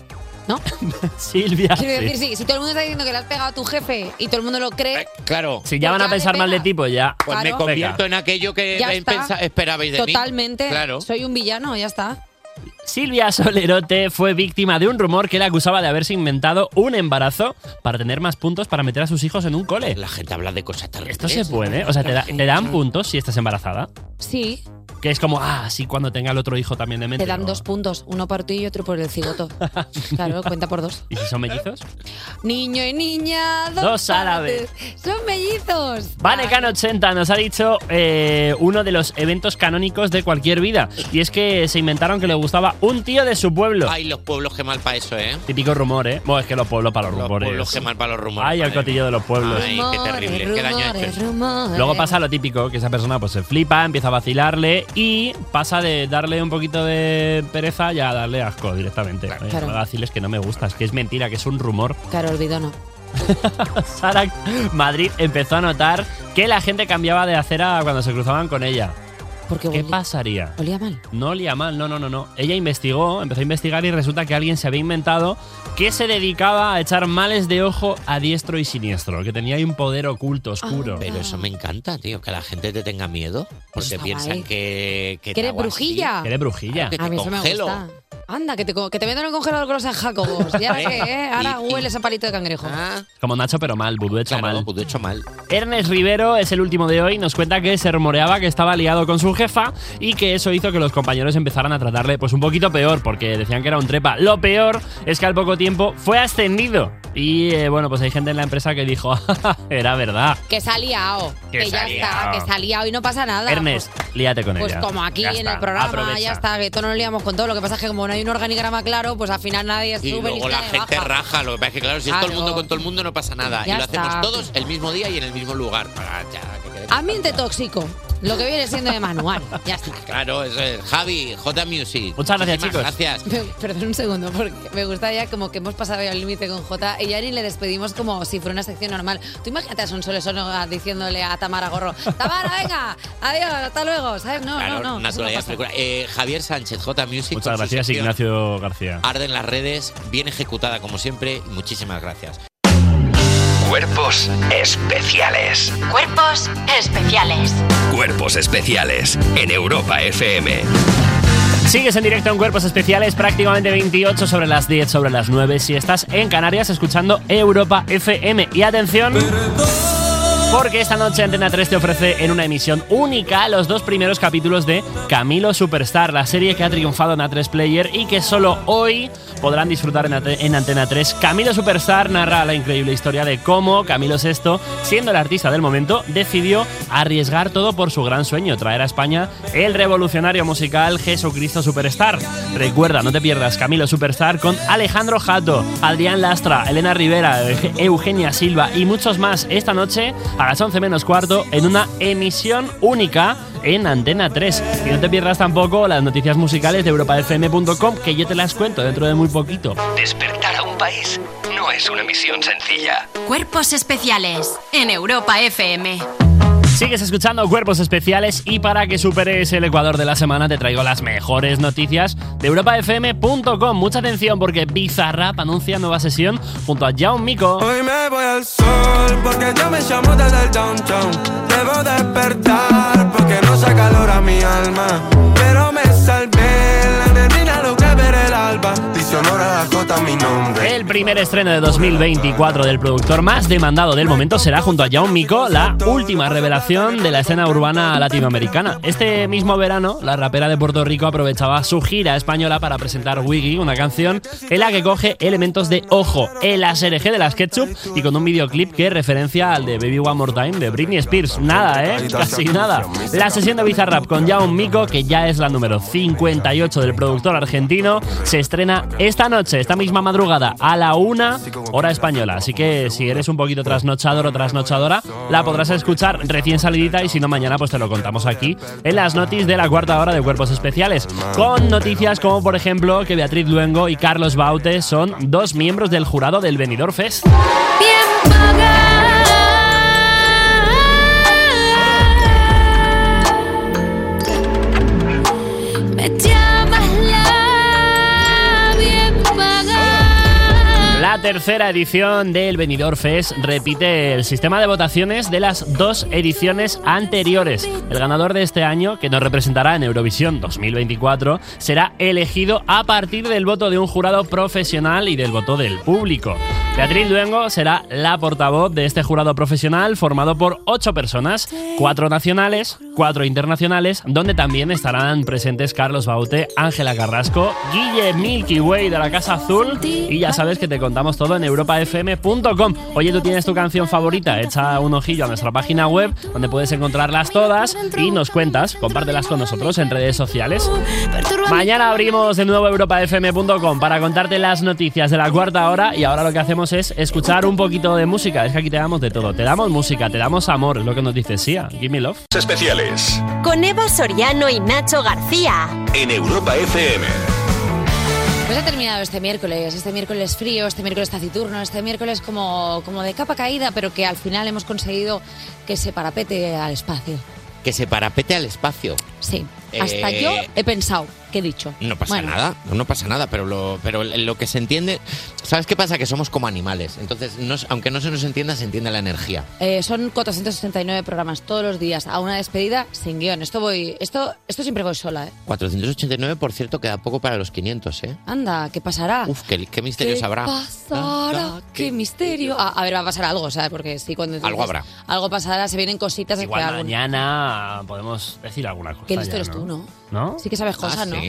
S5: Silvia.
S3: Quiero
S5: sí.
S3: decir, sí, si todo el mundo está diciendo que le has pegado a tu jefe y todo el mundo lo cree,
S4: Claro.
S5: Si ya van a pensar mal de ti, pues ya.
S4: Pues me
S3: Claro.
S4: convierto en aquello que
S3: Ya está.
S4: pensa- esperabais de mí.
S3: totalmente
S4: Claro.
S3: soy un villano, ya está.
S5: Silvia Solerote fue víctima de un rumor que la acusaba de haberse inventado un embarazo para tener más puntos para meter a sus hijos en un cole.
S4: La gente habla de cosas terribles.
S5: Esto se puede, o sea, te, da- te dan puntos si estás embarazada.
S3: Sí,
S5: Que es como, ah, sí, cuando tenga el otro hijo también de mente. Oh,
S3: te dan dos puntos, uno por ti y otro por el cigoto. claro, cuenta por dos.
S5: ¿Y si son mellizos?
S3: Niño y niña, dos,
S5: Dos a la
S3: partes. Son mellizos.
S5: Vanecan80 nos ha dicho eh, uno de los eventos canónicos de cualquier vida. Y es que se inventaron que le gustaba un tío de su pueblo.
S4: Ay, los pueblos que mal para eso, ¿eh?
S5: Típico rumor, ¿eh? Bueno, es que los pueblos para los, rumores.
S4: pueblos que mal para los rumores.
S5: Ay, el cotillo de los pueblos.
S4: Ay, qué terrible. Qué daño este. ha hecho. eso.
S5: Luego pasa lo típico, que esa persona pues se flipa, empieza a vacilarle y pasa de darle un poquito de pereza y a darle asco directamente. Oye,
S3: Claro.
S5: No me vaciles que no me gustas, que es mentira, que es un rumor.
S3: Claro, olvidó no.
S5: Sara Madrid empezó a notar que la gente cambiaba de acera cuando se cruzaban con ella.
S3: Porque
S5: ¿Qué pasaría?
S3: Olía mal.
S5: No olía mal, no, no, no, no. Ella investigó, empezó a investigar y resulta que alguien se había inventado que se dedicaba a echar males de ojo a diestro y siniestro, que tenía ahí un poder oculto, oscuro.
S3: Ah,
S4: Pero eso me encanta, tío, que la gente te tenga miedo. Porque
S3: está
S4: piensan
S3: guay.
S4: que. Que,
S3: Que eres
S4: te hago así.
S3: brujilla. Que eres
S5: brujilla.
S4: Claro, que te
S3: a mí eso me
S4: congelo.
S3: gusta. Anda, que te, co- que te metan en el congelador con los San Jacobos. Y ahora qué, ¿eh? Ahora hueles a palito de cangrejo.
S4: Ah.
S5: Como Nacho, pero mal, vudú hecho mal.
S4: hecho mal.
S5: Ernest Rivero es el último de hoy. Nos cuenta que se rumoreaba que estaba liado con su jefa y que eso hizo que los compañeros empezaran a tratarle pues un poquito peor, porque decían que era un trepa. Lo peor es que al poco tiempo fue ascendido. Y eh, bueno, pues hay gente en la empresa que dijo, era verdad.
S3: Que se ha liado.
S5: Que
S3: Que,
S5: se
S3: ya
S5: ha liado.
S3: está, que se ha liado y no pasa nada.
S5: Ernest, líate con
S3: Pues
S5: ella.
S3: como aquí
S5: Ya
S3: en
S5: está,
S3: el programa,
S5: aprovecha.
S3: ya está, que todos nos liamos con todo. Lo que pasa es que como no hay un organigrama claro, pues al final nadie
S4: Y
S3: sube ni
S4: luego
S3: se
S4: la
S3: baja.
S4: gente raja. Lo que pasa es que, claro, si es todo el
S3: Claro.
S4: mundo con todo el mundo, no pasa nada.
S3: Ya
S4: y lo
S3: está.
S4: hacemos todos el mismo día y en el mismo lugar. Ah, ya, que quede-
S3: Ambiente tóxico. Lo que viene siendo de manual. Ya está.
S4: Claro, eso es. Javi, J Music.
S5: Muchas gracias,
S4: Muchísimas
S5: chicos.
S4: Gracias.
S3: Me- Perdón un segundo, porque me gusta ya como que hemos pasado ya el límite con Jota y ya ni le despedimos como si fuera una sección normal. Tú imagínate a Sonsoles Sonoga diciéndole a Tamara Gorro, Tamara, venga, adiós, hasta luego, ¿sabes? No,
S4: Claro,
S3: no, no. eso no
S4: naturalidad
S3: pasa.
S4: película. Eh, Javier Sánchez, J Music. con
S5: Muchas
S4: su
S5: gracias,
S4: sección
S5: Ignacio García.
S4: Arden las redes, bien ejecutada como siempre. y Muchísimas gracias.
S1: Cuerpos especiales.
S15: Cuerpos especiales.
S1: Cuerpos especiales en Europa FM.
S5: Sigues en directo en Cuerpos Especiales, prácticamente 28 sobre las 10, sobre las 9. Si estás en Canarias escuchando Europa FM. Y atención. Porque esta noche Antena 3 te ofrece en una emisión única los dos primeros capítulos de Camilo Superstar, la serie que ha triunfado en A3 Player y que solo hoy podrán disfrutar en, Ate- en Antena 3. Camilo Superstar narra la increíble historia de cómo Camilo VI, siendo el artista del momento, decidió arriesgar todo por su gran sueño, traer a España el revolucionario musical Jesucristo Superstar. Recuerda, no te pierdas Camilo Superstar con Alejandro Jato, Adrián Lastra, Elena Rivera, Eugenia Silva y muchos más esta noche a las 11 menos cuarto en una emisión única en Antena 3. Y no te pierdas tampoco las noticias musicales de europafm.com que yo te las cuento dentro de muy poquito.
S1: Despertar a un país no es una misión sencilla.
S15: Cuerpos especiales en Europa FM.
S5: Sigues escuchando Cuerpos Especiales y para que superes el Ecuador de la semana te traigo las mejores noticias de europafm.com. Mucha atención porque Bizarrap anuncia nueva sesión junto a Jaume Mico.
S10: Hoy me voy al sol porque yo me llamo desde el downtown. Debo despertar porque no se calora mi alma. Pero me salvé la neblina, lo que ver el alba. Dice honor a la jota mi nombre.
S5: El primer estreno de 2024 del productor más demandado del momento será junto a Jaume Mico, la última revelación de la escena urbana latinoamericana. Este mismo verano, la rapera de Puerto Rico aprovechaba su gira española para presentar Wiggy, una canción en la que coge elementos de Ojo, el ASRG de las Ketchup y con un videoclip que referencia al de Baby One More Time de Britney Spears. Nada, ¿eh? Casi nada. La sesión de Bizarrap con Jaume Mico, que ya es la número 58 del productor argentino, se estrena esta noche, esta misma madrugada, a la una, hora española. Así que si eres un poquito trasnochador o trasnochadora, la podrás escuchar recién salidita y si no, mañana pues te lo contamos aquí en las notis de la cuarta hora de Cuerpos Especiales. Con noticias como, por ejemplo, que Beatriz Luengo y Carlos Baute son dos miembros del jurado del Benidorm Fest.
S18: Me llamas la bien
S5: La tercera edición del Benidorm Fest repite el sistema de votaciones de las dos ediciones anteriores. El ganador de este año, que nos representará en Eurovisión 2024, será elegido a partir del voto de un jurado profesional y del voto del público. Beatriz Luengo será la portavoz de este jurado profesional formado por ocho personas, cuatro nacionales, cuatro internacionales, donde también estarán presentes Carlos Baute, Ángela Carrasco, Guille Milky Way de la Casa Azul y ya sabes que te contamos todo en europafm.com. Oye, tú tienes tu canción favorita, echa un ojillo a nuestra página web donde puedes encontrarlas todas y nos cuentas, compártelas con nosotros en redes sociales. Mañana abrimos de nuevo europafm.com para contarte las noticias de la cuarta hora y ahora lo que hacemos es escuchar un poquito de música. Es que aquí te damos de todo. Te damos música, te damos amor, es lo que nos dice Sia. Give me love.
S8: Especiales
S2: Con Eva Soriano y Nacho García.
S8: en Europa FM.
S3: Pues ha terminado este miércoles, este miércoles frío, este miércoles taciturno, este miércoles como, como de capa caída, pero que al final hemos conseguido que se parapete al espacio.
S4: Que se parapete al espacio.
S3: Sí, hasta
S4: Eh,
S3: yo he pensado, ¿qué he dicho?
S4: No pasa
S3: Bueno.
S4: nada, no pasa nada, pero lo, pero lo que se entiende, ¿sabes qué pasa? Que somos como animales, entonces no s- aunque no se nos entienda, se entiende la energía.
S3: Eh, son 469 programas todos los días, a una despedida sin guión. Esto voy, esto, esto siempre voy sola, ¿eh?
S4: 489, por cierto, queda poco para los 500, ¿eh?
S3: Anda, ¿qué pasará?
S4: Uf, qué, qué misterio
S3: ¿Qué
S4: sabrá.
S3: pasará? ¿Qué misterio? Ah, a ver, va a pasar algo, ¿sabes? Porque sí, cuando
S4: Algo habrá.
S3: Algo pasará, se vienen cositas.
S5: Igual
S3: que algo-
S5: mañana podemos decir alguna cosa.
S3: Qué listo
S5: ya,
S3: eres tú, ¿no?
S5: ¿No? Ah,
S3: Sí que sabes cosas, ¿no? Anda.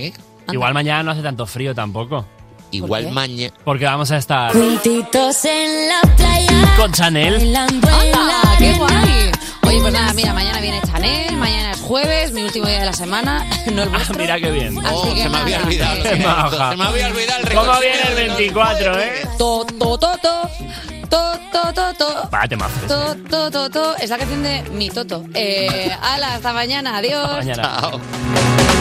S5: Igual mañana no hace tanto frío tampoco.
S3: Igual qué?
S4: mañana.
S5: Porque vamos a estar
S3: Juntitos en la playa.
S5: con Chanel. Ah,
S3: ¡Anda! Ah, ¡Qué guay! Oye, pues nada, mira, mañana viene Chanel, mañana es jueves, mi último día de la semana. No el vuestro.
S5: Mira qué bien. Oh,
S3: Así que
S4: se me había
S3: nada.
S4: olvidado los
S5: Qué
S4: 500,
S5: maja.
S4: se me había olvidado el
S5: ¿Cómo
S4: reconcilio
S5: viene el
S4: de los
S5: 24, eh?
S3: To, to, to, to. To, to, to, to.
S5: Párate más.
S3: To, to,
S5: Oh.
S3: to, to. Es la canción de mi Toto. Eh, ala, hasta mañana. Adiós.
S5: Mañana.